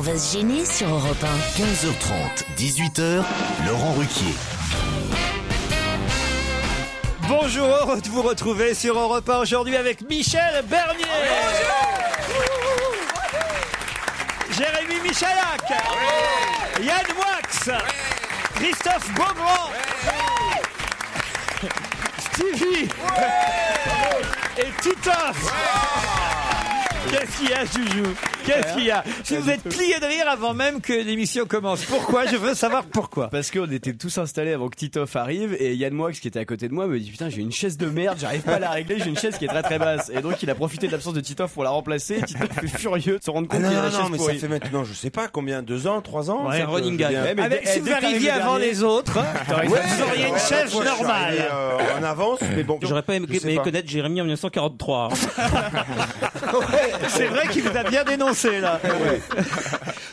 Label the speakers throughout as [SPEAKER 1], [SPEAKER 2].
[SPEAKER 1] va se gêner sur Europe
[SPEAKER 2] 15h30, 18h, Laurent Ruquier.
[SPEAKER 3] Bonjour, heureux de vous retrouver sur Europe 1 aujourd'hui avec Michel Bernier. Jérémy Michalak. Yann Wax. Christophe Beaumont. Stevie. Et Titoff. Qu'est-ce qu'il y a, Joujou Qu'est-ce qu'il y a Si vous êtes plié de rire avant même que l'émission commence, pourquoi Je veux savoir pourquoi.
[SPEAKER 4] Parce qu'on était tous installés avant que Titoff arrive et Yann Moix qui était à côté de moi me dit putain j'ai une chaise de merde, j'arrive pas à la régler, j'ai une chaise qui est très très basse. Et donc il a profité de l'absence de Titoff pour la remplacer. Et Titoff fut furieux de se rendre
[SPEAKER 5] Ah
[SPEAKER 4] compte
[SPEAKER 5] non,
[SPEAKER 4] qu'il a la
[SPEAKER 5] non,
[SPEAKER 4] chaise
[SPEAKER 5] non, mais ça
[SPEAKER 4] pourrie.
[SPEAKER 5] fait maintenant, je sais pas combien, deux ans, trois ans
[SPEAKER 3] Ouais,
[SPEAKER 5] ça peut- je veux dire.
[SPEAKER 4] Ouais, mais
[SPEAKER 3] Avec,
[SPEAKER 4] dès-
[SPEAKER 3] si
[SPEAKER 4] dès
[SPEAKER 3] vous
[SPEAKER 4] que t'es
[SPEAKER 3] arriviez
[SPEAKER 4] arrivé
[SPEAKER 3] avant
[SPEAKER 4] dernier,
[SPEAKER 3] les autres,
[SPEAKER 4] t'aurais
[SPEAKER 5] Ouais,
[SPEAKER 3] vous auriez une
[SPEAKER 5] ouais,
[SPEAKER 3] chaise
[SPEAKER 5] la fois, je suis
[SPEAKER 3] normale.
[SPEAKER 5] arrivé, euh, en avance, mais bon.
[SPEAKER 6] J'aurais pas aimé
[SPEAKER 5] je sais
[SPEAKER 6] mais
[SPEAKER 5] pas.
[SPEAKER 6] connaître Jérémy en 1943.
[SPEAKER 3] C'est vrai qu'il vous a bien dénoncé là.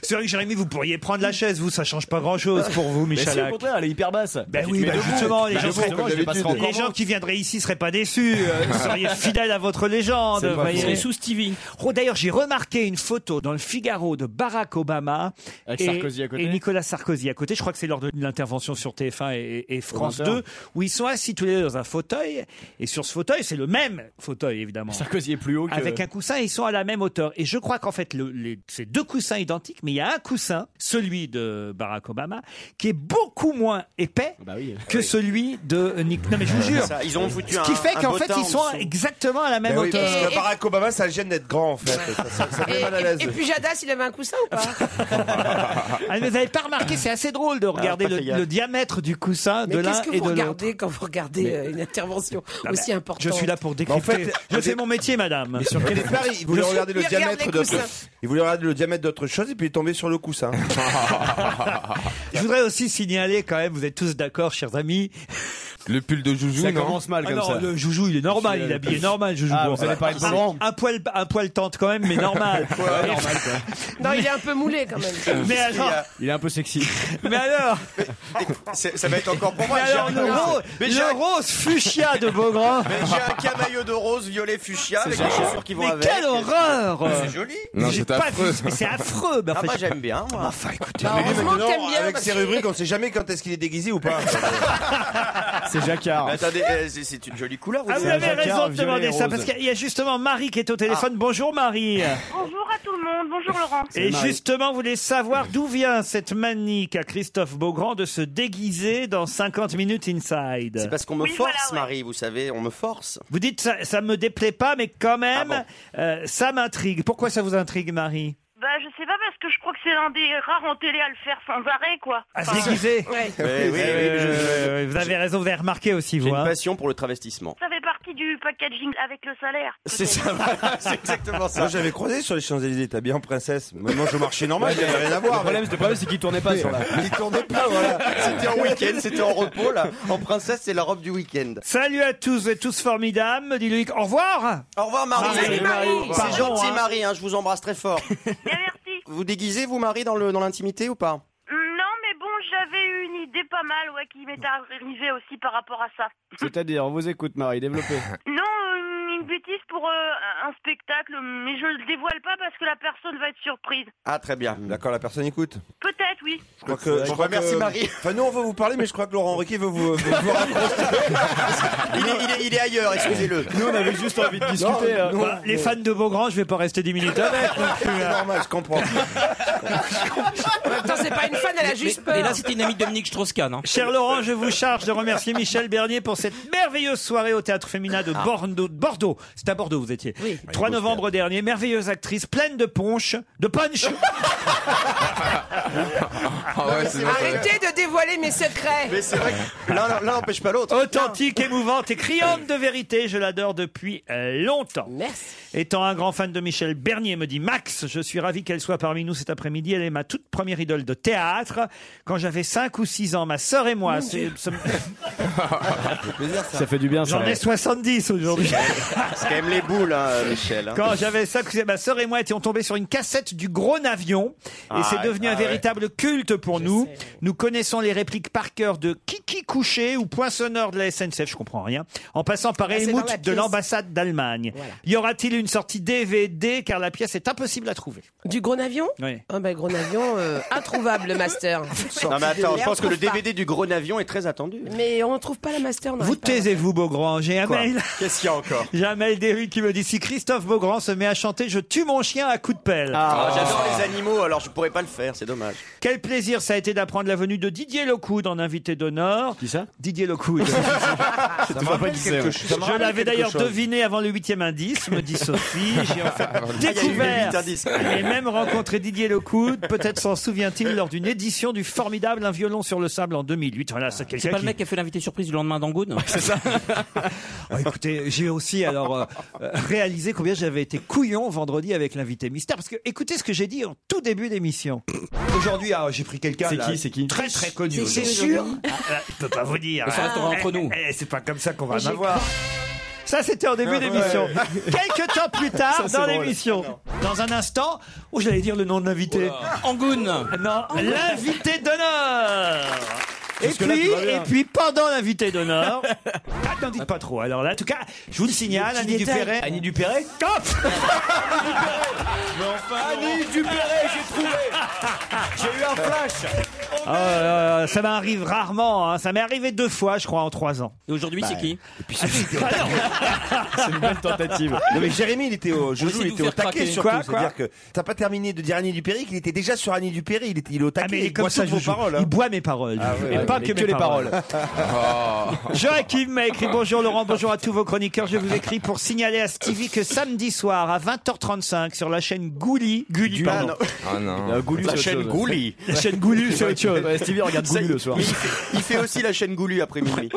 [SPEAKER 3] C'est vrai que Jérémy, vous pourriez prendre la chaise, vous, ça change pas grand chose pour vous,
[SPEAKER 4] Mais si, au
[SPEAKER 3] Michalak.
[SPEAKER 4] contraire, elle est hyper basse.
[SPEAKER 3] Ben
[SPEAKER 4] Tu te
[SPEAKER 3] oui,
[SPEAKER 4] mets
[SPEAKER 3] bah
[SPEAKER 4] debout.
[SPEAKER 3] justement, les
[SPEAKER 4] Bah
[SPEAKER 3] gens seraient-
[SPEAKER 4] justement, je vais pas se rendre
[SPEAKER 3] Les gens
[SPEAKER 4] compte.
[SPEAKER 3] qui viendraient ici seraient pas déçus. euh, Vous seriez fidèles à votre légende.
[SPEAKER 4] C'est pas
[SPEAKER 3] voyez.
[SPEAKER 4] faux.
[SPEAKER 6] Il est sous Stevie.
[SPEAKER 3] Oh, D'ailleurs, j'ai remarqué une photo dans le Figaro de Barack Obama
[SPEAKER 4] Avec
[SPEAKER 3] et,
[SPEAKER 4] Sarkozy à côté.
[SPEAKER 3] et Nicolas Sarkozy à côté. Je crois que c'est lors de l'intervention sur TF1 et, et France
[SPEAKER 4] Au 20 heures.
[SPEAKER 3] 2 où ils sont assis tous les deux dans un fauteuil. Et sur ce fauteuil, c'est le même fauteuil évidemment.
[SPEAKER 4] Sarkozy est plus haut que.
[SPEAKER 3] Avec un coussin, ils sont à la même hauteur. Et je crois qu'en fait, le- les- c'est deux coussins identiques, mais il y a un coussin, celui de Barack Obama, qui est beaucoup moins épais
[SPEAKER 4] Bah oui.
[SPEAKER 3] que celui de Nick. Non, mais je vous jure.
[SPEAKER 5] Ça, ils ont foutu
[SPEAKER 3] Ce qui fait qu'en fait, ils sont exactement à la même
[SPEAKER 5] Ben oui,
[SPEAKER 3] hauteur.
[SPEAKER 5] parce que
[SPEAKER 7] Et-
[SPEAKER 5] Barack Obama, ça le gêne d'être grand en fait. Ça, ça- ça
[SPEAKER 7] Et,
[SPEAKER 5] fait mal à l'aise.
[SPEAKER 7] et- et puis Jadas, il avait un coussin ou pas
[SPEAKER 3] Ah, mais vous n'avez pas remarqué, c'est assez drôle de regarder
[SPEAKER 4] Ah, pas
[SPEAKER 3] le,
[SPEAKER 4] fait gaffe.
[SPEAKER 3] le diamètre du coussin de
[SPEAKER 7] Mais
[SPEAKER 3] l'un
[SPEAKER 7] qu'est-ce que
[SPEAKER 3] et
[SPEAKER 7] vous
[SPEAKER 3] de l'autre.
[SPEAKER 7] regardez quand vous regardez euh, une intervention
[SPEAKER 3] Ah,
[SPEAKER 7] aussi
[SPEAKER 3] ben,
[SPEAKER 7] importante
[SPEAKER 3] Je suis là pour décrypter.
[SPEAKER 5] fait,
[SPEAKER 3] je fais mon métier, madame.
[SPEAKER 5] Au départ, il voulait
[SPEAKER 7] Je-
[SPEAKER 5] regarder le
[SPEAKER 7] il regarde
[SPEAKER 5] diamètre
[SPEAKER 7] les
[SPEAKER 5] d'autre.
[SPEAKER 7] coussins.
[SPEAKER 5] Il voulait regarder le diamètre d'autre chose et puis il est tombé sur le coussin.
[SPEAKER 3] Je voudrais aussi signaler quand même, vous êtes tous d'accord, chers amis.
[SPEAKER 8] Le pull de Joujou,
[SPEAKER 4] Ça
[SPEAKER 8] non
[SPEAKER 4] commence mal
[SPEAKER 3] Ah
[SPEAKER 4] comme
[SPEAKER 3] non,
[SPEAKER 4] ça.
[SPEAKER 3] le joujou, il est normal,
[SPEAKER 4] Je-
[SPEAKER 3] il est habillé normal, joujou.
[SPEAKER 4] Ah,
[SPEAKER 3] Bon,
[SPEAKER 4] vous allez parler de
[SPEAKER 3] un-
[SPEAKER 4] Laurent.
[SPEAKER 3] un poil, un poil tente quand même, mais normal.
[SPEAKER 4] Ouais, normal, quoi.
[SPEAKER 7] Non, il est un peu moulé quand même.
[SPEAKER 3] Mais alors,
[SPEAKER 4] Il est un peu sexy.
[SPEAKER 3] mais alors,
[SPEAKER 9] Ça va être encore pour
[SPEAKER 3] mais
[SPEAKER 9] moi. J'ai
[SPEAKER 3] alors,
[SPEAKER 9] un,
[SPEAKER 3] le, rose,
[SPEAKER 9] Mais
[SPEAKER 3] le
[SPEAKER 9] j'ai-
[SPEAKER 3] rose fuchsia de Beaugrand.
[SPEAKER 9] mais j'ai un camaillot de rose violet fuchsia avec des chaussures qui vont
[SPEAKER 3] Mais
[SPEAKER 9] avec.
[SPEAKER 3] quelle horreur
[SPEAKER 9] C'est joli.
[SPEAKER 8] Non,
[SPEAKER 3] J'ai
[SPEAKER 8] c'est
[SPEAKER 3] pas
[SPEAKER 8] affreux.
[SPEAKER 3] vu- mais c'est affreux. mais
[SPEAKER 9] Ah
[SPEAKER 3] enfin,
[SPEAKER 9] moi
[SPEAKER 3] j'ai-
[SPEAKER 9] j'aime bien. Moi.
[SPEAKER 3] enfin, écoutez,
[SPEAKER 7] Bah, heureusement que t'aimes
[SPEAKER 5] Maintenant,
[SPEAKER 7] bien.
[SPEAKER 5] avec
[SPEAKER 7] parce
[SPEAKER 5] ses
[SPEAKER 7] que-
[SPEAKER 5] rubriques, on sait jamais quand est-ce qu'il est déguisé ou pas.
[SPEAKER 4] C'est Jacquard.
[SPEAKER 9] Mais attendez, euh, c'est- c'est une jolie couleur. hein,
[SPEAKER 3] Ah, vous
[SPEAKER 4] C'est un
[SPEAKER 3] avez
[SPEAKER 4] jacquard
[SPEAKER 3] raison de
[SPEAKER 4] violet
[SPEAKER 3] demander
[SPEAKER 4] et
[SPEAKER 3] ça,
[SPEAKER 4] rose.
[SPEAKER 3] parce qu'il y a justement Marie qui est au
[SPEAKER 9] Ah.
[SPEAKER 3] téléphone. Bonjour Marie.
[SPEAKER 10] Bonjour à tout le monde, bonjour Laurent.
[SPEAKER 3] Et
[SPEAKER 4] Marie.
[SPEAKER 3] justement, vous voulez savoir d'où vient cette manie qu'a Christophe Beaugrand de se déguiser dans 50 minutes inside.
[SPEAKER 9] C'est parce qu'on me
[SPEAKER 10] Oui,
[SPEAKER 9] force,
[SPEAKER 10] voilà, ouais.
[SPEAKER 9] Marie. Vous savez, on me force.
[SPEAKER 3] Vous dites ça, ça me déplaît pas, mais quand même,
[SPEAKER 9] Ah
[SPEAKER 3] euh, ça m'intrigue. Pourquoi ça vous intrigue, Marie
[SPEAKER 10] Bah je sais pas parce que je crois que c'est l'un des rares en télé à le faire sans arrêt quoi.
[SPEAKER 11] Ah,
[SPEAKER 3] À se
[SPEAKER 10] Enfin,
[SPEAKER 3] déguiser
[SPEAKER 7] Ouais.
[SPEAKER 3] Eh
[SPEAKER 9] Mais Eh oui, oui, mais je-
[SPEAKER 3] Euh, Vous avez raison, vous avez remarqué aussi,
[SPEAKER 9] J'ai
[SPEAKER 3] vous.
[SPEAKER 9] une
[SPEAKER 3] hein.
[SPEAKER 9] passion pour le travestissement.
[SPEAKER 10] ça fait partie du packaging avec le salaire.
[SPEAKER 9] C'est ça. voilà, C'est exactement
[SPEAKER 5] Moi,
[SPEAKER 9] ça.
[SPEAKER 5] j'avais croisé sur les Champs-Élysées, t'as bien en princesse. Moi, je marchais normal, j'avais rien à voir.
[SPEAKER 4] Le problème, le problème, c'est qu'il tournait pas sur la.
[SPEAKER 9] Il tournait pas, voilà. C'était en week-end, c'était en repos là. En princesse, c'est la robe du week-end.
[SPEAKER 3] Salut à tous, vous êtes tous formidables, me dit Loïc. Au revoir
[SPEAKER 9] Au revoir Marie.
[SPEAKER 7] Salut, Marie.
[SPEAKER 9] C'est
[SPEAKER 3] Pardon,
[SPEAKER 9] gentil
[SPEAKER 3] hein.
[SPEAKER 9] Marie, hein, je vous embrasse très fort.
[SPEAKER 10] Bien merci.
[SPEAKER 9] Vous déguisez vous Marie dans le dans l'intimité ou pas
[SPEAKER 10] Hum, Non mais bon j'avais eu une idée pas mal ouais qui m'est arrivée aussi par rapport à ça.
[SPEAKER 4] C'est-à-dire, on vous écoute, Marie, développez.
[SPEAKER 10] Non euh, une bêtise pour euh, un spectacle mais je le dévoile pas parce que la personne va être surprise.
[SPEAKER 9] Ah très bien.
[SPEAKER 5] D'accord, la personne écoute.
[SPEAKER 10] Peut-être oui.
[SPEAKER 5] Je crois que. Je crois que-
[SPEAKER 9] Merci Marie.
[SPEAKER 5] Enfin, nous, on veut vous parler, mais je crois que Laurent Riquet veut vous. veut vous raconter.
[SPEAKER 9] Il est, il est- il est ailleurs, excusez-le.
[SPEAKER 4] Nous, on avait juste envie de discuter.
[SPEAKER 5] Non,
[SPEAKER 4] hein.
[SPEAKER 5] non,
[SPEAKER 3] Bah, Les fans de Beaugrand, je vais pas rester 10 minutes avec. non plus,
[SPEAKER 5] C'est
[SPEAKER 3] hein.
[SPEAKER 5] normal, je comprends.
[SPEAKER 7] En même temps, c'est pas une fan, elle a juste peur.
[SPEAKER 6] Et là, c'était une amie de Dominique Strauss-Kahn. hein.
[SPEAKER 3] Cher Laurent, je vous charge de remercier Michel Bernier pour cette merveilleuse soirée au Théâtre Féminin
[SPEAKER 5] Ah.
[SPEAKER 3] de Bordeaux. Bordeaux. C'est à Bordeaux, vous étiez. 3 novembre dernier, merveilleuse actrice, pleine de punch, de punch,
[SPEAKER 8] Ah ouais, c'est vrai.
[SPEAKER 7] Arrêtez de dévoiler mes secrets.
[SPEAKER 9] Mais c'est vrai que l'un l'un n'empêche pas l'autre.
[SPEAKER 3] authentique, émouvante et criante de vérité. Je l'adore depuis euh, longtemps.
[SPEAKER 7] Merci.
[SPEAKER 3] Étant un grand fan de Michel Bernier, me dit Max, je suis ravi qu'elle soit parmi nous cet après-midi. Elle est ma toute première idole de théâtre. Quand j'avais 5 ou 6 ans, ma sœur et moi, c'est-
[SPEAKER 4] Ça fait du bien, ça.
[SPEAKER 3] j'en ai 70 aujourd'hui.
[SPEAKER 9] C'est quand même aime les boules, hein, Michel. hein.
[SPEAKER 3] Quand j'avais ça, que ma sœur et moi étions tombés sur une cassette du Gros Navion, et
[SPEAKER 9] Ah,
[SPEAKER 3] c'est devenu
[SPEAKER 9] ah
[SPEAKER 3] un
[SPEAKER 9] ouais.
[SPEAKER 3] véritable culte pour nous. Nous connaissons les répliques par cœur de Kiki Couché ou Point Sonore de la SNCF, je comprends rien, en passant par
[SPEAKER 1] Ah, c'est dans la
[SPEAKER 3] Helmut de
[SPEAKER 1] pièce.
[SPEAKER 3] l'ambassade d'Allemagne.
[SPEAKER 1] Voilà.
[SPEAKER 3] Y aura-t-il une sortie DVD, car la pièce est impossible à trouver
[SPEAKER 1] Du gros avion
[SPEAKER 3] Oui.
[SPEAKER 7] Oh,
[SPEAKER 1] Ah ben gros avion, euh, introuvable le master.
[SPEAKER 9] Non, mais attends, je pense que le
[SPEAKER 1] Trouve pas.
[SPEAKER 9] DVD du gros navion est très attendu.
[SPEAKER 1] Mais on ne trouve pas la master. on n'arrive
[SPEAKER 3] Vous
[SPEAKER 1] pas à la-
[SPEAKER 3] taisez-vous, Beaugrand, j'ai un mail.
[SPEAKER 9] Qu'est-ce qu'il y a encore
[SPEAKER 3] J'ai un mail d'Éric qui me dit si Christophe Beaugrand se met à chanter Je tue mon chien à coups de pelle.
[SPEAKER 1] Oh,
[SPEAKER 9] Ah, J'adore les animaux, alors je pourrais pas le faire, c'est dommage.
[SPEAKER 3] Quel plaisir ça a été d'apprendre la venue de Didier Lockwood en invité d'honneur.
[SPEAKER 4] Qui ça
[SPEAKER 3] Didier Lockwood.
[SPEAKER 4] Ça me rappelle quelque chose.
[SPEAKER 5] Ça me
[SPEAKER 3] Je
[SPEAKER 5] rappelle
[SPEAKER 3] l'avais
[SPEAKER 5] quelque
[SPEAKER 3] d'ailleurs
[SPEAKER 5] chose.
[SPEAKER 3] deviné avant le huitième indice, me dit Sophie. J'ai en fait découvert
[SPEAKER 9] huit indices.
[SPEAKER 3] et même rencontré Didier Lockwood. Peut-être s'en souvient-il lors d'une édition du formidable Un violon sur le sable en 2008. Voilà, c'est
[SPEAKER 6] C'est
[SPEAKER 3] quelqu'un
[SPEAKER 6] pas
[SPEAKER 3] qui...
[SPEAKER 6] le mec qui a fait l'invité surprise du lendemain d'Angoune
[SPEAKER 3] Oh, écoutez, j'ai aussi alors euh, euh, réalisé combien j'avais été couillon vendredi avec l'invité mystère. Parce que écoutez ce que j'ai dit en tout début d'émission. Aujourd'hui, ah, j'ai pris quelqu'un.
[SPEAKER 4] C'est
[SPEAKER 3] là,
[SPEAKER 4] qui, c'est qui
[SPEAKER 3] Très très connu.
[SPEAKER 1] C'est
[SPEAKER 3] aujourd'hui.
[SPEAKER 1] sûr
[SPEAKER 3] Ah, là, Je peux pas vous dire.
[SPEAKER 6] Ça restera entre nous.
[SPEAKER 3] Eh, eh, c'est pas comme ça qu'on va en
[SPEAKER 1] J'ai
[SPEAKER 3] avoir. Ça, c'était en début d'émission. Quelques temps plus tard,
[SPEAKER 4] Ah, Ça, c'est
[SPEAKER 3] dans
[SPEAKER 4] drôle.
[SPEAKER 3] l'émission, dans un instant, où j'allais dire le nom de l'invité.
[SPEAKER 6] Angoune
[SPEAKER 3] Non, l'invité d'honneur. Et
[SPEAKER 4] Ah. Jusque-là,
[SPEAKER 3] puis,
[SPEAKER 4] tout va bien.
[SPEAKER 3] et puis, pendant l'invité d'honneur. Attends, dites pas trop. Alors là, en tout cas, je vous le signale, Annie Dupéret. Annie Dupéret Hop
[SPEAKER 4] Annie Dupéret, j'ai trouvé J'ai eu un flash
[SPEAKER 3] Ah, euh, Ça m'arrive rarement. hein. Ça m'est arrivé deux fois, je crois, en trois ans.
[SPEAKER 6] Et aujourd'hui, c'est qui
[SPEAKER 4] C'est une belle tentative.
[SPEAKER 5] Non mais Jérémy il était au Joujou,
[SPEAKER 6] Essayez de
[SPEAKER 5] il
[SPEAKER 6] vous
[SPEAKER 5] était au
[SPEAKER 6] faire
[SPEAKER 5] taquet
[SPEAKER 6] craquer.
[SPEAKER 5] surtout.
[SPEAKER 3] Quoi, quoi
[SPEAKER 5] C'est-à-dire que t'as pas terminé de dire Annie Dupéry, qu'il était déjà sur Annie Dupéry, il était il est
[SPEAKER 3] Ah,
[SPEAKER 5] au taquet. il boit toutes vos
[SPEAKER 3] Joujou.
[SPEAKER 5] paroles. hein.
[SPEAKER 3] Il boit mes paroles. Joujou. et pas
[SPEAKER 4] mais
[SPEAKER 3] que,
[SPEAKER 4] que
[SPEAKER 3] Ah, mes
[SPEAKER 4] les
[SPEAKER 3] paroles. Joachim m'a écrit Bonjour Laurent, bonjour à tous vos chroniqueurs. Je vous écris pour signaler à Stevie que samedi soir à 20h35 sur la chaîne Gouli, Gulli, pardon.
[SPEAKER 8] Ah non.
[SPEAKER 4] Euh, Goulu,
[SPEAKER 9] La
[SPEAKER 4] c'est autre
[SPEAKER 9] chaîne
[SPEAKER 4] chose.
[SPEAKER 9] Gouli.
[SPEAKER 3] La chaîne Gouli, c'est autre chose.
[SPEAKER 4] Ouais, Stevie regarde Gouli le soir.
[SPEAKER 9] Mais il, fait, il fait aussi la chaîne Goulu après minuit.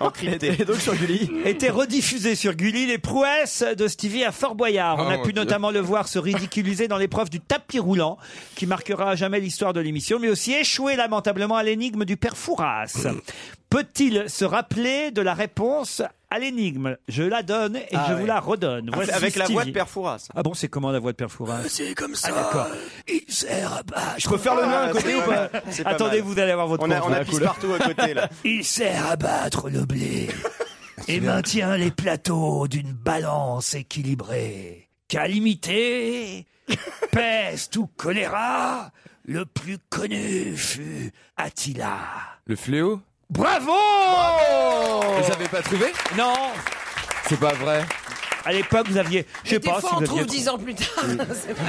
[SPEAKER 9] En crypté.
[SPEAKER 4] Et donc sur Gulli,
[SPEAKER 3] Étaient rediffusées sur Gulli les prouesses de Stevie à Fort Boyard. On
[SPEAKER 8] Ah,
[SPEAKER 3] a
[SPEAKER 8] mon
[SPEAKER 3] pu
[SPEAKER 8] Dieu.
[SPEAKER 3] notamment le voir se ridiculiser dans l'épreuve du tapis roulant, qui marquera à jamais l'histoire de l'émission, mais aussi échouer lamentablement à l'énigme du père Fouras. Peut-il se rappeler de la réponse à l'énigme Je la donne et je vous la redonne. Voici
[SPEAKER 9] Ah Avec la voix de
[SPEAKER 3] Stevie.
[SPEAKER 9] Perfouras.
[SPEAKER 3] Ah bon, c'est comment la voix de Père Fouras C'est comme ça. Ah d'accord. Il sert à battre.
[SPEAKER 4] je peux faire le nain à
[SPEAKER 9] Ah,
[SPEAKER 4] côté
[SPEAKER 9] c'est
[SPEAKER 4] ou
[SPEAKER 9] pas
[SPEAKER 4] pas
[SPEAKER 9] mal. C'est pas
[SPEAKER 3] Attendez,
[SPEAKER 9] mal.
[SPEAKER 3] vous allez avoir votre
[SPEAKER 9] On a,
[SPEAKER 3] compte.
[SPEAKER 9] on a pisse partout à côté là.
[SPEAKER 3] Il sert à battre le blé et maintient les plateaux d'une balance équilibrée. Calimité, peste ou choléra, le plus connu fut Attila.
[SPEAKER 8] Le fléau
[SPEAKER 3] Bravo,
[SPEAKER 8] Vous avez pas trouvé
[SPEAKER 3] Non,
[SPEAKER 8] C'est pas vrai.
[SPEAKER 3] à l'époque vous aviez, je sais
[SPEAKER 1] Des fois,
[SPEAKER 3] pas si vous
[SPEAKER 1] on
[SPEAKER 3] aviez
[SPEAKER 1] trouve
[SPEAKER 3] trop.
[SPEAKER 1] dix ans plus tard. C'est pas-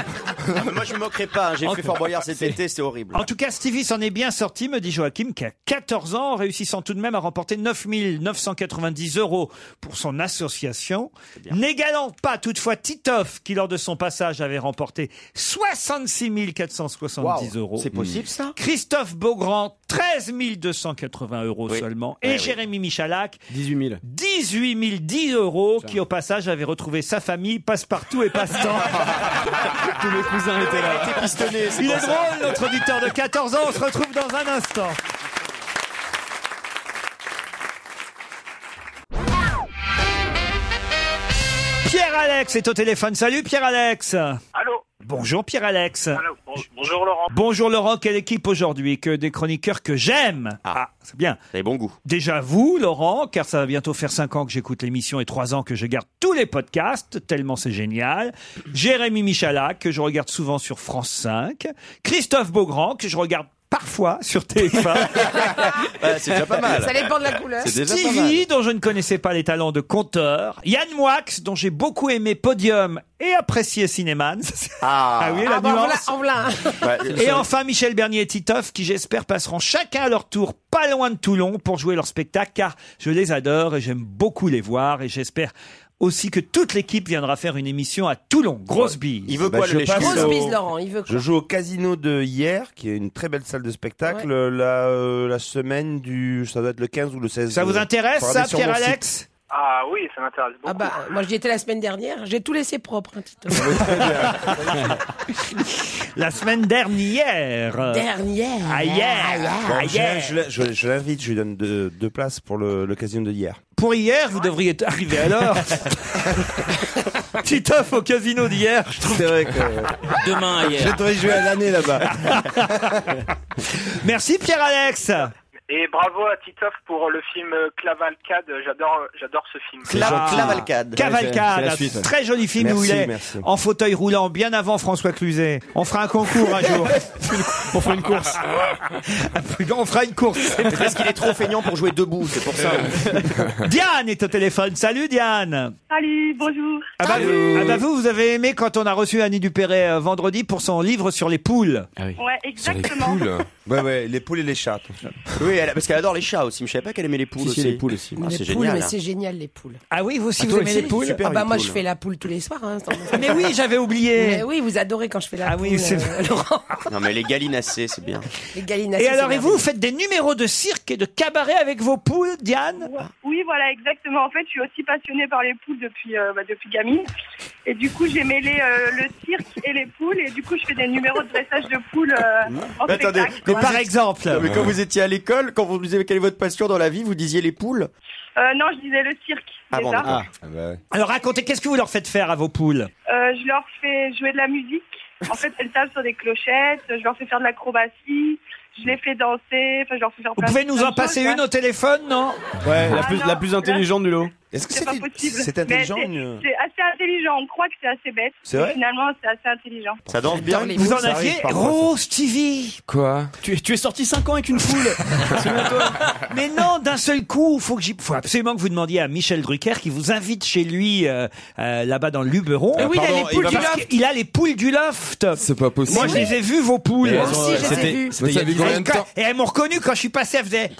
[SPEAKER 9] Ah, mais moi je me moquerai pas, hein. j'ai
[SPEAKER 3] En
[SPEAKER 9] fait
[SPEAKER 3] tout-
[SPEAKER 9] Fort Boyard cet été, c'est horrible.
[SPEAKER 3] En tout cas, Stevie s'en est bien sorti, me dit Joachim, qui a 14 ans, réussissant tout de même à remporter 9 990 euros pour son association. N'égalant pas toutefois Titoff, qui lors de son passage avait remporté 66 470 euros.
[SPEAKER 9] C'est possible ça
[SPEAKER 3] Christophe Beaugrand, 13 280 euros
[SPEAKER 9] Oui.
[SPEAKER 3] seulement.
[SPEAKER 9] Ouais,
[SPEAKER 3] Et
[SPEAKER 9] oui.
[SPEAKER 3] Jérémy Michalak,
[SPEAKER 4] 18 000.
[SPEAKER 3] 18 010 euros, qui au passage avait retrouvé sa famille, passe-partout et passe-temps.
[SPEAKER 4] Tous mes cousins étaient là.
[SPEAKER 9] Pistonné, c'est
[SPEAKER 3] Il
[SPEAKER 9] pour
[SPEAKER 3] est
[SPEAKER 9] ça.
[SPEAKER 3] drôle, notre auditeur de 14 ans. On se retrouve dans un instant. Pierre-Alex est au téléphone. Salut Pierre-Alex.
[SPEAKER 10] Allô
[SPEAKER 3] Bonjour Pierre-Alex.
[SPEAKER 10] Allô Bon- Bonjour Laurent.
[SPEAKER 3] Bonjour Laurent, quelle équipe aujourd'hui Que des chroniqueurs que j'aime. Ah, c'est bien.
[SPEAKER 9] T'avais bon goût.
[SPEAKER 3] Déjà vous, Laurent, car ça va bientôt faire 5 ans que j'écoute l'émission et 3 ans que je garde tous les podcasts, tellement c'est génial. Jérémy Michalak, que je regarde souvent sur France 5. Christophe Beaugrand, que je regarde parfois sur TF1.
[SPEAKER 9] Ouais, c'est déjà pas mal.
[SPEAKER 1] Ça dépend de la couleur.
[SPEAKER 9] C'est déjà pas mal.
[SPEAKER 3] Stevie, dont je ne connaissais pas les talents de conteur. Yann Moix, dont j'ai beaucoup aimé Podium et apprécié Cinéman.
[SPEAKER 9] Ah,
[SPEAKER 3] Ah oui, la
[SPEAKER 1] Ah, bah, en voilà,
[SPEAKER 3] nuance.
[SPEAKER 1] en voilà un.
[SPEAKER 9] Ouais,
[SPEAKER 3] Et enfin, Michel Bernier et Titoff, qui j'espère passeront chacun à leur tour pas loin de Toulon pour jouer leur spectacle, car je les adore et j'aime beaucoup les voir et j'espère aussi que toute l'équipe viendra faire une émission à Toulon. Grosse bille.
[SPEAKER 9] Il veut
[SPEAKER 5] Bah,
[SPEAKER 9] quoi
[SPEAKER 5] je
[SPEAKER 9] le
[SPEAKER 5] passe
[SPEAKER 9] lèche-cul
[SPEAKER 1] Grosse
[SPEAKER 5] au-
[SPEAKER 1] bise, Laurent. Il veut quoi
[SPEAKER 5] Je joue au casino de hier, qui est une très belle salle de spectacle,
[SPEAKER 1] Ouais.
[SPEAKER 5] euh, la, euh, la semaine du, ça doit être le 15 ou le 16.
[SPEAKER 3] Ça vous
[SPEAKER 5] euh,
[SPEAKER 3] intéresse,
[SPEAKER 5] faudra
[SPEAKER 3] ça,
[SPEAKER 5] aller sur mon
[SPEAKER 3] Pierre-Alex
[SPEAKER 10] Ah oui, ça m'intéresse beaucoup.
[SPEAKER 1] Ah bah, moi j'y étais la semaine dernière, j'ai tout laissé propre, hein, Tito.
[SPEAKER 3] La semaine dernière.
[SPEAKER 1] Dernière. Ah,
[SPEAKER 3] Ailleurs. hein. Ah,
[SPEAKER 5] Bon, je- je, je- je l'invite, je lui donne deux, deux places pour le, le casino de hier.
[SPEAKER 3] pour hier, vous devriez arriver à l'heure. Titoff au casino d'hier. C'est vrai que...
[SPEAKER 6] Demain, ailleurs.
[SPEAKER 3] Je devrais jouer à l'année là-bas. Merci Pierre-Alex.
[SPEAKER 12] Et bravo à Titoff pour le film Clavalcade. J'adore, j'adore ce film.
[SPEAKER 3] Ah. Cavalcade,
[SPEAKER 12] Ouais,
[SPEAKER 3] un
[SPEAKER 12] c'est- c'est la suite.
[SPEAKER 3] très joli film où il
[SPEAKER 12] Merci,
[SPEAKER 3] est
[SPEAKER 12] merci.
[SPEAKER 3] en fauteuil roulant, bien avant François Cluzet. On fera un concours un jour. on fera une course. on fera une course.
[SPEAKER 9] Parce qu'il est trop feignant pour jouer debout, c'est pour ça.
[SPEAKER 3] Diane est au téléphone. Salut Diane.
[SPEAKER 11] Salut, bonjour.
[SPEAKER 3] Ah bah, ah bah vous, vous avez aimé quand on a reçu Annie Dupéret euh, vendredi pour son livre sur les poules.
[SPEAKER 11] Ouais, exactement.
[SPEAKER 9] Ouais, ouais, les poules et les chats. Oui, elle- parce qu'elle adore les chats aussi, mais je savais pas qu'elle aimait les poules
[SPEAKER 1] Si, si,
[SPEAKER 9] aussi.
[SPEAKER 1] les poules
[SPEAKER 9] aussi.
[SPEAKER 1] Mais
[SPEAKER 9] c'est
[SPEAKER 1] les poules,
[SPEAKER 9] génial.
[SPEAKER 1] mais c'est génial les poules.
[SPEAKER 3] hein. Ah oui, vous aussi,
[SPEAKER 9] Ah, vous toi aimez aussi les poules Super,
[SPEAKER 1] Ah bah
[SPEAKER 9] les
[SPEAKER 1] moi
[SPEAKER 9] poules.
[SPEAKER 1] je fais la poule tous les soirs. hein, sans-
[SPEAKER 3] Mais oui, j'avais oublié.
[SPEAKER 1] Mais oui, vous adorez quand je fais la poule.
[SPEAKER 3] Ah oui,
[SPEAKER 9] hein.
[SPEAKER 3] c'est
[SPEAKER 1] euh,
[SPEAKER 3] vrai.
[SPEAKER 1] Laurent.
[SPEAKER 9] Non, mais les gallinacées, c'est bien.
[SPEAKER 1] Les gallinacées,
[SPEAKER 3] Et alors,
[SPEAKER 1] c'est
[SPEAKER 3] et vous, vous faites des numéros de cirque et de cabaret avec vos poules, Diane
[SPEAKER 11] Oui, voilà, exactement. En fait, je suis aussi passionnée par les poules depuis, euh, bah, depuis gamine. Et du coup, j'ai mêlé euh, le cirque et les poules. Et du coup, je fais des numéros de dressage de poules euh, en
[SPEAKER 9] Mais attendez,
[SPEAKER 11] spectacle.
[SPEAKER 9] quand vous étiez-
[SPEAKER 3] exemple.
[SPEAKER 9] Non, mais quand vous étiez à l'école, quand vous vous disiez quelle est votre passion dans la vie, vous disiez les poules
[SPEAKER 11] Euh, non, je disais le cirque.
[SPEAKER 9] Ah bon,
[SPEAKER 11] déjà.
[SPEAKER 9] d'accord.
[SPEAKER 8] bah
[SPEAKER 3] Alors racontez, qu'est-ce que vous leur faites faire à vos poules
[SPEAKER 11] Euh, je leur fais jouer de la musique. En fait, elles tapent sur des clochettes. Je leur fais faire de l'acrobatie. Je les fais danser. Enfin, je leur fais faire
[SPEAKER 3] Vous
[SPEAKER 11] plein
[SPEAKER 3] pouvez nous
[SPEAKER 11] plein
[SPEAKER 3] en
[SPEAKER 11] de choses,
[SPEAKER 3] passer
[SPEAKER 11] ouais.
[SPEAKER 3] une au téléphone, non
[SPEAKER 4] Ouais, la
[SPEAKER 11] Ah
[SPEAKER 4] plus,
[SPEAKER 11] non,
[SPEAKER 4] la plus intelligente du lot. Est-ce
[SPEAKER 11] C'est pas possible.
[SPEAKER 4] c'est
[SPEAKER 11] Mais
[SPEAKER 4] intelligent,
[SPEAKER 11] c'est-
[SPEAKER 4] une-
[SPEAKER 11] C'est assez intelligent. On croit que c'est assez bête.
[SPEAKER 4] C'est
[SPEAKER 11] mais
[SPEAKER 4] vrai
[SPEAKER 11] Finalement, c'est assez intelligent.
[SPEAKER 9] Ça danse
[SPEAKER 4] bien, les
[SPEAKER 3] Vous
[SPEAKER 4] poules,
[SPEAKER 3] en
[SPEAKER 4] ça
[SPEAKER 3] aviez
[SPEAKER 4] arrive parfois, ça.
[SPEAKER 3] Oh, Stevie
[SPEAKER 8] Quoi
[SPEAKER 4] tu, es- tu es sorti 5 ans avec une poule.
[SPEAKER 3] Mais non, d'un seul coup, faut que j'y- faut absolument que vous demandiez à Michel Drucker qui vous invite chez lui euh, euh, là-bas dans le Luberon.
[SPEAKER 8] Mais oui, il a Pardon, les poules il va du
[SPEAKER 3] Parce
[SPEAKER 8] loft.
[SPEAKER 3] qu'il a les poules du loft.
[SPEAKER 8] C'est pas possible.
[SPEAKER 3] Moi, je les ai vues vos poules.
[SPEAKER 8] Mais Moi elles ont- aussi, je les ai c'était- vues. c'était il y a
[SPEAKER 3] Vous savez
[SPEAKER 8] dix ans.
[SPEAKER 3] combien de temps Et elles m'ont reconnu quand je suis passé, elles faisaient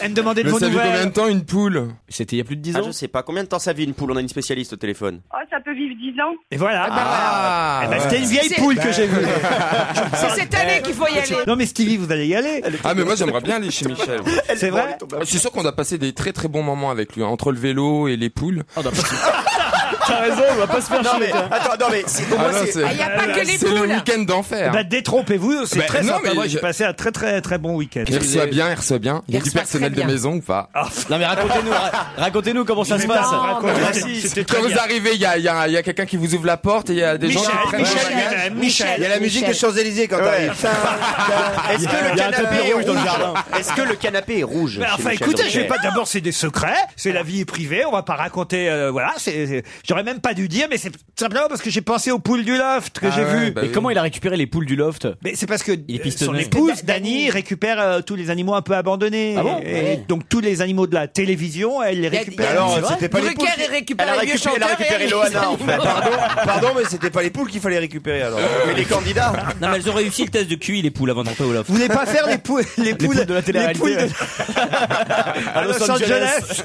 [SPEAKER 3] Elles me demandaient de
[SPEAKER 8] Mais
[SPEAKER 3] vos
[SPEAKER 8] ça fait combien
[SPEAKER 3] nouvelles.
[SPEAKER 8] de temps une poule
[SPEAKER 9] C'était il y a plus de 10 ans Ah, Je sais pas. Combien de temps ça vit une poule On a une spécialiste au téléphone.
[SPEAKER 11] Oh, ça peut vivre 10 ans.
[SPEAKER 3] Et voilà.
[SPEAKER 9] Ah,
[SPEAKER 3] Eh ben,
[SPEAKER 9] ouais.
[SPEAKER 3] C'était une vieille
[SPEAKER 9] C'est-
[SPEAKER 3] poule que j'ai vue.
[SPEAKER 1] C'est cette année qu'il faut y aller.
[SPEAKER 3] Non mais Stevie, vous allez y aller.
[SPEAKER 8] Ah mais moi j'aimerais bien aller chez Michel.
[SPEAKER 3] C'est vrai
[SPEAKER 8] Je suis sûr qu'on a passé des très très bons moments avec lui, hein, entre le vélo et les poules.
[SPEAKER 3] Ah, bah,
[SPEAKER 8] Ah,
[SPEAKER 4] T'as raison, on va pas se faire
[SPEAKER 9] Non,
[SPEAKER 4] chier.
[SPEAKER 9] mais
[SPEAKER 4] tiens.
[SPEAKER 9] attends, non, mais c'est
[SPEAKER 8] Ah non, c'est-
[SPEAKER 1] Il y a pas que les
[SPEAKER 8] C'est le
[SPEAKER 1] poules.
[SPEAKER 8] week-end d'enfer.
[SPEAKER 3] Bah, détrompez-vous, c'est
[SPEAKER 8] Bah,
[SPEAKER 3] très
[SPEAKER 8] non,
[SPEAKER 3] sympa.
[SPEAKER 8] mais
[SPEAKER 3] Moi,
[SPEAKER 8] je-
[SPEAKER 3] j'ai passé un très très très bon week-end.
[SPEAKER 8] Il reçoit bien, il reçoit bien. Il y a
[SPEAKER 3] Il
[SPEAKER 8] du
[SPEAKER 3] reçoit
[SPEAKER 8] personnel
[SPEAKER 3] très
[SPEAKER 8] de
[SPEAKER 3] bien.
[SPEAKER 8] maison ou pas
[SPEAKER 3] Ah.
[SPEAKER 4] Non, mais racontez-nous, ra- racontez-nous comment ça se passe.
[SPEAKER 3] C'était
[SPEAKER 8] Ah, Quand vous arrivez, il y a, il y a- il y a quelqu'un qui vous ouvre la porte et il y a des gens
[SPEAKER 3] Michel,
[SPEAKER 8] qui prennent
[SPEAKER 3] Michel
[SPEAKER 8] vos bagages.
[SPEAKER 3] lui-même, Michel.
[SPEAKER 5] Il y a la musique des Champs-Élysées quand t'arrives.
[SPEAKER 9] Est-ce que le
[SPEAKER 4] Il y a un
[SPEAKER 9] canapé
[SPEAKER 4] tapis
[SPEAKER 9] est
[SPEAKER 4] rouge dans le
[SPEAKER 9] rouge
[SPEAKER 4] jardin.
[SPEAKER 9] Est-ce que le canapé est rouge
[SPEAKER 3] Mais
[SPEAKER 9] chez
[SPEAKER 3] Ben, enfin,
[SPEAKER 9] Michel
[SPEAKER 3] écoutez, je
[SPEAKER 9] Drucker
[SPEAKER 3] vais pas d'abord, c'est des secrets, c'est
[SPEAKER 8] Ah.
[SPEAKER 3] la vie privée, on va pas raconter, euh, voilà, c'est, c'est- j'aurais même pas dû dire, mais c'est simplement parce que j'ai pensé aux poules du loft que
[SPEAKER 4] Ah
[SPEAKER 3] j'ai
[SPEAKER 4] ouais,
[SPEAKER 3] vu.
[SPEAKER 8] bah
[SPEAKER 4] Et comment il a récupéré les poules du loft
[SPEAKER 3] Mais c'est parce que
[SPEAKER 4] est
[SPEAKER 3] euh, son
[SPEAKER 4] pistonné.
[SPEAKER 3] épouse, Dani, récupère euh, tous les animaux un peu abandonnés.
[SPEAKER 4] Ah bon
[SPEAKER 3] Et donc tous les animaux de la télévision, elle les
[SPEAKER 1] Il y a- il y
[SPEAKER 3] récupère.
[SPEAKER 1] a-
[SPEAKER 5] Alors,
[SPEAKER 3] C'est vrai
[SPEAKER 5] c'était pas les
[SPEAKER 1] Drucker
[SPEAKER 5] poules.
[SPEAKER 1] est récupéré
[SPEAKER 5] elle a
[SPEAKER 1] le vieux
[SPEAKER 5] récupéré, elle
[SPEAKER 1] chanteur
[SPEAKER 5] a
[SPEAKER 1] et
[SPEAKER 5] récupéré
[SPEAKER 1] elle
[SPEAKER 5] Loana.
[SPEAKER 1] est-
[SPEAKER 5] en fait. hein, Pardon, pardon, mais c'était pas les poules qu'il fallait récupérer alors.
[SPEAKER 9] Mais les candidats
[SPEAKER 6] Euh, Non, mais elles ont réussi le test de QI, les poules, avant d'entrer au loft.
[SPEAKER 3] Vous voulez pas faire les poules, les poules,
[SPEAKER 4] poules de la télé-réalité.
[SPEAKER 3] les poules
[SPEAKER 4] À Los Angeles.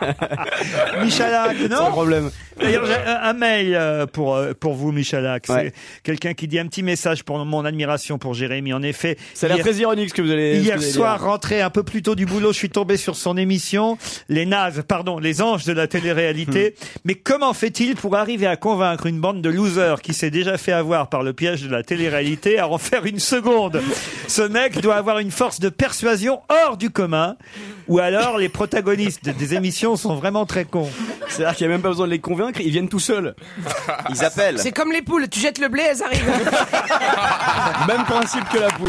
[SPEAKER 3] de Michalak,
[SPEAKER 4] Sans
[SPEAKER 3] non?
[SPEAKER 4] problème.
[SPEAKER 3] D'ailleurs, j'ai un, un mail euh, pour, euh, pour vous, Michalak. C'est quelqu'un qui dit un petit message pour mon admiration pour Jérémy. En effet,
[SPEAKER 4] Ça a l'air
[SPEAKER 3] hier-
[SPEAKER 4] très ironique ce que vous allez. ce que
[SPEAKER 3] Hier
[SPEAKER 4] vous allez
[SPEAKER 3] soir,
[SPEAKER 4] dire.
[SPEAKER 3] rentré un peu plus tôt du boulot, je suis tombé sur son émission, Les Nazes, pardon, Les Anges de la télé-réalité.
[SPEAKER 4] Hmm.
[SPEAKER 3] Mais comment fait-il pour arriver à convaincre une bande de losers qui s'est déjà fait avoir par le piège de la télé-réalité à en faire une seconde Ce mec doit avoir une force de persuasion hors du commun. Ou alors, les protagonistes des émissions sont vraiment très cons.
[SPEAKER 4] C'est-à-dire qu'il n'y a même pas besoin de les convaincre, ils viennent tout seuls.
[SPEAKER 9] Ils appellent.
[SPEAKER 1] C'est comme les poules, tu jettes le blé, elles arrivent.
[SPEAKER 4] Même principe que la poule.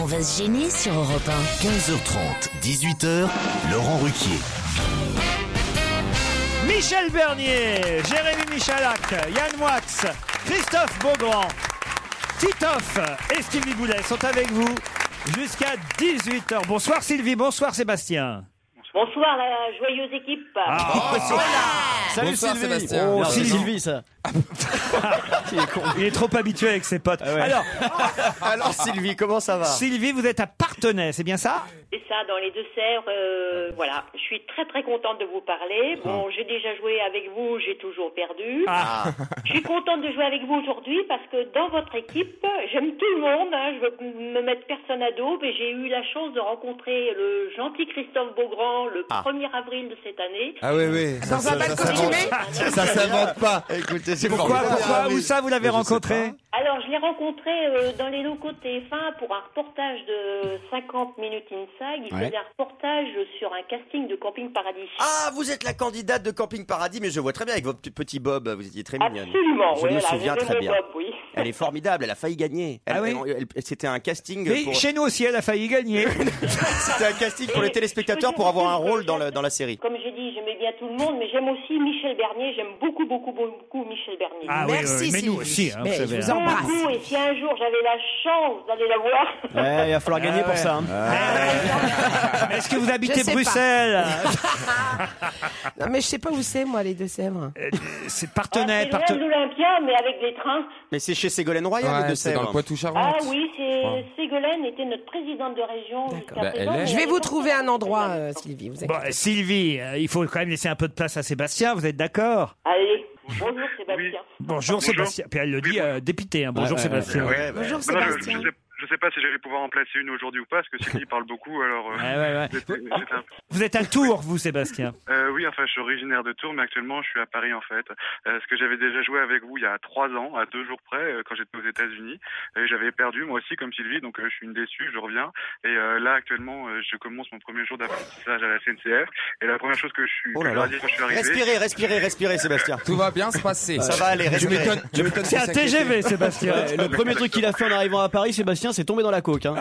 [SPEAKER 7] On va se gêner sur Europe
[SPEAKER 2] 15h30, 18h, Laurent Ruquier.
[SPEAKER 3] Michel Bernier, Jérémy Michalak, Yann Moix, Christophe Beaugrand, Titoff et Stevie Boulet sont avec vous jusqu'à 18h. Bonsoir Sylvie, bonsoir Sébastien.
[SPEAKER 13] Bonsoir, la joyeuse équipe.
[SPEAKER 1] Ah.
[SPEAKER 3] Ah.
[SPEAKER 1] Oh,
[SPEAKER 4] Ah. Salut
[SPEAKER 8] Bonsoir,
[SPEAKER 4] Sylvie.
[SPEAKER 8] Sébastien.
[SPEAKER 4] Oh,
[SPEAKER 8] Non,
[SPEAKER 4] c'est
[SPEAKER 8] non.
[SPEAKER 4] Sylvie ça.
[SPEAKER 3] Il est trop habitué avec ses potes. Alors,
[SPEAKER 9] Alors Sylvie, Ah comment ça va
[SPEAKER 3] Sylvie, vous êtes à Partenay, c'est bien ça
[SPEAKER 13] Et ça, dans les Deux-Sèvres. euh, voilà, je suis très très contente de vous parler. Bon, j'ai déjà joué avec vous, j'ai toujours perdu.
[SPEAKER 7] Ah.
[SPEAKER 13] Je suis contente de jouer avec vous aujourd'hui parce que dans votre équipe, j'aime tout le monde. hein, je veux me mettre personne à dos, mais j'ai eu la chance de rencontrer le gentil Christophe Beaugrand le
[SPEAKER 9] Ah.
[SPEAKER 13] 1er avril de cette année.
[SPEAKER 9] Ah oui, oui.
[SPEAKER 13] Dans un bal
[SPEAKER 9] s'invente-
[SPEAKER 13] costumé
[SPEAKER 9] Ça s'invente pas. Écoutez, c'est
[SPEAKER 3] Pourquoi, pourquoi, où ça vous l'avez rencontré
[SPEAKER 13] Alors, je l'ai rencontré euh, dans les locaux de TF1 pour un reportage de 50 minutes inside. Il
[SPEAKER 9] Ouais.
[SPEAKER 13] faisait un reportage sur un casting de Camping Paradis.
[SPEAKER 9] Ah, vous êtes la candidate de Camping Paradis, mais je vois très bien avec votre petit- petit Bob, vous étiez très mignonne.
[SPEAKER 13] Absolument,
[SPEAKER 9] Je
[SPEAKER 13] oui,
[SPEAKER 9] me
[SPEAKER 13] la
[SPEAKER 9] souviens
[SPEAKER 13] jeune
[SPEAKER 9] très bien.
[SPEAKER 13] Bob, oui.
[SPEAKER 9] Elle est formidable, elle a failli gagner. Elle- elle- elle- C'était un casting.
[SPEAKER 3] Ah Mais
[SPEAKER 9] pour-
[SPEAKER 3] chez nous aussi, elle a failli gagner.
[SPEAKER 9] C'était un casting pour les téléspectateurs pour avoir un rôle dans, la- dans la série.
[SPEAKER 13] Comme j'ai dit, j'aimais bien tout le monde, mais j'aime aussi Michel Bernier. J'aime beaucoup, beaucoup, beaucoup Michel Bernier.
[SPEAKER 3] Ah oui, Merci, euh, mais nous Sylvie. aussi, hein, vous savez, hein.
[SPEAKER 13] Beaucoup, et si un jour j'avais la chance d'aller la voir,
[SPEAKER 4] Ouais, il va falloir gagner pour ça. hein.
[SPEAKER 3] Est-ce que vous
[SPEAKER 1] Je
[SPEAKER 3] habitez
[SPEAKER 1] sais pas.
[SPEAKER 3] Bruxelles
[SPEAKER 1] Non, mais je sais pas où c'est, moi, les Deux-Sèvres.
[SPEAKER 3] Euh, C'est
[SPEAKER 9] Ah,
[SPEAKER 13] Ah, c'est
[SPEAKER 3] partenaire,
[SPEAKER 13] loin de l'Olympia, mais avec des trains.
[SPEAKER 9] Mais c'est chez Ségolène Royal,
[SPEAKER 8] Ouais,
[SPEAKER 9] les deux
[SPEAKER 8] c'est dans le
[SPEAKER 13] Ah
[SPEAKER 8] Poitou-Charentes.
[SPEAKER 13] oui, c'est
[SPEAKER 8] Ouais.
[SPEAKER 13] Ségolène était notre présidente de région jusqu'à
[SPEAKER 8] Bah, elle
[SPEAKER 13] présent.
[SPEAKER 8] est.
[SPEAKER 13] mais
[SPEAKER 1] Je vais
[SPEAKER 13] elle
[SPEAKER 1] vous
[SPEAKER 13] est-
[SPEAKER 1] trouver un endroit, euh, Sylvie. Vous
[SPEAKER 3] Bon, Sylvie, euh, il faut quand même laisser un peu de place à Sébastien, vous êtes d'accord
[SPEAKER 13] Allez, bonjour Sébastien.
[SPEAKER 3] Bonjour, Sébastien. Puis elle le dit euh, dépité. hein. Bonjour
[SPEAKER 14] Ouais, ouais,
[SPEAKER 3] Sébastien.
[SPEAKER 14] ouais, ouais. Non, je- Je, sais, je sais pas si j'allais pouvoir en placer une aujourd'hui ou pas, parce que Sylvie parle beaucoup, alors... euh,
[SPEAKER 3] Ouais, ouais,
[SPEAKER 14] c'était- c'était un-
[SPEAKER 3] Vous êtes à Tours, vous, Sébastien.
[SPEAKER 14] Euh, oui, enfin, je suis originaire de Tours, mais actuellement, je suis à Paris, en fait. Euh, ce que j'avais déjà joué avec vous il y a trois ans, à deux jours près, euh, quand j'étais aux États-Unis. Et j'avais perdu, moi aussi, comme Sylvie, donc euh, je suis une déçue, je reviens. Et euh, là, actuellement, euh, je commence mon premier jour d'apprentissage à la CNCF. Et la première chose que je suis,
[SPEAKER 9] Oh
[SPEAKER 14] que
[SPEAKER 9] là
[SPEAKER 14] je
[SPEAKER 9] là.
[SPEAKER 14] leur dis quand je suis arrivé...
[SPEAKER 9] Respirez, respirez, respirez, Sébastien.
[SPEAKER 8] Tout va bien se passer.
[SPEAKER 9] Ça va aller,
[SPEAKER 4] Je
[SPEAKER 9] respirez.
[SPEAKER 4] m'étonne- je m'étonne qu'il s'inquiétait. Ouais, le premier truc qu'il a fait en arrivant à Paris, Sébastien, c'est tomber dans la coke. hein.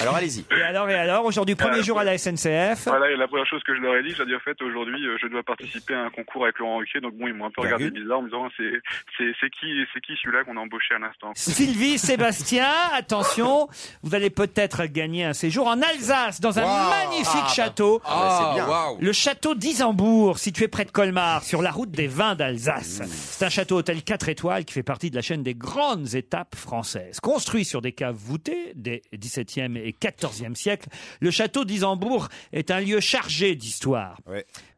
[SPEAKER 9] Alors allez-y.
[SPEAKER 3] Et alors, et alors, aujourd'hui,
[SPEAKER 14] Euh,
[SPEAKER 3] premier jour à la SNCF.
[SPEAKER 14] Voilà, et la première chose que je leur ai dit, je leur ai dit, en fait, aujourd'hui, euh, je dois participer à un concours avec Laurent Ruquier. Donc bon, ils m'ont un
[SPEAKER 9] Bah
[SPEAKER 14] peu regardé bizarre en me disant, c'est, c'est, c'est qui, c'est qui celui-là qu'on a embauché à l'instant?
[SPEAKER 3] Sylvie, Sébastien, attention, vous allez peut-être gagner un séjour en Alsace, dans un
[SPEAKER 14] Waouh.
[SPEAKER 3] magnifique
[SPEAKER 14] Ah, bah.
[SPEAKER 3] château.
[SPEAKER 14] Ah, bah, c'est bien. Waouh.
[SPEAKER 3] Le château d'Isambourg, situé près de Colmar, sur la route des vins d'Alsace.
[SPEAKER 14] Mmh.
[SPEAKER 3] C'est un château hôtel 4 étoiles qui fait partie de la chaîne des grandes étapes françaises. Construit sur des caves voûtées des 17e et 14e siècles, le château d'Isambourg est un lieu chargé d'histoire.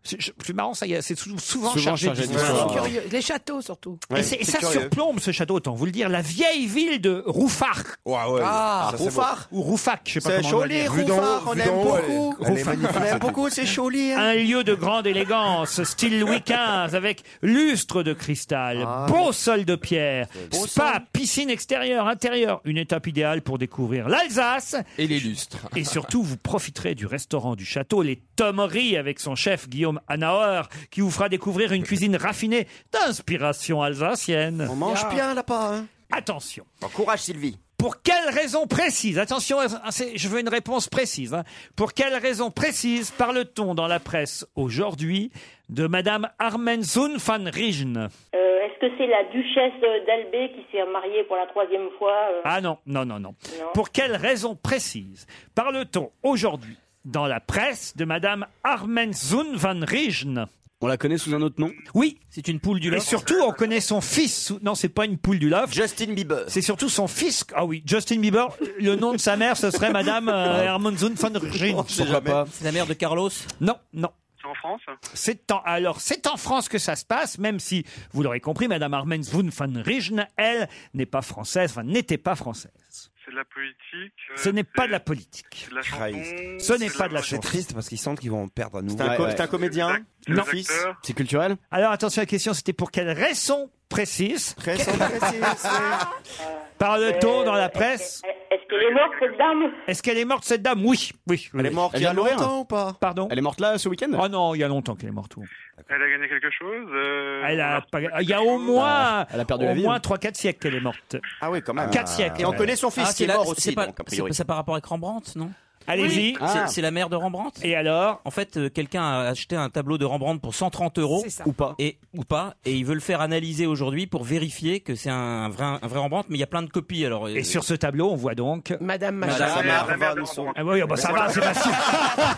[SPEAKER 3] C'est je- c'est marrant, ça, il y a- c'est sou- souvent,
[SPEAKER 4] Souvent
[SPEAKER 3] chargé,
[SPEAKER 4] chargé
[SPEAKER 3] d'histoire.
[SPEAKER 4] d'histoire.
[SPEAKER 1] Curieux. Les châteaux, surtout.
[SPEAKER 3] Et, c'est- et ça surplombe ce château, autant vous le dire, la vieille ville de Rouffach.
[SPEAKER 9] ouais.
[SPEAKER 3] ah,
[SPEAKER 9] Ah, ça, c'est
[SPEAKER 3] Rouffach ou Rouffach, je sais pas
[SPEAKER 9] C'est
[SPEAKER 3] comment on doit
[SPEAKER 9] joli,
[SPEAKER 3] dire.
[SPEAKER 9] Rouffach, on aime beaucoup.
[SPEAKER 3] elle est Rouffach. magnifique,
[SPEAKER 9] On aime
[SPEAKER 3] cette
[SPEAKER 9] beaucoup, c'est joli. hein.
[SPEAKER 3] Un lieu de grande élégance, style Louis XV, avec lustre de cristal,
[SPEAKER 9] Ah,
[SPEAKER 3] beau sol de pierre, spa, piscine extérieure, intérieure. Une étape idéale pour découvrir l'Alsace.
[SPEAKER 8] Et les lustres.
[SPEAKER 3] Et surtout, vous profiterez du restaurant du château, les Tomeries, avec son chef Guillaume Hanauer, qui vous fera découvrir
[SPEAKER 8] Euh.
[SPEAKER 3] une cuisine raffinée d'inspiration alsacienne.
[SPEAKER 9] On
[SPEAKER 8] Ah.
[SPEAKER 9] mange bien là-bas. Hein.
[SPEAKER 3] Ah. Attention.
[SPEAKER 9] Bon, courage, Sylvie.
[SPEAKER 3] Pour quelle raison précise Attention, hein, c'est- je veux une réponse précise. hein. Pour quelle raison précise parle-t-on dans la presse aujourd'hui de Madame Armenzoon van Rijen
[SPEAKER 13] Euh, Est-ce que c'est la duchesse euh, d'Albé qui s'est mariée pour la troisième fois euh,
[SPEAKER 3] Ah non, non, non, non.
[SPEAKER 13] Non.
[SPEAKER 3] Pour quelle raison précise parle-t-on aujourd'hui dans la presse de Madame Armenzoon van Rijen
[SPEAKER 4] On la connaît sous un autre nom
[SPEAKER 3] Oui.
[SPEAKER 4] C'est une poule du
[SPEAKER 3] Et surtout, on connaît son fils. sous- Non, c'est pas une poule du love.
[SPEAKER 9] Justin Bieber.
[SPEAKER 3] C'est surtout son fils. Ah oui, Justin Bieber. le nom de sa mère, ce serait Madame euh, Armenzoon van Rijen.
[SPEAKER 4] Pourquoi pas
[SPEAKER 6] C'est la mère de Carlos
[SPEAKER 3] Non, non.
[SPEAKER 14] C'est en France
[SPEAKER 3] C'est en, alors, c'est en France que ça se passe, même si, vous l'aurez compris, Madame Armenswoon van Rijen, elle, n'est pas française, enfin, n'était pas française.
[SPEAKER 14] C'est de la politique. euh,
[SPEAKER 3] Ce n'est pas de la
[SPEAKER 14] c'est-
[SPEAKER 3] politique.
[SPEAKER 14] C'est de la chanson.
[SPEAKER 3] Ce n'est pas de la
[SPEAKER 5] C'est
[SPEAKER 3] chanson.
[SPEAKER 5] triste parce qu'ils sentent qu'ils vont en perdre à nouveau.
[SPEAKER 9] C'est un, co- c'est un comédien
[SPEAKER 3] Non.
[SPEAKER 9] Le fils
[SPEAKER 4] C'est culturel
[SPEAKER 3] Alors, attention, la question, c'était pour quelle raison précise Parle-t-on dans la presse
[SPEAKER 13] Est-ce qu'elle est morte, cette dame
[SPEAKER 3] Est-ce qu'elle est morte, cette dame Oui, oui. Elle est
[SPEAKER 4] morte Elle il y a vient de mourir longtemps
[SPEAKER 9] ou pas
[SPEAKER 3] Pardon
[SPEAKER 4] Elle est morte là ce week-end
[SPEAKER 3] Oh non, il y a longtemps qu'elle est morte. oui.
[SPEAKER 14] Elle a gagné quelque chose euh,
[SPEAKER 3] Elle a
[SPEAKER 14] alors,
[SPEAKER 3] pas- il y a au moins,
[SPEAKER 4] Elle a perdu
[SPEAKER 3] au
[SPEAKER 4] la vie,
[SPEAKER 3] moins
[SPEAKER 4] hein.
[SPEAKER 3] 3-4 siècles qu'elle est morte.
[SPEAKER 9] Ah oui, quand même.
[SPEAKER 3] 4 siècles.
[SPEAKER 9] Et on connaît son
[SPEAKER 4] Ah,
[SPEAKER 9] fils, il est mort
[SPEAKER 6] Ah, C'est
[SPEAKER 9] aussi.
[SPEAKER 6] pas,
[SPEAKER 9] donc, a
[SPEAKER 6] c'est
[SPEAKER 9] priori.
[SPEAKER 6] pas- c'est par rapport avec Rembrandt, non
[SPEAKER 3] Allez-y.
[SPEAKER 6] C'est-
[SPEAKER 3] Ah.
[SPEAKER 6] C'est la mère de Rembrandt.
[SPEAKER 3] Et alors
[SPEAKER 6] En fait, euh, quelqu'un a acheté un tableau de Rembrandt pour 130 euros.
[SPEAKER 1] C'est ça.
[SPEAKER 6] Ou pas. Et, ou pas. Et il veut le faire analyser aujourd'hui pour vérifier que c'est un vrai, un vrai Rembrandt, mais il y a plein de copies. Alors, euh,
[SPEAKER 3] Et sur ce tableau, on voit donc.
[SPEAKER 1] Madame
[SPEAKER 6] Madame
[SPEAKER 9] Madame
[SPEAKER 6] Arvan
[SPEAKER 9] Arvanson.
[SPEAKER 3] Ah oui, ah bah ça va, Sébastien.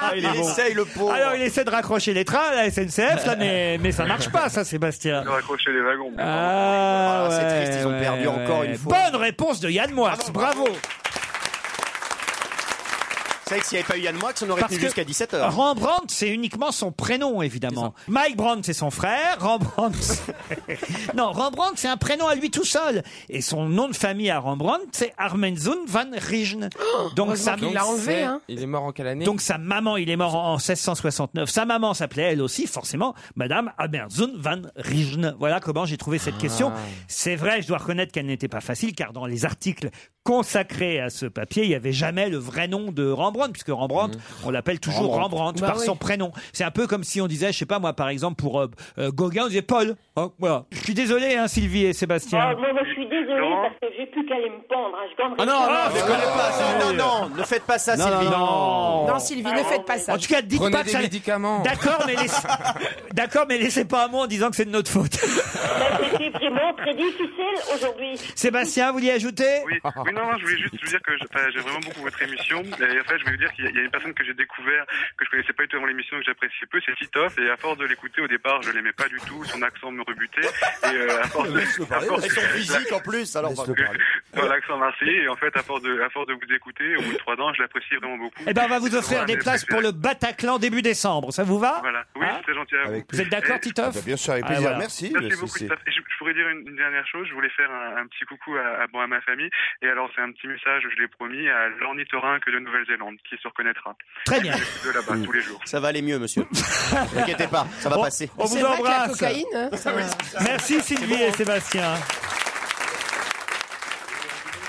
[SPEAKER 3] Ah,
[SPEAKER 9] Il essaye le pauvre.
[SPEAKER 3] Alors, il essaie de raccrocher les trains à la SNCF, là, mais, mais ça marche pas, ça, Sébastien.
[SPEAKER 14] Ils ont accroché les wagons.
[SPEAKER 3] Ah,
[SPEAKER 9] Voilà, c'est
[SPEAKER 3] ouais,
[SPEAKER 9] triste, ils ont perdu encore une fois.
[SPEAKER 3] Bonne réponse de Yann Moix, bravo.
[SPEAKER 9] C'est vrai que s'il n'y avait pas eu Yann Moix, on aurait tenu jusqu'à 17h.
[SPEAKER 3] Rembrandt, c'est uniquement son prénom, évidemment. Mike Brandt, c'est son frère. Rembrandt. c'est- non, Rembrandt, c'est un prénom à lui tout seul. Et son nom de famille à Rembrandt, c'est Armenzun van Rijen.
[SPEAKER 1] heureusement qu'il l'a enlevé,
[SPEAKER 3] c'est-
[SPEAKER 1] hein.
[SPEAKER 8] Il est mort en quelle année
[SPEAKER 3] Donc sa maman, il est mort en en 1669. Sa maman s'appelait elle aussi, forcément, Madame Aberzun van Rijen. Voilà comment j'ai trouvé
[SPEAKER 8] Ah.
[SPEAKER 3] cette question. C'est vrai, je dois reconnaître qu'elle n'était pas facile, car dans les articles consacrés à ce papier, il n'y avait jamais le vrai nom de Rembrandt, puisque Rembrandt,
[SPEAKER 8] Mmh.
[SPEAKER 3] on l'appelle toujours
[SPEAKER 6] Rembrandt.
[SPEAKER 3] Rembrandt,
[SPEAKER 6] Bah
[SPEAKER 3] par
[SPEAKER 6] oui.
[SPEAKER 3] son prénom. C'est un peu comme si on disait, je sais pas moi, par exemple, pour euh, euh, Gauguin, on disait Paul. Hein, voilà. Je suis désolé, hein, Sylvie et Sébastien.
[SPEAKER 13] Ah, moi, moi, je suis désolée parce que j'ai plus qu'à aller me pendre. hein. Je garderai
[SPEAKER 3] Ah non,
[SPEAKER 13] ça.
[SPEAKER 3] non, déconnez pas,
[SPEAKER 9] Non,
[SPEAKER 3] Sylvie.
[SPEAKER 9] non, ne faites pas ça,
[SPEAKER 3] Non,
[SPEAKER 9] Sylvie.
[SPEAKER 3] non, non.
[SPEAKER 1] Non, Sylvie, ne faites pas ça.
[SPEAKER 3] En tout cas, dites pas que ça... D'accord, mais laissez... D'accord, mais laissez pas à moi en disant que c'est de notre faute.
[SPEAKER 13] Bah, C'était vraiment très difficile aujourd'hui.
[SPEAKER 3] Sébastien, vous l'y ajoutez
[SPEAKER 14] Oui, oui, non, non, je voulais juste vous dire que je- enfin, j'ai vraiment beaucoup votre émission. Et en fait, je voulais vous dire qu'il y a- il y a une personne que j'ai découvert, que je connaissais pas du tout avant l'émission, que j'appréciais peu, c'est Titoff. Et à force de l'écouter au départ, je l'aimais pas du tout, son accent me rebutait. Et euh, à force de.
[SPEAKER 9] Laisse-le parler,
[SPEAKER 14] à force-
[SPEAKER 9] laisse-le parler. Et son physique, en plus, alors,
[SPEAKER 14] Parce
[SPEAKER 9] enfin,
[SPEAKER 14] que-
[SPEAKER 9] parler.
[SPEAKER 14] Voilà, l'accent marseillais. Et en fait, à force de, à force de vous écouter, au bout de trois ans, je l'apprécie vraiment beaucoup.
[SPEAKER 3] Eh ben, on va vous offrir
[SPEAKER 14] Voilà,
[SPEAKER 3] des
[SPEAKER 14] mais-
[SPEAKER 3] places pour le Bataclan début décembre. Ça vous va
[SPEAKER 14] Voilà. Oui, c'est gentil à vous.
[SPEAKER 3] Vous êtes d'accord, Titoff
[SPEAKER 14] Titoff
[SPEAKER 3] Ah bah, bien sûr, avec plaisir. Merci,
[SPEAKER 14] Merci
[SPEAKER 3] mais
[SPEAKER 14] beaucoup,
[SPEAKER 3] c'est-
[SPEAKER 14] Titoff. Et je, je pourrais dire une, une dernière chose. Je voulais faire un, un petit coucou à, à- bon, à ma famille. Et alors, c'est un petit message, je l'ai promis, à l'ornithorynque de Nouvelle-Zélande, qui se reconnaîtra.
[SPEAKER 3] Très bien.
[SPEAKER 14] De là-bas, tous les jours.
[SPEAKER 9] Ça va aller mieux, monsieur. Ne inquiétez pas, ça va passer.
[SPEAKER 3] on vous embrasse. Merci Sylvie et Sébastien.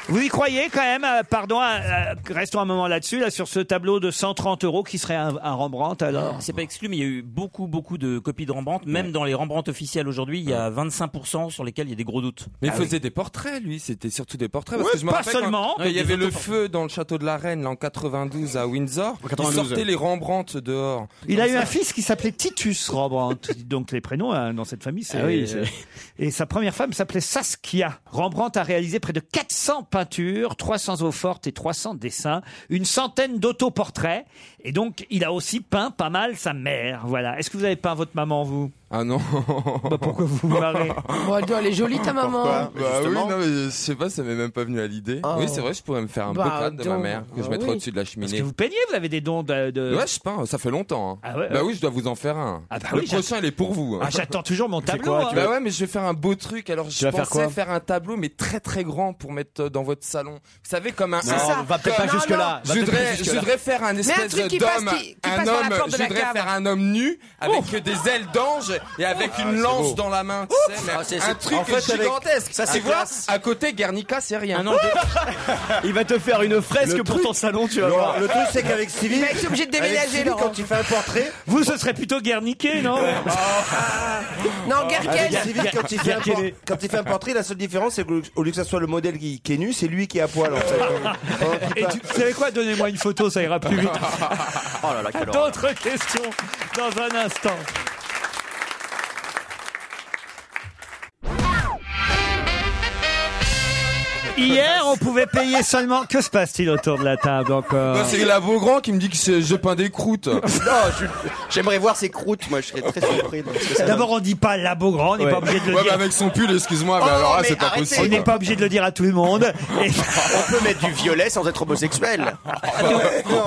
[SPEAKER 3] Vous y croyez quand même euh, Pardon, euh, euh, restons un moment là-dessus, là sur ce tableau de 130 euros qui serait un, un Rembrandt alors.
[SPEAKER 6] C'est pas exclu, mais il y a eu beaucoup, beaucoup de copies de Rembrandt. Même dans les Rembrandt officiels aujourd'hui, il y a 25% sur lesquels il y a des gros doutes. Ah
[SPEAKER 8] Mais il faisait des portraits, lui. C'était surtout des portraits.
[SPEAKER 6] Ouais,
[SPEAKER 8] Parce que je me
[SPEAKER 6] pas
[SPEAKER 8] rappelle quand-
[SPEAKER 6] seulement,
[SPEAKER 8] quand il y
[SPEAKER 6] des
[SPEAKER 8] avait le
[SPEAKER 6] autoportraits.
[SPEAKER 8] feu dans le château de la Reine, là, en 92, à Windsor. Il
[SPEAKER 3] 92.
[SPEAKER 8] sortait les Rembrandt dehors.
[SPEAKER 3] Il a
[SPEAKER 8] Comme
[SPEAKER 3] eu
[SPEAKER 8] ça.
[SPEAKER 3] un fils qui s'appelait Titus Rembrandt. Dites Donc les prénoms hein, dans cette famille, c'est.
[SPEAKER 4] Ah oui, c'est-
[SPEAKER 3] et sa première femme s'appelait Saskia. Rembrandt a réalisé près de 400 peintures, 300 eaux fortes et 300 dessins, une centaine d'autoportraits. Et donc il a aussi peint pas mal sa mère. Voilà. Est-ce que vous avez peint votre maman vous Bah,
[SPEAKER 8] Ah non.
[SPEAKER 3] pourquoi vous vous marrez
[SPEAKER 1] elle est jolie ta maman.
[SPEAKER 8] Pourquoi Bah oui, non, mais je sais pas, ça m'est même pas venu à l'idée.
[SPEAKER 1] Oh.
[SPEAKER 8] Oui, c'est vrai, je pourrais me faire un
[SPEAKER 1] Bah,
[SPEAKER 8] bocal de ma
[SPEAKER 1] donc.
[SPEAKER 8] mère bah que je
[SPEAKER 1] Ah
[SPEAKER 8] mettrais
[SPEAKER 1] oui.
[SPEAKER 8] au-dessus de la cheminée.
[SPEAKER 3] Parce que vous peignez, vous avez des dons de. de-
[SPEAKER 8] Ouais, je peins, ça fait longtemps. hein.
[SPEAKER 3] Ah ouais,
[SPEAKER 8] bah
[SPEAKER 3] ouais.
[SPEAKER 8] oui, je dois vous en faire un.
[SPEAKER 3] Ah bah
[SPEAKER 8] le
[SPEAKER 3] oui,
[SPEAKER 8] prochain,
[SPEAKER 3] j'att-
[SPEAKER 8] il est pour vous. hein.
[SPEAKER 3] Ah, j'attends toujours mon
[SPEAKER 8] C'est
[SPEAKER 3] tableau.
[SPEAKER 8] quoi,
[SPEAKER 3] hein.
[SPEAKER 8] tu Bah vas- ouais, mais je vais faire un beau truc. Alors, je
[SPEAKER 3] vas faire
[SPEAKER 8] pensais
[SPEAKER 3] quoi
[SPEAKER 8] faire un tableau, mais très très grand pour mettre euh, dans votre salon. Vous savez, comme un.
[SPEAKER 4] C'est Non, ça. va peut-être pas
[SPEAKER 8] comme-
[SPEAKER 4] jusque-là, va
[SPEAKER 8] Je
[SPEAKER 4] peut-être pas
[SPEAKER 8] voudrais, je
[SPEAKER 4] jusque-là.
[SPEAKER 8] voudrais faire un
[SPEAKER 4] Mais un
[SPEAKER 8] espèce
[SPEAKER 4] truc qui
[SPEAKER 8] d'homme.
[SPEAKER 4] passe- qui- qui
[SPEAKER 8] Un
[SPEAKER 4] passe par la
[SPEAKER 8] homme.
[SPEAKER 4] porte de
[SPEAKER 8] Je
[SPEAKER 4] la
[SPEAKER 8] voudrais
[SPEAKER 4] cave.
[SPEAKER 8] faire un homme nu avec euh, des ailes d'ange et avec une
[SPEAKER 9] Ah, c'est
[SPEAKER 8] lance
[SPEAKER 9] beau.
[SPEAKER 8] dans la main. tu
[SPEAKER 9] Ouf.
[SPEAKER 8] sais, mais
[SPEAKER 9] Ah, c'est-
[SPEAKER 8] un
[SPEAKER 9] c'est-
[SPEAKER 8] truc
[SPEAKER 9] en fait, avec-
[SPEAKER 8] gigantesque.
[SPEAKER 9] ça, c'est
[SPEAKER 8] Tu vois,
[SPEAKER 9] classe.
[SPEAKER 8] À côté, Guernica, c'est rien.
[SPEAKER 4] Il va te faire une fresque pour ton salon, tu vas
[SPEAKER 9] Laurent,
[SPEAKER 4] voir.
[SPEAKER 9] le truc, c'est qu'avec Sylvie- Il va être obligé de déménager, avec Sylvie, Laurent. quand tu fais un portrait-
[SPEAKER 3] Vous, ce serait plutôt Guerniqué, non Ah.
[SPEAKER 1] Non,
[SPEAKER 5] Ah,
[SPEAKER 1] Guerquel.
[SPEAKER 5] Avec Sylvie, quand il, fait un por- quand il fait un portrait, la seule différence, c'est qu'au lieu que ça soit le modèle qui, qui est nu, c'est lui qui est à poil. En fait.
[SPEAKER 3] Et tu vous savez quoi Donnez-moi une photo, ça ira plus vite.
[SPEAKER 9] Oh là là, quelle horreur.
[SPEAKER 3] D'autres questions dans un instant. Hier, on pouvait payer seulement. Que se passe-t-il autour de la table encore
[SPEAKER 8] Non, Bah, C'est la Beaugrand qui me dit que c'est- je peins des croûtes. non,
[SPEAKER 9] j'aimerais voir ses croûtes, moi je serais très surpris. de ce que ça donne.
[SPEAKER 3] D'abord, on dit pas la Beaugrand, on n'est
[SPEAKER 9] Ouais.
[SPEAKER 3] pas obligé de le
[SPEAKER 9] Ouais,
[SPEAKER 3] dire.
[SPEAKER 9] bah,
[SPEAKER 8] Avec son pull, excuse-moi, bah
[SPEAKER 9] Oh,
[SPEAKER 8] alors là,
[SPEAKER 9] mais
[SPEAKER 8] c'est pas
[SPEAKER 9] arrêtez.
[SPEAKER 8] possible.
[SPEAKER 3] On n'est pas obligé de le dire à tout le monde. Et-
[SPEAKER 9] On peut mettre du violet sans être homosexuel.
[SPEAKER 8] Ah bah là,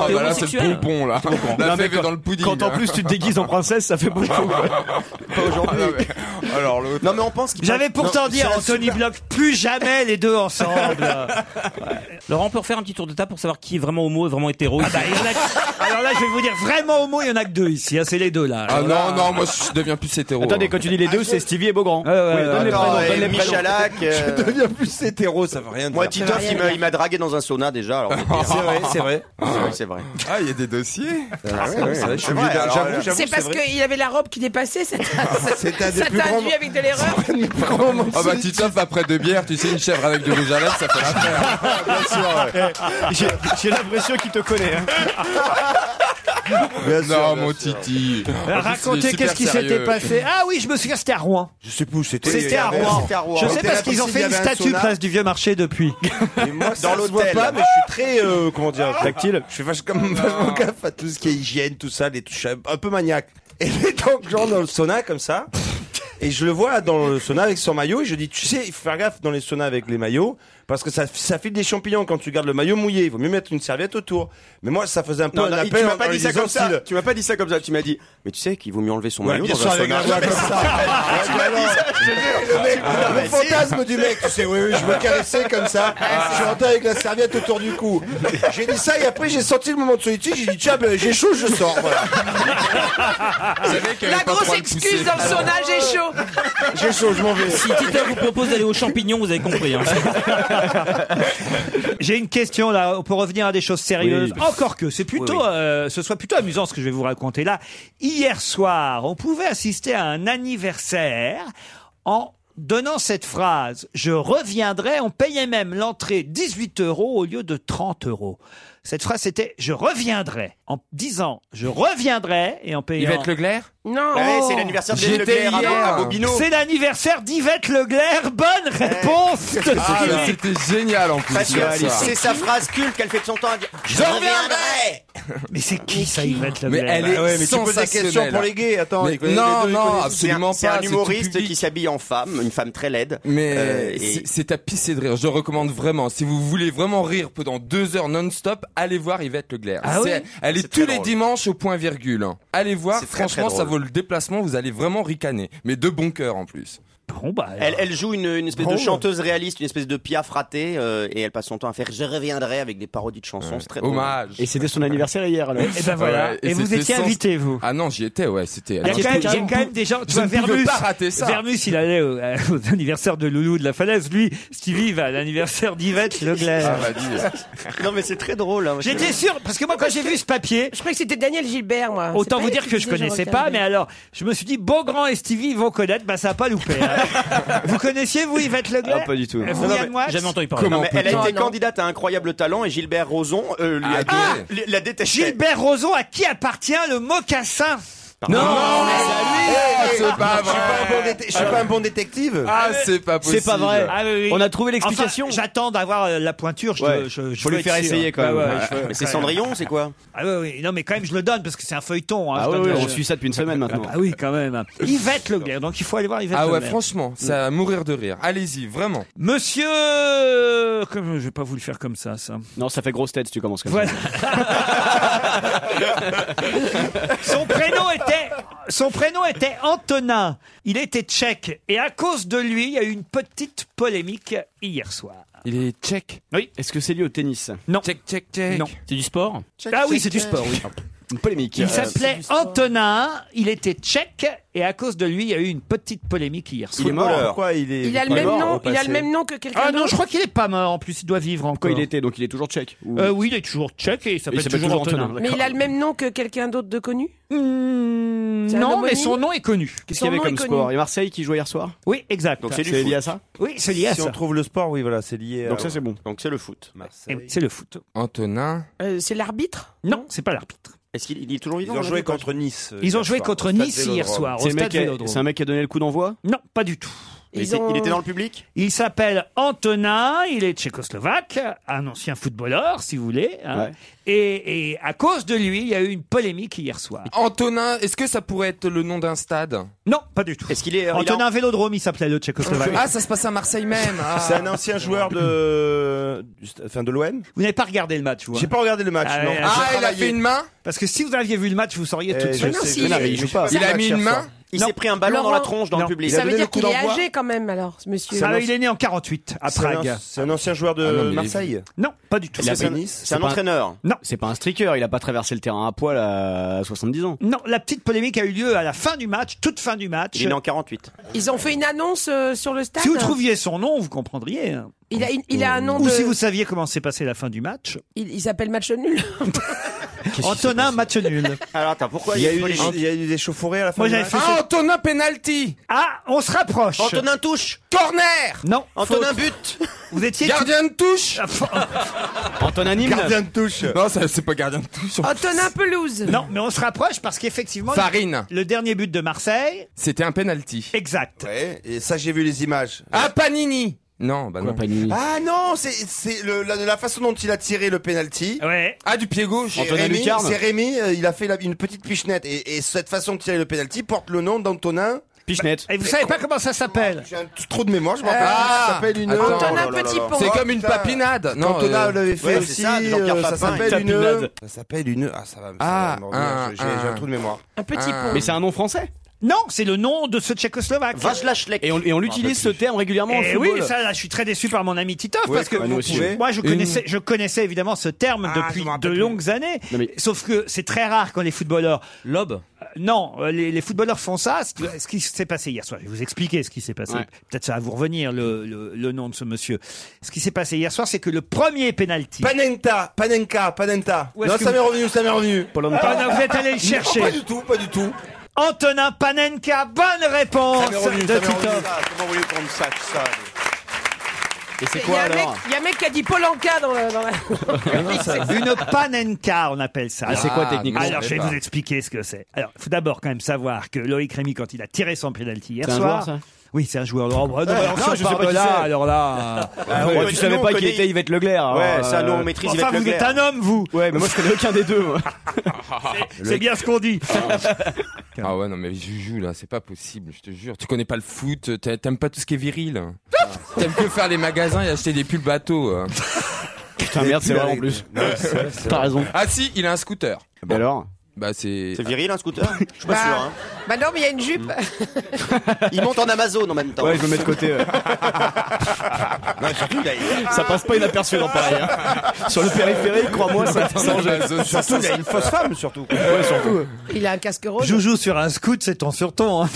[SPEAKER 8] c'est le
[SPEAKER 9] homosexuel
[SPEAKER 8] bonbon, là. La
[SPEAKER 4] Non, mais
[SPEAKER 8] fève est
[SPEAKER 4] quand-
[SPEAKER 8] dans le pudding.
[SPEAKER 4] Quand en plus tu te déguises en princesse, ça fait beaucoup.
[SPEAKER 9] Pas aujourd'hui.
[SPEAKER 8] Ah, Alors, l'autre.
[SPEAKER 9] Non, mais on pense qu'il
[SPEAKER 3] J'avais
[SPEAKER 9] Non,
[SPEAKER 3] pourtant dit
[SPEAKER 9] c'est
[SPEAKER 3] à
[SPEAKER 9] un
[SPEAKER 3] Anthony
[SPEAKER 9] super-
[SPEAKER 3] Bloch, plus jamais les deux ensemble.
[SPEAKER 6] Laurent, on peut refaire un petit tour de table pour savoir qui est vraiment homo et vraiment hétéro. ici.
[SPEAKER 3] Ah bah, Il y en a- Alors là, je vais vous dire, vraiment homo, il y en a que deux ici. hein, c'est les deux Ah, là.
[SPEAKER 8] Ah
[SPEAKER 3] Alors là-
[SPEAKER 8] non, non, moi je deviens plus hétéro. hein.
[SPEAKER 4] Attendez, quand tu dis les deux, c'est Stevie et Beaugrand. Oui, Euh, donne les
[SPEAKER 9] Attends,
[SPEAKER 4] prénoms,
[SPEAKER 9] et
[SPEAKER 4] donne les prénoms.
[SPEAKER 5] Ah,
[SPEAKER 9] Michalak, euh,
[SPEAKER 8] Je deviens plus hétéro, ça veut rien dire.
[SPEAKER 9] Moi, Titoff, il m'a- il m'a dragué dans un sauna déjà. alors-
[SPEAKER 8] C'est vrai, c'est vrai.
[SPEAKER 9] C'est vrai, c'est vrai.
[SPEAKER 8] Ah, il y a des dossiers.
[SPEAKER 9] Ah, ouais, ouais,
[SPEAKER 8] je suis
[SPEAKER 9] ouais,
[SPEAKER 8] obligé d'a-
[SPEAKER 9] alors,
[SPEAKER 8] J'avoue,
[SPEAKER 9] euh,
[SPEAKER 8] j'avoue,
[SPEAKER 1] C'est parce
[SPEAKER 8] vrai.
[SPEAKER 1] qu'il avait la robe qui dépassait, ça t'a- ça
[SPEAKER 8] Ah, C'est un des plus
[SPEAKER 1] t'a
[SPEAKER 8] grands-
[SPEAKER 1] induit avec de l'erreur.
[SPEAKER 8] Ah bah Titoff après deux bières, tu sais une chèvre avec du rouge à lèvres, ça fait l'affaire.
[SPEAKER 4] Bien sûr, ouais. Eh, J'ai- J'ai l'impression qu'il te connaît. hein.
[SPEAKER 8] Non mon Titi.
[SPEAKER 9] Ah,
[SPEAKER 3] Alors, racontez qu'est-ce qui s'était passé. Ah oui, je me souviens, c'était à Rouen.
[SPEAKER 5] Je sais plus où c'était.
[SPEAKER 3] C'était à Rouen. Je sais parce qu'ils ont fait une statue place du vieux marché depuis.
[SPEAKER 5] Dans l'hôtel. pas, mais je suis très, euh, comment dire, Ah.
[SPEAKER 4] Tactile.
[SPEAKER 5] Je fais vachement, comme- vachement gaffe à tout ce qui est hygiène, tout ça, les touches, un peu maniaque. Et les donc, genre, dans le sauna, comme ça. Et je le vois dans le sauna avec son maillot. Et je dis, tu sais, il faut faire gaffe dans les saunas avec les maillots. Parce que ça, ça file des champignons quand tu gardes le maillot mouillé. Il vaut mieux mettre une serviette autour. Mais moi, ça faisait un peu
[SPEAKER 9] Non,
[SPEAKER 5] un
[SPEAKER 9] non,
[SPEAKER 5] appel
[SPEAKER 9] tu m'as
[SPEAKER 5] en-
[SPEAKER 9] pas
[SPEAKER 5] en
[SPEAKER 9] dit
[SPEAKER 5] lui
[SPEAKER 9] ça
[SPEAKER 5] disant
[SPEAKER 9] comme ça.
[SPEAKER 5] style,
[SPEAKER 9] Tu m'as pas dit ça comme ça. Tu m'as dit, mais tu sais qu'il vaut mieux enlever son
[SPEAKER 5] Ouais,
[SPEAKER 9] maillot
[SPEAKER 5] bien
[SPEAKER 9] dans un
[SPEAKER 5] sûr, avec
[SPEAKER 9] sauna.
[SPEAKER 5] un voix
[SPEAKER 9] Mais
[SPEAKER 5] comme
[SPEAKER 9] ça,
[SPEAKER 5] ça.
[SPEAKER 9] ouais, tu m'as dit ça, je te jure,
[SPEAKER 5] Le mec,
[SPEAKER 9] Ah,
[SPEAKER 5] le
[SPEAKER 9] mais si.
[SPEAKER 5] fantasme du mec, tu sais, oui, oui, je me caressais comme ça, je suis rentré avec la serviette autour du cou. J'ai dit ça et après j'ai senti le moment de solitude, j'ai dit tiens, ben, j'ai chaud, je sors. Voilà.
[SPEAKER 1] La grosse excuse dans le sauna, j'ai chaud.
[SPEAKER 5] J'ai chaud, je m'en vais.
[SPEAKER 6] Si Tita vous propose d'aller aux champignons, vous avez compris. hein.
[SPEAKER 3] J'ai une question là, on peut revenir à des choses sérieuses.
[SPEAKER 6] Oui.
[SPEAKER 3] Encore que c'est plutôt,
[SPEAKER 6] Oui, oui.
[SPEAKER 3] euh, ce soit plutôt amusant ce que je vais vous raconter là. Hier soir, on pouvait assister à un anniversaire en donnant cette phrase "Je reviendrai". On payait même l'entrée 18 euros au lieu de 30 euros. Cette phrase c'était "Je reviendrai" en disant "Je reviendrai" et en payant.
[SPEAKER 9] Yvette Leclerc
[SPEAKER 3] Non.
[SPEAKER 9] Bah ouais, c'est l'anniversaire d'Yvette
[SPEAKER 3] J'étais
[SPEAKER 9] Leclerc à-
[SPEAKER 3] hier.
[SPEAKER 9] à Bobino.
[SPEAKER 3] C'est l'anniversaire d'Yvette Leclerc. Bonne réponse. de
[SPEAKER 8] Ah,
[SPEAKER 3] Philippe.
[SPEAKER 8] mais C'était génial en plus.
[SPEAKER 9] Parce que
[SPEAKER 8] ça.
[SPEAKER 9] c'est sa phrase culte qu'elle fait de son temps à dire Je
[SPEAKER 8] Je
[SPEAKER 9] reviendrai
[SPEAKER 3] Mais c'est qui ça, Yvette Leclerc
[SPEAKER 8] elle
[SPEAKER 9] Ah
[SPEAKER 8] est sensationnelle. Mais non, non, absolument
[SPEAKER 9] C'est
[SPEAKER 8] pas,
[SPEAKER 9] un
[SPEAKER 8] c'est tout
[SPEAKER 9] humoriste
[SPEAKER 8] public.
[SPEAKER 9] qui s'habille en femme, une femme très laide.
[SPEAKER 8] Mais
[SPEAKER 9] Euh, et-
[SPEAKER 8] c'est- c'est à pisser de rire. Je recommande vraiment. Si vous voulez vraiment rire pendant deux heures non-stop, allez voir Yvette Leclerc.
[SPEAKER 9] Ah
[SPEAKER 8] C'est-
[SPEAKER 9] oui
[SPEAKER 8] elle est,
[SPEAKER 9] C'est
[SPEAKER 8] tous
[SPEAKER 9] très
[SPEAKER 8] les
[SPEAKER 9] drôle.
[SPEAKER 8] dimanches au point virgule. Allez voir.
[SPEAKER 9] C'est très,
[SPEAKER 8] Franchement,
[SPEAKER 9] très
[SPEAKER 8] ça
[SPEAKER 9] drôle.
[SPEAKER 8] vaut le déplacement. Vous allez vraiment ricaner. Mais de bon cœur en plus.
[SPEAKER 3] Bon bah.
[SPEAKER 9] Elle, elle joue une, une espèce
[SPEAKER 8] Bon.
[SPEAKER 9] de chanteuse réaliste, une espèce de piaf ratée, euh, et elle passe son temps à faire Je reviendrai avec des parodies de chansons. C'est très drôle.
[SPEAKER 4] Et c'était son anniversaire hier alors.
[SPEAKER 9] Eh ben
[SPEAKER 8] Ouais, c'était sens-
[SPEAKER 3] vous
[SPEAKER 8] Ah non, j'y étais, ouais. C'était.
[SPEAKER 3] Il y a quand même, il y a quand même des gens. Tu vois, Vermus,
[SPEAKER 8] pas rater ça.
[SPEAKER 3] Vermus, il allait au, euh, aux anniversaires de Loulou de la Falaise. Lui, Stevie va à l'anniversaire d'Yvette Leclerc.
[SPEAKER 8] Ah, bah, dis.
[SPEAKER 9] Non, mais c'est très drôle. hein,
[SPEAKER 3] J'étais sûr, parce que moi, quand j'ai vu ce papier,
[SPEAKER 1] Je croyais que c'était Daniel Gilbert, moi. Ah,
[SPEAKER 3] autant
[SPEAKER 1] C'est
[SPEAKER 3] vous
[SPEAKER 1] pas
[SPEAKER 3] dire
[SPEAKER 1] lui
[SPEAKER 3] que
[SPEAKER 1] qui
[SPEAKER 3] je
[SPEAKER 1] disait,
[SPEAKER 3] connaissais pas,
[SPEAKER 1] reviendrai.
[SPEAKER 3] mais alors, je me suis dit, Beaugrand et Stevie ils vont connaître, bah ça a pas loupé. hein. vous connaissiez, vous, Yvette Euh, Leclerc
[SPEAKER 9] Ah, pas du tout.
[SPEAKER 3] Vous,
[SPEAKER 9] Non, non,
[SPEAKER 3] Yann
[SPEAKER 9] mais
[SPEAKER 3] Moix
[SPEAKER 6] jamais entendu
[SPEAKER 9] Non, mais elle a
[SPEAKER 3] Non,
[SPEAKER 9] été
[SPEAKER 3] non.
[SPEAKER 9] candidate à Incroyable Talent et Gilbert Rozon euh, lui a lui- la détestait.
[SPEAKER 3] Gilbert Rozon, à qui appartient le mocassin
[SPEAKER 9] Non, Non, mais
[SPEAKER 8] c'est lui. C'est pas
[SPEAKER 5] Je suis pas un bon déte- Je suis pas un bon détective.
[SPEAKER 3] Ah,
[SPEAKER 4] C'est pas vrai. On a trouvé l'explication.
[SPEAKER 3] Enfin, J'attends d'avoir euh, la pointure. Je,
[SPEAKER 4] Ouais.
[SPEAKER 3] je- je
[SPEAKER 4] Faut lui
[SPEAKER 3] veux être
[SPEAKER 4] faire
[SPEAKER 3] sûr.
[SPEAKER 4] essayer, quand même.
[SPEAKER 3] je veux-
[SPEAKER 4] Mais c'est Cendrillon, c'est quoi
[SPEAKER 3] Ah ouais, ouais. Non, mais quand même, je le donne parce que c'est un feuilleton. hein,
[SPEAKER 4] Ah
[SPEAKER 3] je
[SPEAKER 4] oui,
[SPEAKER 3] donne-
[SPEAKER 4] oui,
[SPEAKER 3] je-
[SPEAKER 4] on suit ça depuis une semaine maintenant.
[SPEAKER 3] Ah oui, quand même. Yvette Leclerc, donc il faut aller voir Yvette Mm.
[SPEAKER 8] Ah ouais,
[SPEAKER 3] Leclerc.
[SPEAKER 8] franchement, ça à mourir de rire. Allez-y, vraiment.
[SPEAKER 3] Monsieur, comme je vais pas vous le faire comme ça, ça.
[SPEAKER 4] Non, ça fait grosse tête si tu commences comme
[SPEAKER 3] Voilà.
[SPEAKER 4] ça.
[SPEAKER 3] Son prénom était, son prénom était Antonin. Il était tchèque et à cause de lui, il y a eu une petite polémique hier soir.
[SPEAKER 4] Il est tchèque.
[SPEAKER 3] Oui.
[SPEAKER 4] Est-ce que c'est lié au tennis
[SPEAKER 3] Non.
[SPEAKER 8] Tchèque, tchèque, tchèque.
[SPEAKER 3] Non.
[SPEAKER 6] C'est du sport
[SPEAKER 3] ah oui, c'est du sport. Oui.
[SPEAKER 4] Une polémique.
[SPEAKER 3] Il
[SPEAKER 4] Euh,
[SPEAKER 3] s'appelait Antonin, il était tchèque et à cause de lui, il y a eu une petite polémique hier soir.
[SPEAKER 5] Footballeur. Pourquoi il est-
[SPEAKER 1] Il a le même nom, il a le même nom que quelqu'un
[SPEAKER 3] Ah non,
[SPEAKER 1] d'autre
[SPEAKER 3] je crois qu'il est pas mort en plus, il doit vivre encore.
[SPEAKER 4] Quand il était, donc il est toujours tchèque. ou-
[SPEAKER 3] Euh, oui, il est toujours tchèque et il s'appelle
[SPEAKER 4] Il s'appelle
[SPEAKER 3] toujours,
[SPEAKER 4] toujours
[SPEAKER 3] Antonin.
[SPEAKER 4] Antonin,
[SPEAKER 1] Mais il a le même nom que quelqu'un d'autre de connu
[SPEAKER 4] Euh,
[SPEAKER 1] C'est un
[SPEAKER 3] Hmm, Non,
[SPEAKER 1] homonyme
[SPEAKER 3] mais son nom est connu.
[SPEAKER 4] Qu'est-ce
[SPEAKER 1] Son
[SPEAKER 4] qu'il y avait
[SPEAKER 1] nom
[SPEAKER 4] comme
[SPEAKER 1] est connu.
[SPEAKER 4] sport Et Marseille qui jouait hier soir
[SPEAKER 3] Oui, exact.
[SPEAKER 9] Donc c'est du
[SPEAKER 4] C'est lié
[SPEAKER 9] foot.
[SPEAKER 4] à ça
[SPEAKER 3] Oui, c'est lié à
[SPEAKER 5] si
[SPEAKER 3] ça.
[SPEAKER 5] on trouve le sport, oui, voilà, c'est lié.
[SPEAKER 4] Donc ça, c'est bon.
[SPEAKER 9] Donc c'est le foot.
[SPEAKER 3] C'est le foot.
[SPEAKER 8] Antonin.
[SPEAKER 1] Euh, C'est l'arbitre
[SPEAKER 3] Non, c'est pas l'arbitre.
[SPEAKER 9] Est-ce qu'il il est toujours
[SPEAKER 5] Ils
[SPEAKER 9] vivant
[SPEAKER 5] ont
[SPEAKER 9] on l'a
[SPEAKER 5] joué
[SPEAKER 9] vu pas
[SPEAKER 5] contre Nice. euh,
[SPEAKER 3] Ils ont
[SPEAKER 5] hier
[SPEAKER 3] joué
[SPEAKER 5] soir,
[SPEAKER 3] contre
[SPEAKER 5] au stade
[SPEAKER 3] Nice hier
[SPEAKER 5] Vélodrome.
[SPEAKER 3] soir au
[SPEAKER 4] C'est un, mec
[SPEAKER 3] stade
[SPEAKER 4] qui a-
[SPEAKER 3] Vélodrome.
[SPEAKER 4] c'est un mec qui a donné le coup d'envoi
[SPEAKER 3] Non, pas du tout.
[SPEAKER 9] Mais
[SPEAKER 1] Ils
[SPEAKER 9] c'est-
[SPEAKER 1] ont-
[SPEAKER 9] Il était dans le public
[SPEAKER 3] Il s'appelle Antonin, il est tchécoslovaque, un ancien footballeur, si vous voulez. hein. Et, et à cause de lui, il y a eu une polémique hier soir.
[SPEAKER 8] Antonin, est-ce que ça pourrait être le nom d'un stade
[SPEAKER 3] Non, pas du tout.
[SPEAKER 9] Est-ce qu'il est.
[SPEAKER 5] euh,
[SPEAKER 9] il a-
[SPEAKER 3] Antonin Vélodrome, il s'appelait le tchécoslovaque.
[SPEAKER 8] Ah, ça se passe à Marseille même. Ah.
[SPEAKER 5] C'est un ancien joueur de, du st- enfin de l'OM.
[SPEAKER 3] Vous n'avez pas regardé le match, vous hein
[SPEAKER 5] J'ai pas regardé le match.
[SPEAKER 3] Ah,
[SPEAKER 5] non.
[SPEAKER 3] ouais,
[SPEAKER 5] J'ai
[SPEAKER 8] Ah, il a
[SPEAKER 5] travaillé.
[SPEAKER 8] fait une main
[SPEAKER 3] Parce que si vous aviez vu le match, vous sauriez
[SPEAKER 5] Eh,
[SPEAKER 3] tout de
[SPEAKER 5] je
[SPEAKER 3] suite.
[SPEAKER 5] sais,
[SPEAKER 1] non,
[SPEAKER 5] je
[SPEAKER 1] si,
[SPEAKER 5] sais.
[SPEAKER 1] il-
[SPEAKER 5] Mais je sais pas.
[SPEAKER 8] Il a mis une main
[SPEAKER 9] Il s'est pris un ballon dans la tronche dans le
[SPEAKER 3] Non.
[SPEAKER 9] public.
[SPEAKER 1] Ça
[SPEAKER 5] Il a
[SPEAKER 1] veut
[SPEAKER 5] donné
[SPEAKER 1] dire
[SPEAKER 5] le coup
[SPEAKER 1] qu'il est
[SPEAKER 5] d'envoi.
[SPEAKER 1] âgé quand même, alors, ce monsieur.
[SPEAKER 3] Ah, il est né en 48 à
[SPEAKER 5] C'est un
[SPEAKER 3] Prague.
[SPEAKER 5] an- C'est un ancien joueur de
[SPEAKER 8] Ah non, mais-
[SPEAKER 5] Marseille.
[SPEAKER 3] Non, pas du tout.
[SPEAKER 5] Est-ce que
[SPEAKER 4] Il a
[SPEAKER 5] c'est
[SPEAKER 4] pas-
[SPEAKER 5] Nice
[SPEAKER 9] C'est un
[SPEAKER 4] pas-
[SPEAKER 9] entraîneur.
[SPEAKER 4] C'est pas un streaker, il a pas traversé le terrain à poil à 70 ans.
[SPEAKER 3] Non, la petite polémique a eu lieu à la fin du match, toute fin du match.
[SPEAKER 9] Il est né en 48.
[SPEAKER 1] Ils ont fait une annonce euh, sur le stade
[SPEAKER 3] Si vous trouviez son nom, vous comprendriez. hein.
[SPEAKER 1] Il a, une- il a un nom
[SPEAKER 3] Ou
[SPEAKER 1] de...
[SPEAKER 3] si vous saviez comment s'est passée la fin du match.
[SPEAKER 1] Il, il s'appelle match nul.
[SPEAKER 3] Antonin, match nul.
[SPEAKER 9] Alors attends, pourquoi
[SPEAKER 5] Il y a
[SPEAKER 9] est
[SPEAKER 5] eu,
[SPEAKER 9] polémique
[SPEAKER 5] il y a eu des chauffourées à la fin.
[SPEAKER 3] Moi,
[SPEAKER 5] du
[SPEAKER 3] j'avais
[SPEAKER 5] match.
[SPEAKER 3] fait
[SPEAKER 8] Ah, Antonin penalty
[SPEAKER 3] Ah, on se rapproche.
[SPEAKER 9] Antonin touche
[SPEAKER 8] Corner
[SPEAKER 3] Non.
[SPEAKER 9] Antonin
[SPEAKER 3] faute.
[SPEAKER 9] but
[SPEAKER 3] Vous étiez.
[SPEAKER 8] Gardien de touche
[SPEAKER 4] Antonin Nîmes
[SPEAKER 5] Gardien de touche.
[SPEAKER 8] Non, ça, c'est pas gardien de touche.
[SPEAKER 1] Antonin Pelouse.
[SPEAKER 3] Non, mais on se rapproche parce qu'effectivement.
[SPEAKER 8] Farine.
[SPEAKER 3] Le dernier but de Marseille,
[SPEAKER 8] C'était un penalty.
[SPEAKER 3] exact.
[SPEAKER 5] Ouais, et ça j'ai vu les images.
[SPEAKER 8] Ah, Panini Non, bah non.
[SPEAKER 5] Ah non, c'est c'est le- la, la façon dont il a tiré le penalty.
[SPEAKER 3] Ouais.
[SPEAKER 8] Ah, du pied gauche
[SPEAKER 5] C'est
[SPEAKER 4] Antonin
[SPEAKER 5] Rémi,
[SPEAKER 4] Lucarne.
[SPEAKER 5] c'est Rémi, euh, il a fait la- une petite pichenette et, et cette façon de tirer le penalty porte le nom d'Antonin
[SPEAKER 4] Pichenette.
[SPEAKER 3] Et vous savez pas comment ça s'appelle
[SPEAKER 5] J'ai un trop de mémoire, je me rappelle.
[SPEAKER 8] Ah,
[SPEAKER 5] ça s'appelle une.
[SPEAKER 8] attends. Antonin Petit-Pont. C'est comme une
[SPEAKER 5] putain.
[SPEAKER 8] papinade, non,
[SPEAKER 5] Cantona
[SPEAKER 8] euh,
[SPEAKER 5] l'avait fait
[SPEAKER 8] ouais, c'est
[SPEAKER 5] aussi.
[SPEAKER 8] ça, de Jean-Pierre
[SPEAKER 5] euh, Ça
[SPEAKER 8] Papin,
[SPEAKER 5] s'appelle
[SPEAKER 8] une
[SPEAKER 5] une.
[SPEAKER 8] papinade.
[SPEAKER 5] Ça s'appelle une. Ah, ça va. ça
[SPEAKER 8] Ah,
[SPEAKER 5] va me revenir,
[SPEAKER 8] un,
[SPEAKER 5] j'ai- J'ai
[SPEAKER 8] un.
[SPEAKER 5] un trou de mémoire.
[SPEAKER 1] Un petit
[SPEAKER 8] Ah.
[SPEAKER 1] pont.
[SPEAKER 4] Mais c'est un nom français
[SPEAKER 3] Non, c'est le nom de ce Tchécoslovaque.
[SPEAKER 4] Et on, et on l'utilise ce terme régulièrement en
[SPEAKER 3] Et
[SPEAKER 4] football.
[SPEAKER 3] oui, ça, là, je suis très déçu par mon ami Titoff
[SPEAKER 4] Ouais,
[SPEAKER 3] parce que
[SPEAKER 4] bah, nous aussi,
[SPEAKER 3] vous-
[SPEAKER 4] oui.
[SPEAKER 3] moi, je
[SPEAKER 4] Une-
[SPEAKER 3] connaissais, je connaissais évidemment ce terme depuis de longues années. Sauf que c'est très rare quand les footballeurs. Lobe. non, euh, les, les footballeurs font ça. Ce, que- ce qui s'est passé hier soir, je vais vous expliquer ce qui s'est passé.
[SPEAKER 4] Ouais.
[SPEAKER 3] Peut-être ça va vous revenir le, le- le nom de ce monsieur. Ce qui s'est passé hier soir, c'est que le premier penalty.
[SPEAKER 5] Panenka, Panenka, Panenka.
[SPEAKER 3] Où est-ce
[SPEAKER 5] Non,
[SPEAKER 3] que
[SPEAKER 5] ça
[SPEAKER 3] vous-
[SPEAKER 5] m'est revenu, ça m'est revenu.
[SPEAKER 3] Ah, non, vous êtes allé le chercher.
[SPEAKER 5] Non, Pas du tout, pas du tout.
[SPEAKER 3] Antonin Panenka, bonne réponse
[SPEAKER 5] Ça m'est revenu,
[SPEAKER 3] de
[SPEAKER 5] ça m'est revenu.
[SPEAKER 3] Titoff.
[SPEAKER 5] Ah, Comment voulez-vous qu'on me sache ça
[SPEAKER 4] Et c'est
[SPEAKER 1] Il y a un mec- il y a un mec qui a dit Polanka dans le. Dans la...
[SPEAKER 3] Une panenka, on appelle ça.
[SPEAKER 4] Ah, c'est quoi, techniquement
[SPEAKER 3] Alors, je vais
[SPEAKER 4] Je sais pas.
[SPEAKER 3] vous expliquer ce que c'est. Alors, faut d'abord quand même savoir que Loïc Rémy, quand il a tiré son penalty hier
[SPEAKER 4] C'est un
[SPEAKER 3] soir.
[SPEAKER 4] joueur, ça
[SPEAKER 3] oui, c'est un joueur. Oh, bah, non,
[SPEAKER 4] Ah,
[SPEAKER 3] alors,
[SPEAKER 4] non,
[SPEAKER 3] si on
[SPEAKER 4] je sais
[SPEAKER 3] parle
[SPEAKER 4] pas
[SPEAKER 3] de
[SPEAKER 4] qui
[SPEAKER 3] là,
[SPEAKER 4] c'est.
[SPEAKER 3] alors là.
[SPEAKER 4] Ah, ouais, tu savais pas qui était Yvette Leclerc.
[SPEAKER 9] Ouais,
[SPEAKER 4] alors,
[SPEAKER 9] ça, nous, on
[SPEAKER 4] euh,
[SPEAKER 9] maîtrise
[SPEAKER 3] Enfin, vous êtes un homme, vous.
[SPEAKER 4] Ouais, mais moi je connais aucun des deux. moi.
[SPEAKER 3] C'est bien ce qu'on dit.
[SPEAKER 8] Ah ouais, non, mais Juju, là, c'est pas possible, je te jure. Tu connais pas le foot, t'a- t'aimes pas tout ce qui est viril. hein. T'aimes que faire les magasins et acheter des pulls bateaux. euh.
[SPEAKER 4] Putain, merde, c'est vrai en plus. T'as raison.
[SPEAKER 8] Ah si, il a un scooter.
[SPEAKER 4] Mais alors
[SPEAKER 8] Bah c'est.
[SPEAKER 9] C'est viril un scooter Je suis pas
[SPEAKER 1] Bah,
[SPEAKER 9] sûr. Hein.
[SPEAKER 1] bah non, mais il y a une jupe.
[SPEAKER 9] Il monte en Amazon en même temps.
[SPEAKER 4] Ouais, je me mets de côté. ouais. Ça passe pas inaperçu dans Paris. hein. Sur le périphérique, crois-moi, ça change.
[SPEAKER 5] Surtout, il y a une fausse femme, surtout.
[SPEAKER 4] Ouais, surtout.
[SPEAKER 1] Il a un casque rose.
[SPEAKER 3] Joujou sur un scout, c'est ton sur ton. hein.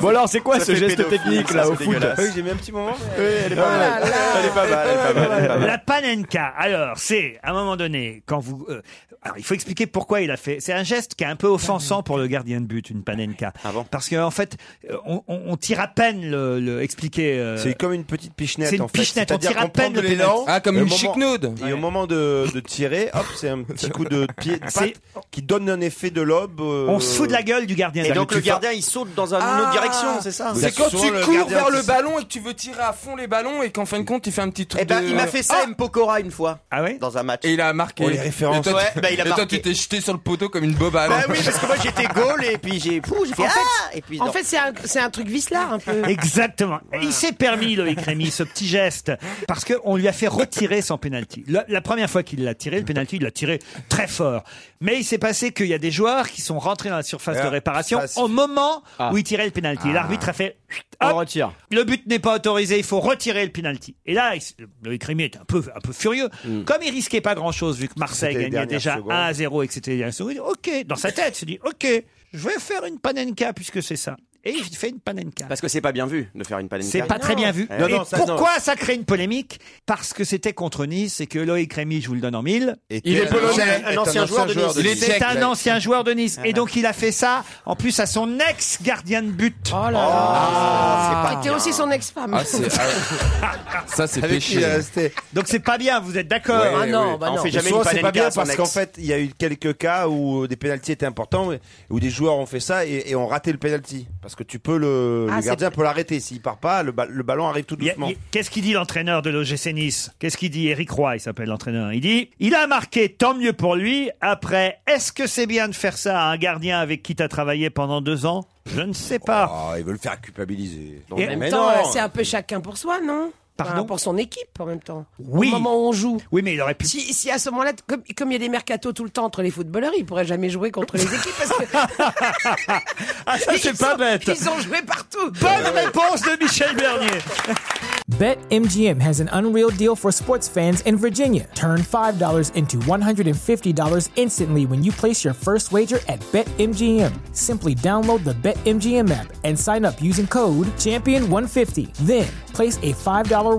[SPEAKER 4] Bon alors, c'est quoi
[SPEAKER 5] Ça
[SPEAKER 4] ce
[SPEAKER 5] fait
[SPEAKER 4] geste
[SPEAKER 5] pédophile,
[SPEAKER 4] technique
[SPEAKER 5] ça,
[SPEAKER 4] là
[SPEAKER 5] c'est
[SPEAKER 4] au foot
[SPEAKER 5] dégueulasse. Ah oui, j'ai mis un petit Ah, moment. mais-
[SPEAKER 4] elle est pas mal.
[SPEAKER 5] Elle est pas mal, elle est pas mal, elle est pas mal.
[SPEAKER 3] La panenka. Alors, c'est à un moment donné quand vous. euh, alors, il faut expliquer pourquoi il a fait. C'est un geste qui est un peu offensant pour le gardien de but, une panenka.
[SPEAKER 5] Ah
[SPEAKER 3] Parce qu'en fait, euh, on, on- on tire à peine le, le- expliquer. euh,
[SPEAKER 5] C'est comme une petite pichenette.
[SPEAKER 3] C'est une
[SPEAKER 5] en fait.
[SPEAKER 3] pichenette, on
[SPEAKER 5] C'est-à-dire
[SPEAKER 3] tire à
[SPEAKER 5] qu'on
[SPEAKER 3] peine
[SPEAKER 5] prend
[SPEAKER 3] le
[SPEAKER 5] de l'élan.
[SPEAKER 3] pénalty. Ah, comme
[SPEAKER 5] et au
[SPEAKER 3] une
[SPEAKER 5] moment-
[SPEAKER 8] chicnaude.
[SPEAKER 5] Et au moment de, de tirer, hop, c'est un petit coup de pied de
[SPEAKER 3] C'est-
[SPEAKER 5] patte qui donne un effet de lobe. euh,
[SPEAKER 3] On se fout de la gueule du gardien.
[SPEAKER 9] Et
[SPEAKER 3] de
[SPEAKER 9] donc
[SPEAKER 3] but.
[SPEAKER 9] le gardien il saute dans un-
[SPEAKER 1] Ah.
[SPEAKER 9] une autre direction, c'est ça
[SPEAKER 8] C'est quand
[SPEAKER 5] souvent,
[SPEAKER 8] tu
[SPEAKER 5] le
[SPEAKER 8] cours
[SPEAKER 5] gardien
[SPEAKER 8] vers
[SPEAKER 5] qui
[SPEAKER 8] le
[SPEAKER 5] se-
[SPEAKER 8] ballon et que tu veux tirer à fond les ballons et qu'en fin de compte, il fait un petit truc.
[SPEAKER 9] Eh ben
[SPEAKER 8] de- Ah
[SPEAKER 9] il m'a fait ça M. Pokora une fois
[SPEAKER 3] Ah ouais
[SPEAKER 9] dans un match.
[SPEAKER 8] Et il a marqué.
[SPEAKER 5] Oh, les références.
[SPEAKER 8] Et toi, tu-
[SPEAKER 9] Ouais, bah, il a
[SPEAKER 8] et toi,
[SPEAKER 9] marqué.
[SPEAKER 8] tu t'es jeté sur le poteau comme une boba.
[SPEAKER 9] Bah oui parce que moi j'étais goal et puis j'ai pouh, j'ai fait
[SPEAKER 1] En fait-
[SPEAKER 9] ah et puis
[SPEAKER 1] En
[SPEAKER 9] non.
[SPEAKER 1] fait, c'est un, c'est un truc vicelard un peu.
[SPEAKER 3] Exactement. Et Il s'est permis, Loïc Rémy, ce petit geste, parce qu'on lui a fait retirer son penalty. La, la première fois qu'il l'a tiré, le penalty, il l'a tiré très fort. Mais il s'est passé qu'il y a des joueurs qui sont rentrés dans la surface
[SPEAKER 5] Ah,
[SPEAKER 3] de réparation
[SPEAKER 5] ça, c'est-
[SPEAKER 3] au moment
[SPEAKER 4] Ah.
[SPEAKER 3] où il tirait le penalty. L'arbitre a fait, chut,
[SPEAKER 4] On
[SPEAKER 3] hop,
[SPEAKER 4] retire.
[SPEAKER 3] le but n'est pas autorisé, il faut retirer le penalty. Et là, il s- Loïc Rémy était un peu, un peu furieux. Comme il risquait pas grand chose, vu que Marseille
[SPEAKER 5] C'était les
[SPEAKER 3] gagnait
[SPEAKER 5] dernières
[SPEAKER 3] déjà
[SPEAKER 5] secondes.
[SPEAKER 3] 1 à 0 et que c'était les dernières secondes, il dit, ok, dans sa tête, il se dit, ok, je vais faire une panenka puisque c'est ça. Et il fait une panenka.
[SPEAKER 9] Parce que c'est pas bien vu de faire une panenka.
[SPEAKER 3] C'est pas très bien vu.
[SPEAKER 9] Non,
[SPEAKER 3] et
[SPEAKER 5] non, ça,
[SPEAKER 3] pourquoi ça crée une polémique Parce que c'était contre Nice et que Loïc Rémy, je vous le donne en mille,
[SPEAKER 5] Et
[SPEAKER 8] Il est
[SPEAKER 5] un
[SPEAKER 8] polonais.
[SPEAKER 5] ancien-
[SPEAKER 9] Un
[SPEAKER 5] est
[SPEAKER 9] ancien joueur de Nice.
[SPEAKER 8] Il est
[SPEAKER 3] c'est
[SPEAKER 8] tchèque,
[SPEAKER 3] un
[SPEAKER 8] là.
[SPEAKER 3] ancien joueur de Nice. Et donc il a fait ça, en plus à son ex-gardien de but.
[SPEAKER 1] Oh là là.
[SPEAKER 9] c'est pas
[SPEAKER 1] C'était aussi son ex-femme.
[SPEAKER 8] Ah, c'est. ah, ça, c'est
[SPEAKER 5] Avec
[SPEAKER 8] péché.
[SPEAKER 5] qui il est resté.
[SPEAKER 3] Donc c'est pas bien, vous êtes d'accord
[SPEAKER 1] ah
[SPEAKER 3] hein
[SPEAKER 1] non,
[SPEAKER 5] oui.
[SPEAKER 1] bah
[SPEAKER 9] On
[SPEAKER 1] non.
[SPEAKER 9] fait jamais
[SPEAKER 5] souvent,
[SPEAKER 9] une
[SPEAKER 5] c'est pas
[SPEAKER 9] panenka à
[SPEAKER 5] bien
[SPEAKER 9] son
[SPEAKER 5] parce
[SPEAKER 9] ex.
[SPEAKER 5] qu'en fait, il y a eu quelques cas où des pénalties étaient importants, où des joueurs ont fait ça et, et ont raté le pénalty. Parce que tu peux le,
[SPEAKER 1] Ah,
[SPEAKER 5] le
[SPEAKER 1] c'est-
[SPEAKER 5] gardien peut l'arrêter. S'il part pas, le, ba- le ballon arrive tout
[SPEAKER 3] Il y a-
[SPEAKER 5] doucement.
[SPEAKER 3] il- Qu'est-ce qu'il dit l'entraîneur de l'OGC Nice Qu'est-ce qu'il dit Eric Roy, il s'appelle l'entraîneur. Il dit Il a marqué, tant mieux pour lui. Après, est-ce que c'est bien de faire ça à un gardien avec qui t'as travaillé pendant deux ans Je ne sais pas.
[SPEAKER 5] Oh, ils veulent faire culpabiliser.
[SPEAKER 3] Et-
[SPEAKER 1] En
[SPEAKER 5] mais
[SPEAKER 1] même temps,
[SPEAKER 5] non.
[SPEAKER 1] euh, c'est un peu chacun pour soi, non
[SPEAKER 3] Pardon
[SPEAKER 1] Enfin, Pour son équipe en même temps.
[SPEAKER 3] Oui.
[SPEAKER 1] Au moment où on joue.
[SPEAKER 3] Oui, mais il aurait pu.
[SPEAKER 1] Si, si à ce moment-là, comme, comme il y a des mercatos tout le temps entre les footballeurs, ils pourraient jamais jouer contre les équipes parce que
[SPEAKER 3] Ah, ça,
[SPEAKER 1] ils
[SPEAKER 3] c'est pas
[SPEAKER 1] ont-
[SPEAKER 3] bête
[SPEAKER 1] Ils ont joué partout.
[SPEAKER 3] Bonne réponse de Michel Bernier
[SPEAKER 15] BetMGM has an unreal deal for sports fans in Virginia. Turn $5 into $150 instantly when you place your first wager at BetMGM. Simply download the BetMGM app and sign up using code Champion150. Then place a $5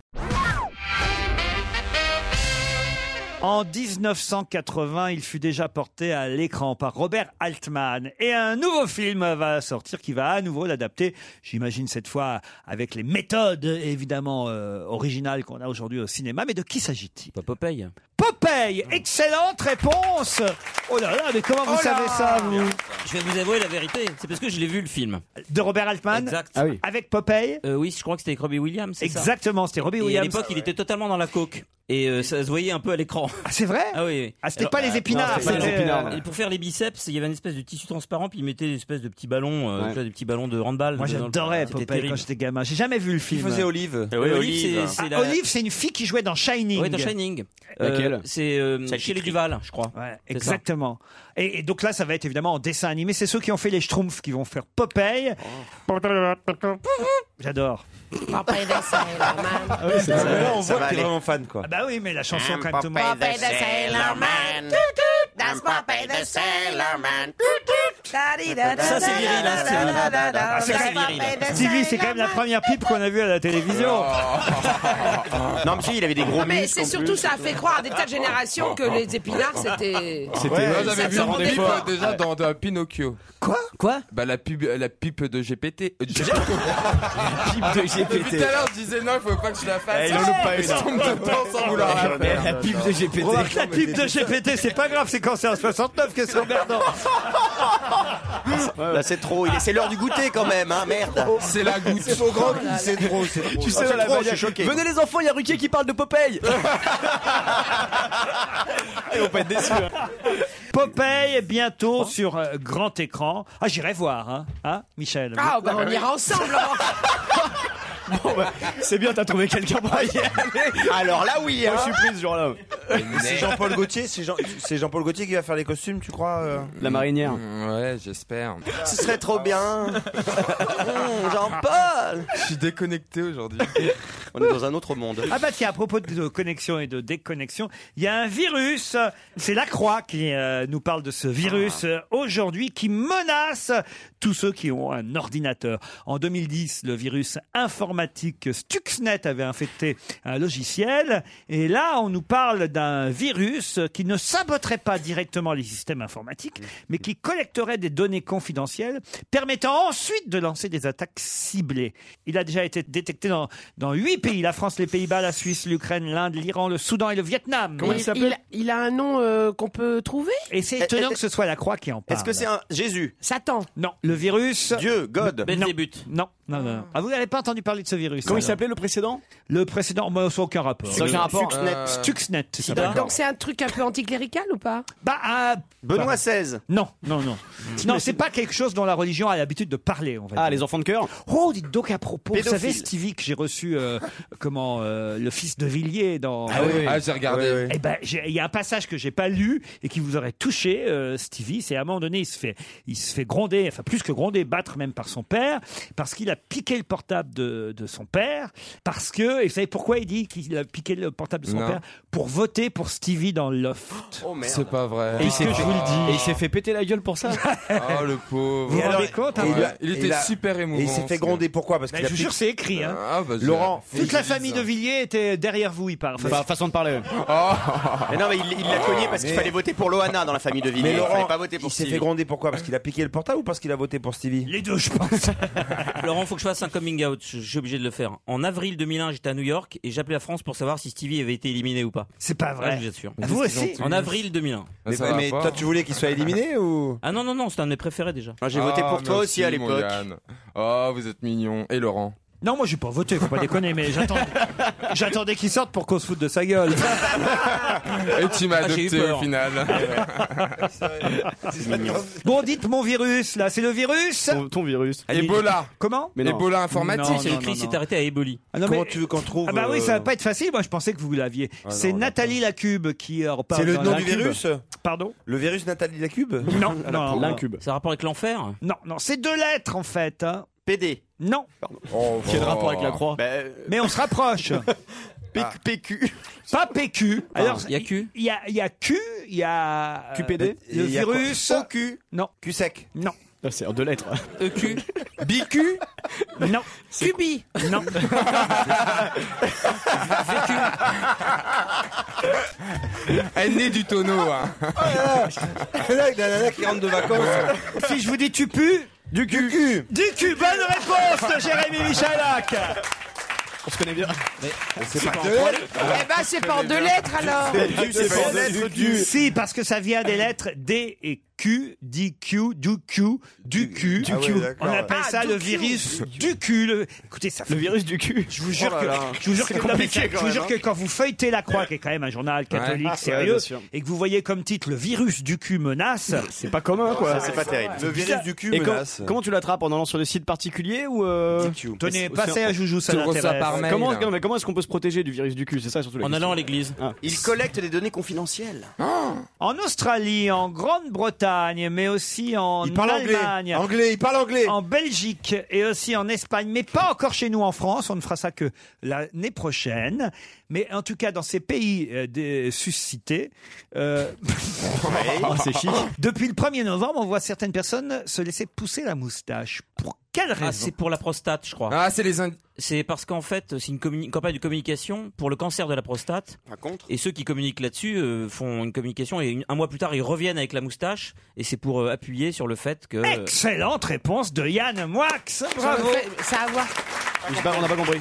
[SPEAKER 3] En 1980, il fut déjà porté à l'écran par Robert Altman. Et un nouveau film va sortir qui va à nouveau l'adapter, j'imagine cette fois avec les méthodes évidemment euh, originales qu'on a aujourd'hui au cinéma. Mais de qui s'agit-il Popeye. Popeye Excellente réponse Oh là là, mais comment vous savez ça, vous
[SPEAKER 6] Je vais vous avouer la vérité. C'est parce que je l'ai vu le film.
[SPEAKER 3] De Robert Altman
[SPEAKER 6] Exact. Euh,
[SPEAKER 3] Avec Popeye
[SPEAKER 6] Oui, je crois que c'était avec Robbie Williams. c'est ça
[SPEAKER 3] Exactement, c'était Robbie
[SPEAKER 6] Et
[SPEAKER 3] Williams.
[SPEAKER 6] À l'époque, il était totalement dans la coke. Et euh, ça se voyait un peu à l'écran.
[SPEAKER 3] Ah, c'est vrai
[SPEAKER 6] Ah oui. oui.
[SPEAKER 3] Ah, c'était pas les épinards,
[SPEAKER 6] c'était pas
[SPEAKER 3] c'était,
[SPEAKER 6] les épinards.
[SPEAKER 3] euh,
[SPEAKER 6] Et pour faire les biceps, il y avait une espèce de tissu transparent, puis il mettait des espèces de petits ballons, euh,
[SPEAKER 3] Ouais.
[SPEAKER 6] tu vois, des petits ballons de handball.
[SPEAKER 3] Moi,
[SPEAKER 6] dedans.
[SPEAKER 3] j'adorais
[SPEAKER 6] C'était
[SPEAKER 3] Popeye
[SPEAKER 6] terrible.
[SPEAKER 3] quand j'étais gamin. J'ai jamais vu le film.
[SPEAKER 6] faisait Olive. Eh oui,
[SPEAKER 9] Euh,
[SPEAKER 6] Olive, Olive. c'est-
[SPEAKER 3] Ah,
[SPEAKER 6] c'est la-
[SPEAKER 3] Olive, c'est une fille qui jouait dans Shining.
[SPEAKER 6] Ouais, dans Shining.
[SPEAKER 3] Euh,
[SPEAKER 6] Euh, C'est euh, chez les Duval, je crois. C'est ça.
[SPEAKER 3] Exactement. Et, et donc là, ça va être évidemment en dessin animé. C'est ceux qui ont fait les Schtroumpfs qui vont faire Popeye. J'adore.
[SPEAKER 7] Popeye the Sailor Man.
[SPEAKER 3] Ah oui, c'est ça.
[SPEAKER 5] Là, on
[SPEAKER 3] Ça
[SPEAKER 5] voit
[SPEAKER 3] va
[SPEAKER 5] que t'es
[SPEAKER 3] aller.
[SPEAKER 5] vraiment fan, quoi.
[SPEAKER 3] Ah bah oui, mais la chanson,
[SPEAKER 5] I'm
[SPEAKER 3] quand même, tout le monde-
[SPEAKER 7] Popeye the
[SPEAKER 1] hein,
[SPEAKER 7] Sailor Man. Toot, toot. That's Popeye the Sailor Man. Toot, toot. Da-di-da-da-da-da-da-da-da.
[SPEAKER 3] Ça, c'est viril, hein, Stevie.
[SPEAKER 7] Ah, ça, c'est viril.
[SPEAKER 3] Stevie, c'est quand même la première pipe qu'on a vue à la télévision.
[SPEAKER 9] Non, mais si, il avait des gros
[SPEAKER 1] Ah, Mais
[SPEAKER 9] muscles
[SPEAKER 1] c'est
[SPEAKER 9] en
[SPEAKER 1] surtout,
[SPEAKER 9] plus.
[SPEAKER 1] ça a fait croire à des tas de générations que les épinards, c'était.
[SPEAKER 8] C'était
[SPEAKER 1] Ouais,
[SPEAKER 8] Moi,
[SPEAKER 1] ça
[SPEAKER 8] j'avais vu
[SPEAKER 1] te
[SPEAKER 8] une
[SPEAKER 1] rendait
[SPEAKER 8] pipe
[SPEAKER 1] fort.
[SPEAKER 8] euh, déjà dans, dans Pinocchio.
[SPEAKER 3] Quoi Quoi
[SPEAKER 8] Bah la pub, la pipe de GPT. Euh, de GPT.
[SPEAKER 4] de GPT.
[SPEAKER 8] Depuis tout à l'heure, je disais non, il faut pas que je la fasse.
[SPEAKER 4] Eh, il en loupe pas une,
[SPEAKER 8] Je tombe
[SPEAKER 4] hein.
[SPEAKER 8] dedans sans vouloir la faire.
[SPEAKER 4] La pipe de GPT.
[SPEAKER 3] Remarque, la pipe de GPT, c'est pas grave, c'est quand c'est en 69 que c'est emmerdant.
[SPEAKER 9] Là, c'est trop. Il est- C'est l'heure du goûter quand même, hein, merde.
[SPEAKER 8] C'est la goutte.
[SPEAKER 9] C'est trop grand, c'est trop, c'est trop.
[SPEAKER 4] Tu sais, dans la
[SPEAKER 9] trop, je
[SPEAKER 4] manière-
[SPEAKER 9] suis choqué.
[SPEAKER 4] Venez les enfants, il y a Ruquier qui parle de Popeye.
[SPEAKER 3] Ils vont pas être hein. déçus. Popeye, bientôt sur euh, grand écran. Ah, j'irai voir, hein, Hein, Michel.
[SPEAKER 1] Ah, bah, on ira ensemble. alors.
[SPEAKER 4] Bon, bah, c'est bien, t'as trouvé quelqu'un pour y aller.
[SPEAKER 5] Alors là, oui,
[SPEAKER 4] Moi,
[SPEAKER 5] hein.
[SPEAKER 4] je suis pris ce jour-là.
[SPEAKER 5] C'est Jean-Paul Gaultier, c'est Jean- c'est Jean-Paul Gaultier qui va faire les costumes, tu crois euh
[SPEAKER 4] La marinière.
[SPEAKER 8] Mm, Ouais, j'espère.
[SPEAKER 9] Ce serait trop bien. Mmh, Jean-Paul.
[SPEAKER 8] Je suis déconnecté aujourd'hui.
[SPEAKER 9] On est dans un autre monde.
[SPEAKER 3] Ah bah tiens, à propos de connexion et de déconnexion, il y a un virus, c'est la croix qui euh, nous parle de ce virus euh, aujourd'hui qui menace tous ceux qui ont un ordinateur. En 2010, le virus informatique Stuxnet avait infecté un logiciel et là, on nous parle d'un virus qui ne saboterait pas directement les systèmes informatiques, mais qui collecterait des données confidentielles permettant ensuite de lancer des attaques ciblées. Il a déjà été détecté dans, dans 8 pays, la France, les Pays-Bas, la Suisse, l'Ukraine, l'Inde, l'Iran, le Soudan et le Vietnam.
[SPEAKER 1] Il- il, il a un nom euh, qu'on peut trouver
[SPEAKER 3] Et c'est étonnant que ce soit la croix qui en parle.
[SPEAKER 1] Eh, Est-ce que c'est
[SPEAKER 9] un Jésus
[SPEAKER 1] Satan
[SPEAKER 3] Ah. Non, le virus.
[SPEAKER 9] Dieu, God.
[SPEAKER 3] Belzébuth. Non, non, non. non. Ah, vous n'avez pas entendu parler de ce virus.
[SPEAKER 4] Comment il
[SPEAKER 3] alors
[SPEAKER 4] s'appelait le précédent
[SPEAKER 3] Le précédent, moi, ça n'a aucun rapport.
[SPEAKER 4] Ça n'a aucun rapport.
[SPEAKER 3] Stuxnet.
[SPEAKER 4] Euh,
[SPEAKER 3] Stuxnet. ça
[SPEAKER 4] Sida.
[SPEAKER 3] s'appelle.
[SPEAKER 1] Donc c'est un truc un peu anticlérical ou pas
[SPEAKER 3] Bah, ah,
[SPEAKER 9] Benoît
[SPEAKER 3] pardon.
[SPEAKER 9] XVI.
[SPEAKER 3] Non, non, non. non, c'est pas quelque chose dont la religion a l'habitude de parler, on va dire.
[SPEAKER 4] Ah, les enfants de cœur
[SPEAKER 3] Oh, dites donc à propos. Vous
[SPEAKER 4] Pédophile.
[SPEAKER 3] savez, Stevie, que j'ai reçu, euh, comment, euh, le fils de Villiers dans.
[SPEAKER 8] Ah oui, oui. Ah, j'ai regardé, oui.
[SPEAKER 3] Eh ben, j'ai- il y a un passage que j'ai pas lu et qui vous aurait touché, euh, Stevie. C'est à un moment donné, il se fait, il se fait gronder, enfin, plus que gronder, battre même par son père, parce qu'il a piqué le portable de, de son père, parce que, et vous savez pourquoi il dit qu'il a piqué le portable de son
[SPEAKER 8] Non.
[SPEAKER 3] père? Pour voter pour Stevie dans le Loft.
[SPEAKER 9] Oh merde.
[SPEAKER 8] C'est pas vrai.
[SPEAKER 3] Et que je vous le dis.
[SPEAKER 4] Et il s'est fait péter la gueule pour ça.
[SPEAKER 8] Oh le pauvre.
[SPEAKER 3] Vous vous rendez compte, hein
[SPEAKER 8] Ouais.
[SPEAKER 3] Il a-
[SPEAKER 8] Il
[SPEAKER 3] il
[SPEAKER 8] était
[SPEAKER 3] a-
[SPEAKER 8] super émouvant.
[SPEAKER 5] Et il s'est fait gronder, pourquoi Parce
[SPEAKER 3] Mais
[SPEAKER 5] qu'il a
[SPEAKER 3] Bah, je vous jure, c'est écrit. Hein.
[SPEAKER 8] Ah, bah, je-
[SPEAKER 5] Laurent,
[SPEAKER 8] Faut
[SPEAKER 3] Toute
[SPEAKER 8] que
[SPEAKER 3] la
[SPEAKER 8] je dise
[SPEAKER 3] famille
[SPEAKER 8] ça.
[SPEAKER 3] de Villiers était derrière vous, il parle. Enfin,
[SPEAKER 4] Enfin, façon de parler. ouais.
[SPEAKER 9] Mais non, mais il il l'a cogné parce qu'il
[SPEAKER 5] Mais-
[SPEAKER 9] fallait voter pour Loana dans la famille de Villiers.
[SPEAKER 5] Mais
[SPEAKER 9] Il fallait
[SPEAKER 5] Laurent,
[SPEAKER 9] pas voter
[SPEAKER 5] il
[SPEAKER 9] pour
[SPEAKER 5] s'est
[SPEAKER 9] Stevie.
[SPEAKER 5] fait gronder, pourquoi Parce qu'il a piqué le portable ou parce qu'il a voté pour Stevie
[SPEAKER 3] Les deux, je pense.
[SPEAKER 6] Laurent, faut que je fasse un coming out. Je je suis obligé de le faire. En avril 2001, j'étais à New York et j'appelais la France pour savoir si Stevie avait été éliminé ou pas.
[SPEAKER 3] C'est pas vrai.
[SPEAKER 6] Ah, je vous assure.
[SPEAKER 3] Vous aussi
[SPEAKER 6] En avril 2001.
[SPEAKER 5] Mais, mais toi, tu voulais qu'il soit éliminé ou
[SPEAKER 6] Ah non, non, non, c'était un de mes préférés déjà.
[SPEAKER 9] J'ai voté
[SPEAKER 8] Ah,
[SPEAKER 9] pour toi
[SPEAKER 8] moi
[SPEAKER 9] aussi à
[SPEAKER 8] mon
[SPEAKER 9] l'époque.
[SPEAKER 8] Yann. Oh, vous êtes mignon. Et Laurent
[SPEAKER 3] Non, moi, j'ai pas voté, faut pas déconner, mais j'attendais, j'attendais qu'il sorte pour qu'on se foute de sa gueule.
[SPEAKER 8] Et tu m'as
[SPEAKER 3] Ah, j'ai eu
[SPEAKER 8] adopté
[SPEAKER 3] peur.
[SPEAKER 8] au final.
[SPEAKER 3] Bon, dites mon virus, là, c'est le virus Ton, virus.
[SPEAKER 8] Ebola.
[SPEAKER 3] Comment
[SPEAKER 8] Mais non. Ebola informatique. Non, non, non, non.
[SPEAKER 3] arrêté à Eboli.
[SPEAKER 8] Comment tu veux qu'on trouve,
[SPEAKER 3] Ah bah oui,
[SPEAKER 8] euh,
[SPEAKER 3] ça va pas être facile, moi je pensais que vous l'aviez.
[SPEAKER 5] Ah
[SPEAKER 3] c'est
[SPEAKER 5] non,
[SPEAKER 3] Nathalie Lacube qui en parle.
[SPEAKER 5] C'est le
[SPEAKER 3] dans
[SPEAKER 5] nom du
[SPEAKER 3] Lacube.
[SPEAKER 5] virus
[SPEAKER 3] Pardon
[SPEAKER 5] Le virus Nathalie Lacube
[SPEAKER 3] Non, non, non.
[SPEAKER 6] C'est un rapport avec l'enfer
[SPEAKER 3] Non, non, c'est deux lettres en fait. hein.
[SPEAKER 9] PD.
[SPEAKER 3] Non. Oh.
[SPEAKER 6] Oh.
[SPEAKER 9] Quel rapport avec la
[SPEAKER 6] Bah,
[SPEAKER 3] Ben.
[SPEAKER 9] croix
[SPEAKER 3] Mais on se rapproche. Ah.
[SPEAKER 9] PQ.
[SPEAKER 3] Pas PQ. Alors,
[SPEAKER 6] il y a Q.
[SPEAKER 3] Il y a, il y a Q, il y a. euh,
[SPEAKER 4] QPD.
[SPEAKER 3] Le
[SPEAKER 4] Il y a quoi
[SPEAKER 3] virus.
[SPEAKER 4] OQ.
[SPEAKER 3] Non.
[SPEAKER 5] Q sec.
[SPEAKER 3] Non.
[SPEAKER 4] Ah, C'est en deux lettres.
[SPEAKER 6] EQ.
[SPEAKER 3] BQ. Non.
[SPEAKER 1] Cubi.
[SPEAKER 3] Non.
[SPEAKER 8] Elle est née du tonneau. hein.
[SPEAKER 9] Ah,
[SPEAKER 5] Là, il y a la nana qui rentre de vacances.
[SPEAKER 3] si je vous dis tu pues.
[SPEAKER 5] Du cul. Du cul.
[SPEAKER 3] Du cul. Bonne réponse de Jérémy Michalak.
[SPEAKER 4] On se connaît bien.
[SPEAKER 5] C'est pas
[SPEAKER 1] pas
[SPEAKER 5] deux
[SPEAKER 1] en trois
[SPEAKER 5] lettres.
[SPEAKER 1] Eh ben, c'est pas en deux lettres alors.
[SPEAKER 5] C'est pas en deux lettres. du-
[SPEAKER 3] Si, parce que ça vient des lettres D et Q, DQ, du Q, du Q.
[SPEAKER 5] Du Q. Ah ouais, d'accord.
[SPEAKER 3] On appelle
[SPEAKER 5] Ah,
[SPEAKER 3] ça
[SPEAKER 5] du
[SPEAKER 3] le
[SPEAKER 5] Q.
[SPEAKER 3] virus du cul. Le- Écoutez, ça fait... Le virus du cul. Je vous jure
[SPEAKER 4] Oh là
[SPEAKER 3] que,
[SPEAKER 4] là.
[SPEAKER 3] je vous jure
[SPEAKER 4] C'est
[SPEAKER 3] que, non, mais
[SPEAKER 4] compliqué
[SPEAKER 3] ça-
[SPEAKER 4] quand
[SPEAKER 3] je vous
[SPEAKER 4] même,
[SPEAKER 3] jure
[SPEAKER 4] hein.
[SPEAKER 3] que quand vous feuilletez La Croix, qui est quand même un journal catholique
[SPEAKER 4] Ouais,
[SPEAKER 3] sérieux,
[SPEAKER 4] bien sûr.
[SPEAKER 3] et que vous voyez comme titre le virus du cul menace,
[SPEAKER 4] C'est pas commun quoi.
[SPEAKER 9] Ça, c'est pas terrible.
[SPEAKER 4] Le virus du cul menace. Comment tu l'attrapes en allant sur des sites particuliers ou euh,
[SPEAKER 3] Tenez,
[SPEAKER 4] c'est-
[SPEAKER 3] passez
[SPEAKER 4] c'est-
[SPEAKER 3] à Joujou, ça
[SPEAKER 4] Tu reçois
[SPEAKER 3] l'intéresse.
[SPEAKER 4] par mail. Comment, non, mais comment est-ce qu'on peut se protéger du virus du cul C'est ça surtout la
[SPEAKER 6] En
[SPEAKER 4] question.
[SPEAKER 6] allant à l'église.
[SPEAKER 4] Ah.
[SPEAKER 9] Il collecte des données confidentielles.
[SPEAKER 3] En Australie, en Grande-Bretagne, mais aussi en
[SPEAKER 5] Il parle anglais.
[SPEAKER 3] Allemagne.
[SPEAKER 5] Anglais, il parle anglais.
[SPEAKER 3] En Belgique et aussi en Espagne, mais pas encore chez nous en France. On ne fera ça que l'année prochaine. Mais en tout cas, dans ces pays euh, des- suscités, euh,
[SPEAKER 4] Oh, c'est chic.
[SPEAKER 3] depuis le 1er novembre, on voit certaines personnes se laisser pousser la moustache. Pour quelle
[SPEAKER 6] Ah,
[SPEAKER 3] raison
[SPEAKER 6] c'est pour la prostate, je crois.
[SPEAKER 8] Ah, c'est les Indiens.
[SPEAKER 6] C'est parce qu'en fait, c'est une communi- campagne de communication pour le cancer de la prostate.
[SPEAKER 9] Par contre.
[SPEAKER 6] Et ceux qui communiquent là-dessus euh, font une communication et une- un mois plus tard, ils reviennent avec la moustache. Et c'est pour euh, appuyer sur le fait que. euh,
[SPEAKER 3] Excellente réponse de Yann Moix. Bravo.
[SPEAKER 1] Ça me fait- Ça a à voir.
[SPEAKER 5] Ah.
[SPEAKER 4] on n'a pas compris.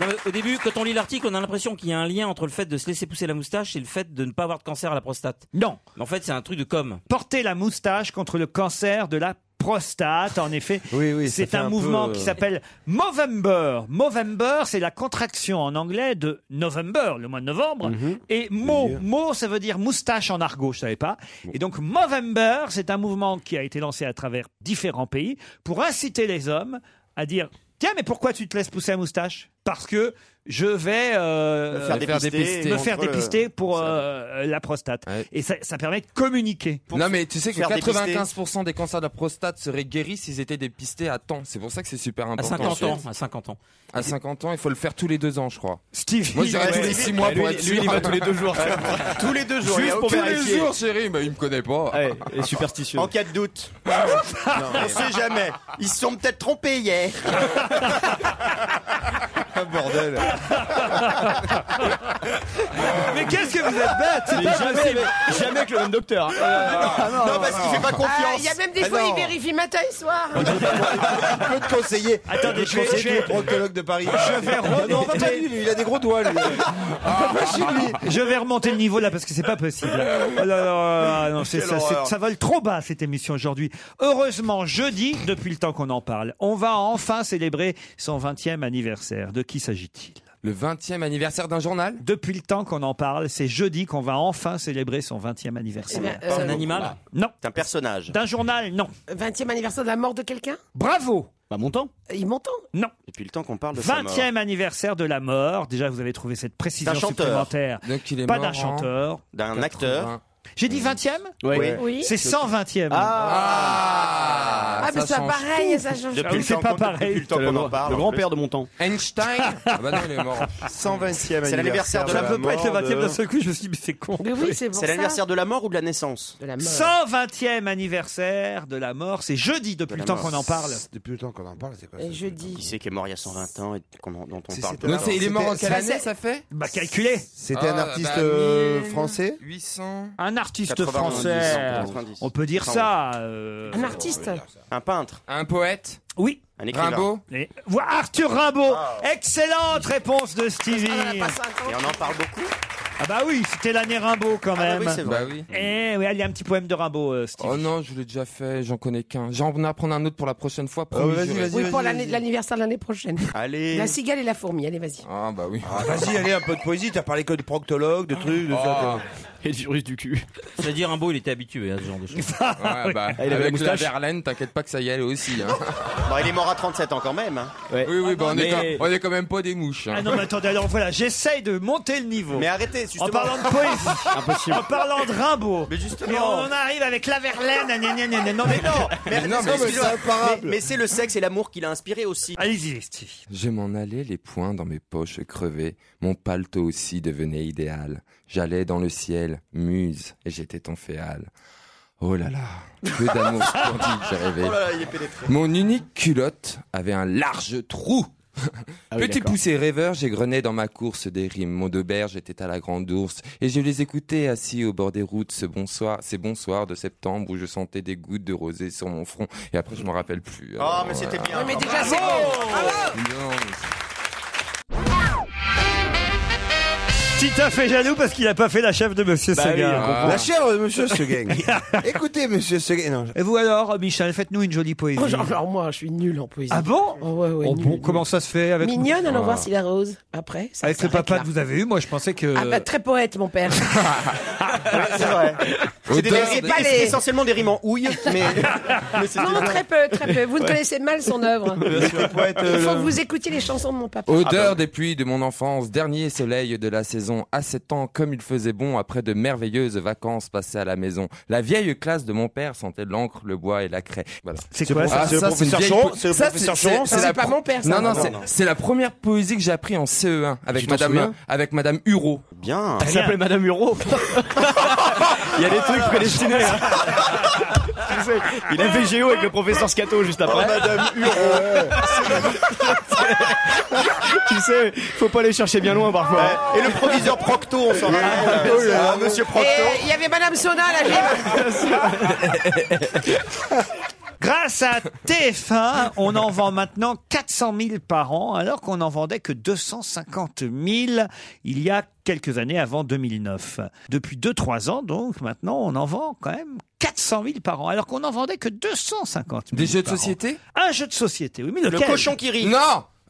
[SPEAKER 6] Non, mais au début, quand on lit l'article, on a l'impression qu'il y a un lien entre le fait de se laisser pousser la moustache et le fait de ne pas avoir de cancer à la prostate.
[SPEAKER 3] Non.
[SPEAKER 6] Mais en fait, c'est un truc de com.
[SPEAKER 3] Porter la moustache contre le cancer de la prostate, en effet. c'est
[SPEAKER 6] fait
[SPEAKER 3] un,
[SPEAKER 6] un
[SPEAKER 3] mouvement
[SPEAKER 6] peu, euh,
[SPEAKER 3] qui s'appelle Movember. Movember, c'est la contraction en anglais de November, le mois de novembre.
[SPEAKER 6] Mhm.
[SPEAKER 3] Et mot, mot, ça veut dire moustache en argot, je savais pas. Et donc Movember, c'est un mouvement qui a été lancé à travers différents pays pour inciter les hommes à dire Tiens, mais pourquoi tu te laisses pousser la moustache Parce que je vais euh,
[SPEAKER 9] Me faire dépister.
[SPEAKER 3] me faire
[SPEAKER 9] Entre le-
[SPEAKER 3] dépister pour euh, la prostate. Et ça, ça permet de communiquer.
[SPEAKER 8] Non mais tu sais que
[SPEAKER 9] faire
[SPEAKER 8] 95% des cancers de la prostate seraient guéris s'ils étaient dépistés à temps. C'est pour ça que c'est super
[SPEAKER 6] À
[SPEAKER 8] important.
[SPEAKER 6] 50 ans. À 50 ans.
[SPEAKER 8] À 50 ans, il faut le faire tous les deux ans, je crois.
[SPEAKER 3] Stevie.
[SPEAKER 8] Moi, je dirais tous
[SPEAKER 4] Ouais.
[SPEAKER 8] les 6 mois
[SPEAKER 4] Ouais,
[SPEAKER 8] pour
[SPEAKER 4] lui,
[SPEAKER 8] être
[SPEAKER 4] lui,
[SPEAKER 8] sûr.
[SPEAKER 4] il y va tous les deux jours. tous les deux jours. il y a
[SPEAKER 8] Juste pour
[SPEAKER 4] aucun
[SPEAKER 8] tous les
[SPEAKER 4] vérifier.
[SPEAKER 8] jours, chérie. Mais il me connaît pas.
[SPEAKER 4] Ouais, et superstitieux.
[SPEAKER 9] En cas de doute. On sait jamais. Ils se sont peut-être trompés hier.
[SPEAKER 5] Ah, bordel.
[SPEAKER 3] Mais qu'est-ce que vous êtes bête C'est pas
[SPEAKER 4] jamais,
[SPEAKER 3] possible.
[SPEAKER 4] avec- jamais avec le même docteur. hein.
[SPEAKER 5] non, parce qu'il fait pas
[SPEAKER 1] Ah,
[SPEAKER 5] confiance.
[SPEAKER 1] Il y a même des
[SPEAKER 5] Ah,
[SPEAKER 1] fois,
[SPEAKER 5] non.
[SPEAKER 1] il vérifie matin et soir.
[SPEAKER 5] Il peut te conseiller.
[SPEAKER 3] Attendez,
[SPEAKER 5] Il peut
[SPEAKER 3] je vais-
[SPEAKER 5] conseiller
[SPEAKER 3] je vais-
[SPEAKER 5] le proctologue de Paris.
[SPEAKER 3] Je vais
[SPEAKER 5] Non, non, on va pas
[SPEAKER 3] remonter- Ah.
[SPEAKER 5] lui, lui, il a des gros doigts, lui. On va pas chez lui.
[SPEAKER 8] Ah.
[SPEAKER 3] Je vais remonter le niveau là parce que c'est pas possible. Oh là là, ah non, c'est
[SPEAKER 5] Quelle
[SPEAKER 3] ça, c'est-
[SPEAKER 5] horreur.
[SPEAKER 3] ça vole trop bas cette émission aujourd'hui. Heureusement, jeudi, depuis le temps qu'on en parle, on va enfin célébrer son 20e anniversaire. De qui s'agit-il
[SPEAKER 8] Le 20e anniversaire d'un journal.
[SPEAKER 3] Depuis le temps qu'on en parle, c'est jeudi qu'on va enfin célébrer son 20e anniversaire.
[SPEAKER 1] Eh bien,
[SPEAKER 6] C'est un
[SPEAKER 1] euh,
[SPEAKER 6] animal.
[SPEAKER 3] Non.
[SPEAKER 9] C'est un personnage.
[SPEAKER 3] D'un journal, non.
[SPEAKER 1] 20e anniversaire de la mort de quelqu'un
[SPEAKER 3] Bravo
[SPEAKER 4] Bah mon temps.
[SPEAKER 1] Il m'entend
[SPEAKER 3] Non.
[SPEAKER 9] Depuis le temps qu'on parle de sa mort.
[SPEAKER 3] 20e anniversaire de la mort. Déjà, vous avez trouvé cette précision
[SPEAKER 9] D'un chanteur.
[SPEAKER 3] supplémentaire.
[SPEAKER 8] Donc il est
[SPEAKER 3] Pas
[SPEAKER 8] mort hein.
[SPEAKER 3] d'un
[SPEAKER 8] en
[SPEAKER 3] chanteur.
[SPEAKER 9] D'un acteur.
[SPEAKER 8] 80.
[SPEAKER 3] J'ai dit 20e
[SPEAKER 9] Ouais.
[SPEAKER 1] Oui.
[SPEAKER 3] C'est 120e.
[SPEAKER 8] Ah,
[SPEAKER 1] Ah, mais c'est
[SPEAKER 8] ça change.
[SPEAKER 1] pareil, ça change.
[SPEAKER 3] Ah oui,
[SPEAKER 9] Depuis le
[SPEAKER 3] c'est
[SPEAKER 9] temps
[SPEAKER 3] pas
[SPEAKER 9] qu'on-
[SPEAKER 3] pareil.
[SPEAKER 9] depuis le temps qu'on en parle.
[SPEAKER 4] Le
[SPEAKER 9] en
[SPEAKER 4] grand-père de mon temps.
[SPEAKER 8] Einstein. Ah bah non, il est mort.
[SPEAKER 5] 120e
[SPEAKER 9] C'est l'anniversaire de la-
[SPEAKER 3] Ça peut pas être le 20e d'un
[SPEAKER 5] mort de-
[SPEAKER 3] seul coup, je me suis dit, mais c'est con.
[SPEAKER 1] Mais oui,
[SPEAKER 9] plus.
[SPEAKER 1] c'est pour
[SPEAKER 9] C'est
[SPEAKER 1] ça.
[SPEAKER 9] l'anniversaire de la mort ou de la naissance
[SPEAKER 1] de la mort.
[SPEAKER 3] 120e anniversaire de la mort, c'est jeudi depuis
[SPEAKER 9] De
[SPEAKER 3] le
[SPEAKER 9] la
[SPEAKER 3] temps
[SPEAKER 9] mort.
[SPEAKER 3] qu'on en parle.
[SPEAKER 5] Depuis le temps qu'on en parle, c'est quoi ça
[SPEAKER 1] Et je
[SPEAKER 9] Qui
[SPEAKER 1] dis.
[SPEAKER 9] c'est qui est mort il y a 120 ans et qu'on en- dont on
[SPEAKER 5] Si,
[SPEAKER 9] parle tout
[SPEAKER 5] c'était
[SPEAKER 9] le
[SPEAKER 8] Donc
[SPEAKER 5] Non,
[SPEAKER 8] c'est- il est mort en
[SPEAKER 5] c'était-
[SPEAKER 8] quelle
[SPEAKER 1] ça,
[SPEAKER 8] année
[SPEAKER 1] c'est-
[SPEAKER 8] ça fait
[SPEAKER 3] Bah calculé
[SPEAKER 5] C'était un
[SPEAKER 8] Ah,
[SPEAKER 5] artiste
[SPEAKER 8] bah,
[SPEAKER 5] euh,
[SPEAKER 8] mille-
[SPEAKER 5] français
[SPEAKER 8] 800.
[SPEAKER 3] Un artiste
[SPEAKER 9] 90,
[SPEAKER 3] français.
[SPEAKER 9] 90.
[SPEAKER 3] On peut dire ça. euh,
[SPEAKER 1] Un artiste
[SPEAKER 9] temps. Un peintre,
[SPEAKER 8] Un poète.
[SPEAKER 3] Oui.
[SPEAKER 9] un écrivain.
[SPEAKER 8] Rimbaud.
[SPEAKER 3] Et- Voilà, Arthur Rimbaud. Excellente réponse de Stevie.
[SPEAKER 1] Ah, on a passé un temps.
[SPEAKER 9] Et on en parle beaucoup.
[SPEAKER 3] Ah bah oui, c'était l'année Rimbaud quand
[SPEAKER 8] Ah bah
[SPEAKER 3] même.
[SPEAKER 8] oui, c'est vrai. Bah oui.
[SPEAKER 3] Eh oui, il y a un petit poème de Rimbaud, euh, Steve.
[SPEAKER 8] Oh non, je l'ai déjà fait, j'en connais qu'un. J'en apprendre un autre pour la prochaine fois.
[SPEAKER 1] Ah
[SPEAKER 8] promis, juré.
[SPEAKER 1] Oui, pour l'année- l'anniversaire de l'année prochaine.
[SPEAKER 8] Allez.
[SPEAKER 1] La cigale et la fourmi, allez, vas-y.
[SPEAKER 8] Ah bah oui.
[SPEAKER 5] Vas-y, allez, un peu de poésie. T'as parlé que de proctologue, de trucs, de
[SPEAKER 8] Ah.
[SPEAKER 6] Et du virus du cul. C'est-à-dire, Rimbaud, il était habitué à ce genre de choses.
[SPEAKER 8] Ouais, bah,
[SPEAKER 6] Ah, il avait la
[SPEAKER 8] avec la
[SPEAKER 6] moustache.
[SPEAKER 8] Verlaine, t'inquiète pas que ça y allait aussi. hein.
[SPEAKER 9] Bon, il est mort à 37 ans quand même. hein.
[SPEAKER 8] Oui, oui, bah, on, est
[SPEAKER 9] Mais-
[SPEAKER 8] quand, on est quand même pas des mouches. hein.
[SPEAKER 3] Ah non, mais attendez, alors voilà, j'essaye de monter le niveau.
[SPEAKER 8] Mais arrêtez,
[SPEAKER 3] En
[SPEAKER 8] justement.
[SPEAKER 3] parlant de poésie.
[SPEAKER 8] Impossible.
[SPEAKER 3] En parlant de Rimbaud. Mais
[SPEAKER 9] justement.
[SPEAKER 3] on en arrive avec la Verlaine. gna, gna, gna, gna. Non, mais non.
[SPEAKER 9] Mais,
[SPEAKER 3] non,
[SPEAKER 9] mais- mais- mais c'est le sexe et l'amour qui l'a inspiré aussi.
[SPEAKER 3] Allez-y, Steve.
[SPEAKER 8] Je m'en allais les poings dans mes poches crevées, mon paletot aussi devenait idéal. J'allais dans le ciel, muse, et j'étais ton féal. Oh là là, que d'amour splendide j'ai rêvé.
[SPEAKER 9] Oh là là, il est pénétré.
[SPEAKER 8] Mon unique culotte avait un large trou.
[SPEAKER 4] Ah oui,
[SPEAKER 8] Petit
[SPEAKER 4] d'accord.
[SPEAKER 8] poussé rêveur, j'ai grené dans ma course des rimes. Mon auberge était à la grande ours et je les écoutais assis au bord des routes ce bonsoir, ces bons soirs de septembre où je sentais des gouttes de rosée sur mon front et après je m'en rappelle plus. Euh,
[SPEAKER 9] Ah,
[SPEAKER 8] Alors,
[SPEAKER 9] mais c'était
[SPEAKER 8] voilà.
[SPEAKER 9] bien.
[SPEAKER 1] Ouais, mais déjà,
[SPEAKER 9] Bravo.
[SPEAKER 1] c'est bon.
[SPEAKER 8] Non, mais
[SPEAKER 3] Tita fait jaloux parce qu'il a pas fait la chef de Monsieur
[SPEAKER 5] Bah oui, on comprend.
[SPEAKER 3] Seguin.
[SPEAKER 5] La chèvre de Monsieur Seguin.
[SPEAKER 3] Écoutez, Monsieur Seguin. Et vous alors, Michel, faites-nous une jolie poésie.
[SPEAKER 1] Oh, genre, alors moi, je suis nulle en poésie.
[SPEAKER 3] Ah bon
[SPEAKER 1] Oh, ouais, ouais,
[SPEAKER 3] Oh
[SPEAKER 1] nulle,
[SPEAKER 3] bon,
[SPEAKER 1] nulle.
[SPEAKER 3] comment ça se fait avec
[SPEAKER 1] Mignonne, allons
[SPEAKER 3] Ah.
[SPEAKER 1] voir si la rose. Après, ça
[SPEAKER 3] Avec le
[SPEAKER 1] s'arrête
[SPEAKER 3] papa
[SPEAKER 1] là.
[SPEAKER 3] que vous avez eu, moi je pensais que.
[SPEAKER 1] Ah bah, très poète, mon père.
[SPEAKER 9] C'est vrai. C'est des-
[SPEAKER 1] Auteur
[SPEAKER 9] c'est
[SPEAKER 1] de-
[SPEAKER 9] pas
[SPEAKER 1] Allez.
[SPEAKER 9] les- essentiellement des rimes en houille, mais, mais c'était-
[SPEAKER 1] Non, très peu, très peu. Vous ne connaissez mal son œuvre. Il
[SPEAKER 9] euh,
[SPEAKER 1] faut que vous écoutiez les chansons de mon
[SPEAKER 9] Ah,
[SPEAKER 1] papa.
[SPEAKER 5] Ah ben
[SPEAKER 8] Odeur des pluies de mon enfance, dernier soleil de la saison, à sept ans comme il faisait bon après de merveilleuses vacances passées à la maison. La vieille classe de mon père sentait l'encre, le bois et la craie. Voilà.
[SPEAKER 5] C'est quoi
[SPEAKER 8] Ah,
[SPEAKER 5] ça C'est le
[SPEAKER 8] ça, une
[SPEAKER 5] professeur
[SPEAKER 8] vieille
[SPEAKER 5] Choron
[SPEAKER 8] po-
[SPEAKER 5] C'est le
[SPEAKER 8] ça,
[SPEAKER 5] professeur
[SPEAKER 8] c'est-
[SPEAKER 5] Choron
[SPEAKER 8] c'est-
[SPEAKER 5] Ça,
[SPEAKER 8] c'est
[SPEAKER 5] c'est
[SPEAKER 8] la
[SPEAKER 5] pas
[SPEAKER 8] pro-
[SPEAKER 5] mon père, ça.
[SPEAKER 8] Non,
[SPEAKER 5] Non,
[SPEAKER 8] non,
[SPEAKER 5] non,
[SPEAKER 8] c'est-
[SPEAKER 5] non.
[SPEAKER 8] c'est la première poésie que j'ai appris en CE1 avec
[SPEAKER 4] Tu t'en
[SPEAKER 8] madame,
[SPEAKER 4] souviens
[SPEAKER 8] avec madame Huro.
[SPEAKER 9] Bien.
[SPEAKER 4] Elle s'appelait Madame Huro. Il y a des trucs prédestinés. hein. Tu sais, Il a fait Géo avec le professeur Scato juste
[SPEAKER 9] Oh,
[SPEAKER 4] après. Madame tu sais, faut pas aller chercher bien loin parfois.
[SPEAKER 9] Et le proviseur Procto, on s'en rappelle.
[SPEAKER 4] Oh là là.
[SPEAKER 9] Ah, Monsieur
[SPEAKER 1] Et
[SPEAKER 9] Procto.
[SPEAKER 1] il y avait Madame Sona, la
[SPEAKER 3] Grâce à TF1, on en vend maintenant 400 000 par an, alors qu'on n'en vendait que 250 000 il y a quelques années avant 2009. Depuis 2-3 ans, donc, maintenant, on en vend quand même 400 000 par an, alors qu'on n'en vendait que 250 000
[SPEAKER 8] Des jeux de
[SPEAKER 3] par an.
[SPEAKER 8] société
[SPEAKER 3] Un jeu de société, oui. Mais
[SPEAKER 8] Le
[SPEAKER 3] lequel
[SPEAKER 8] cochon qui rit. Non,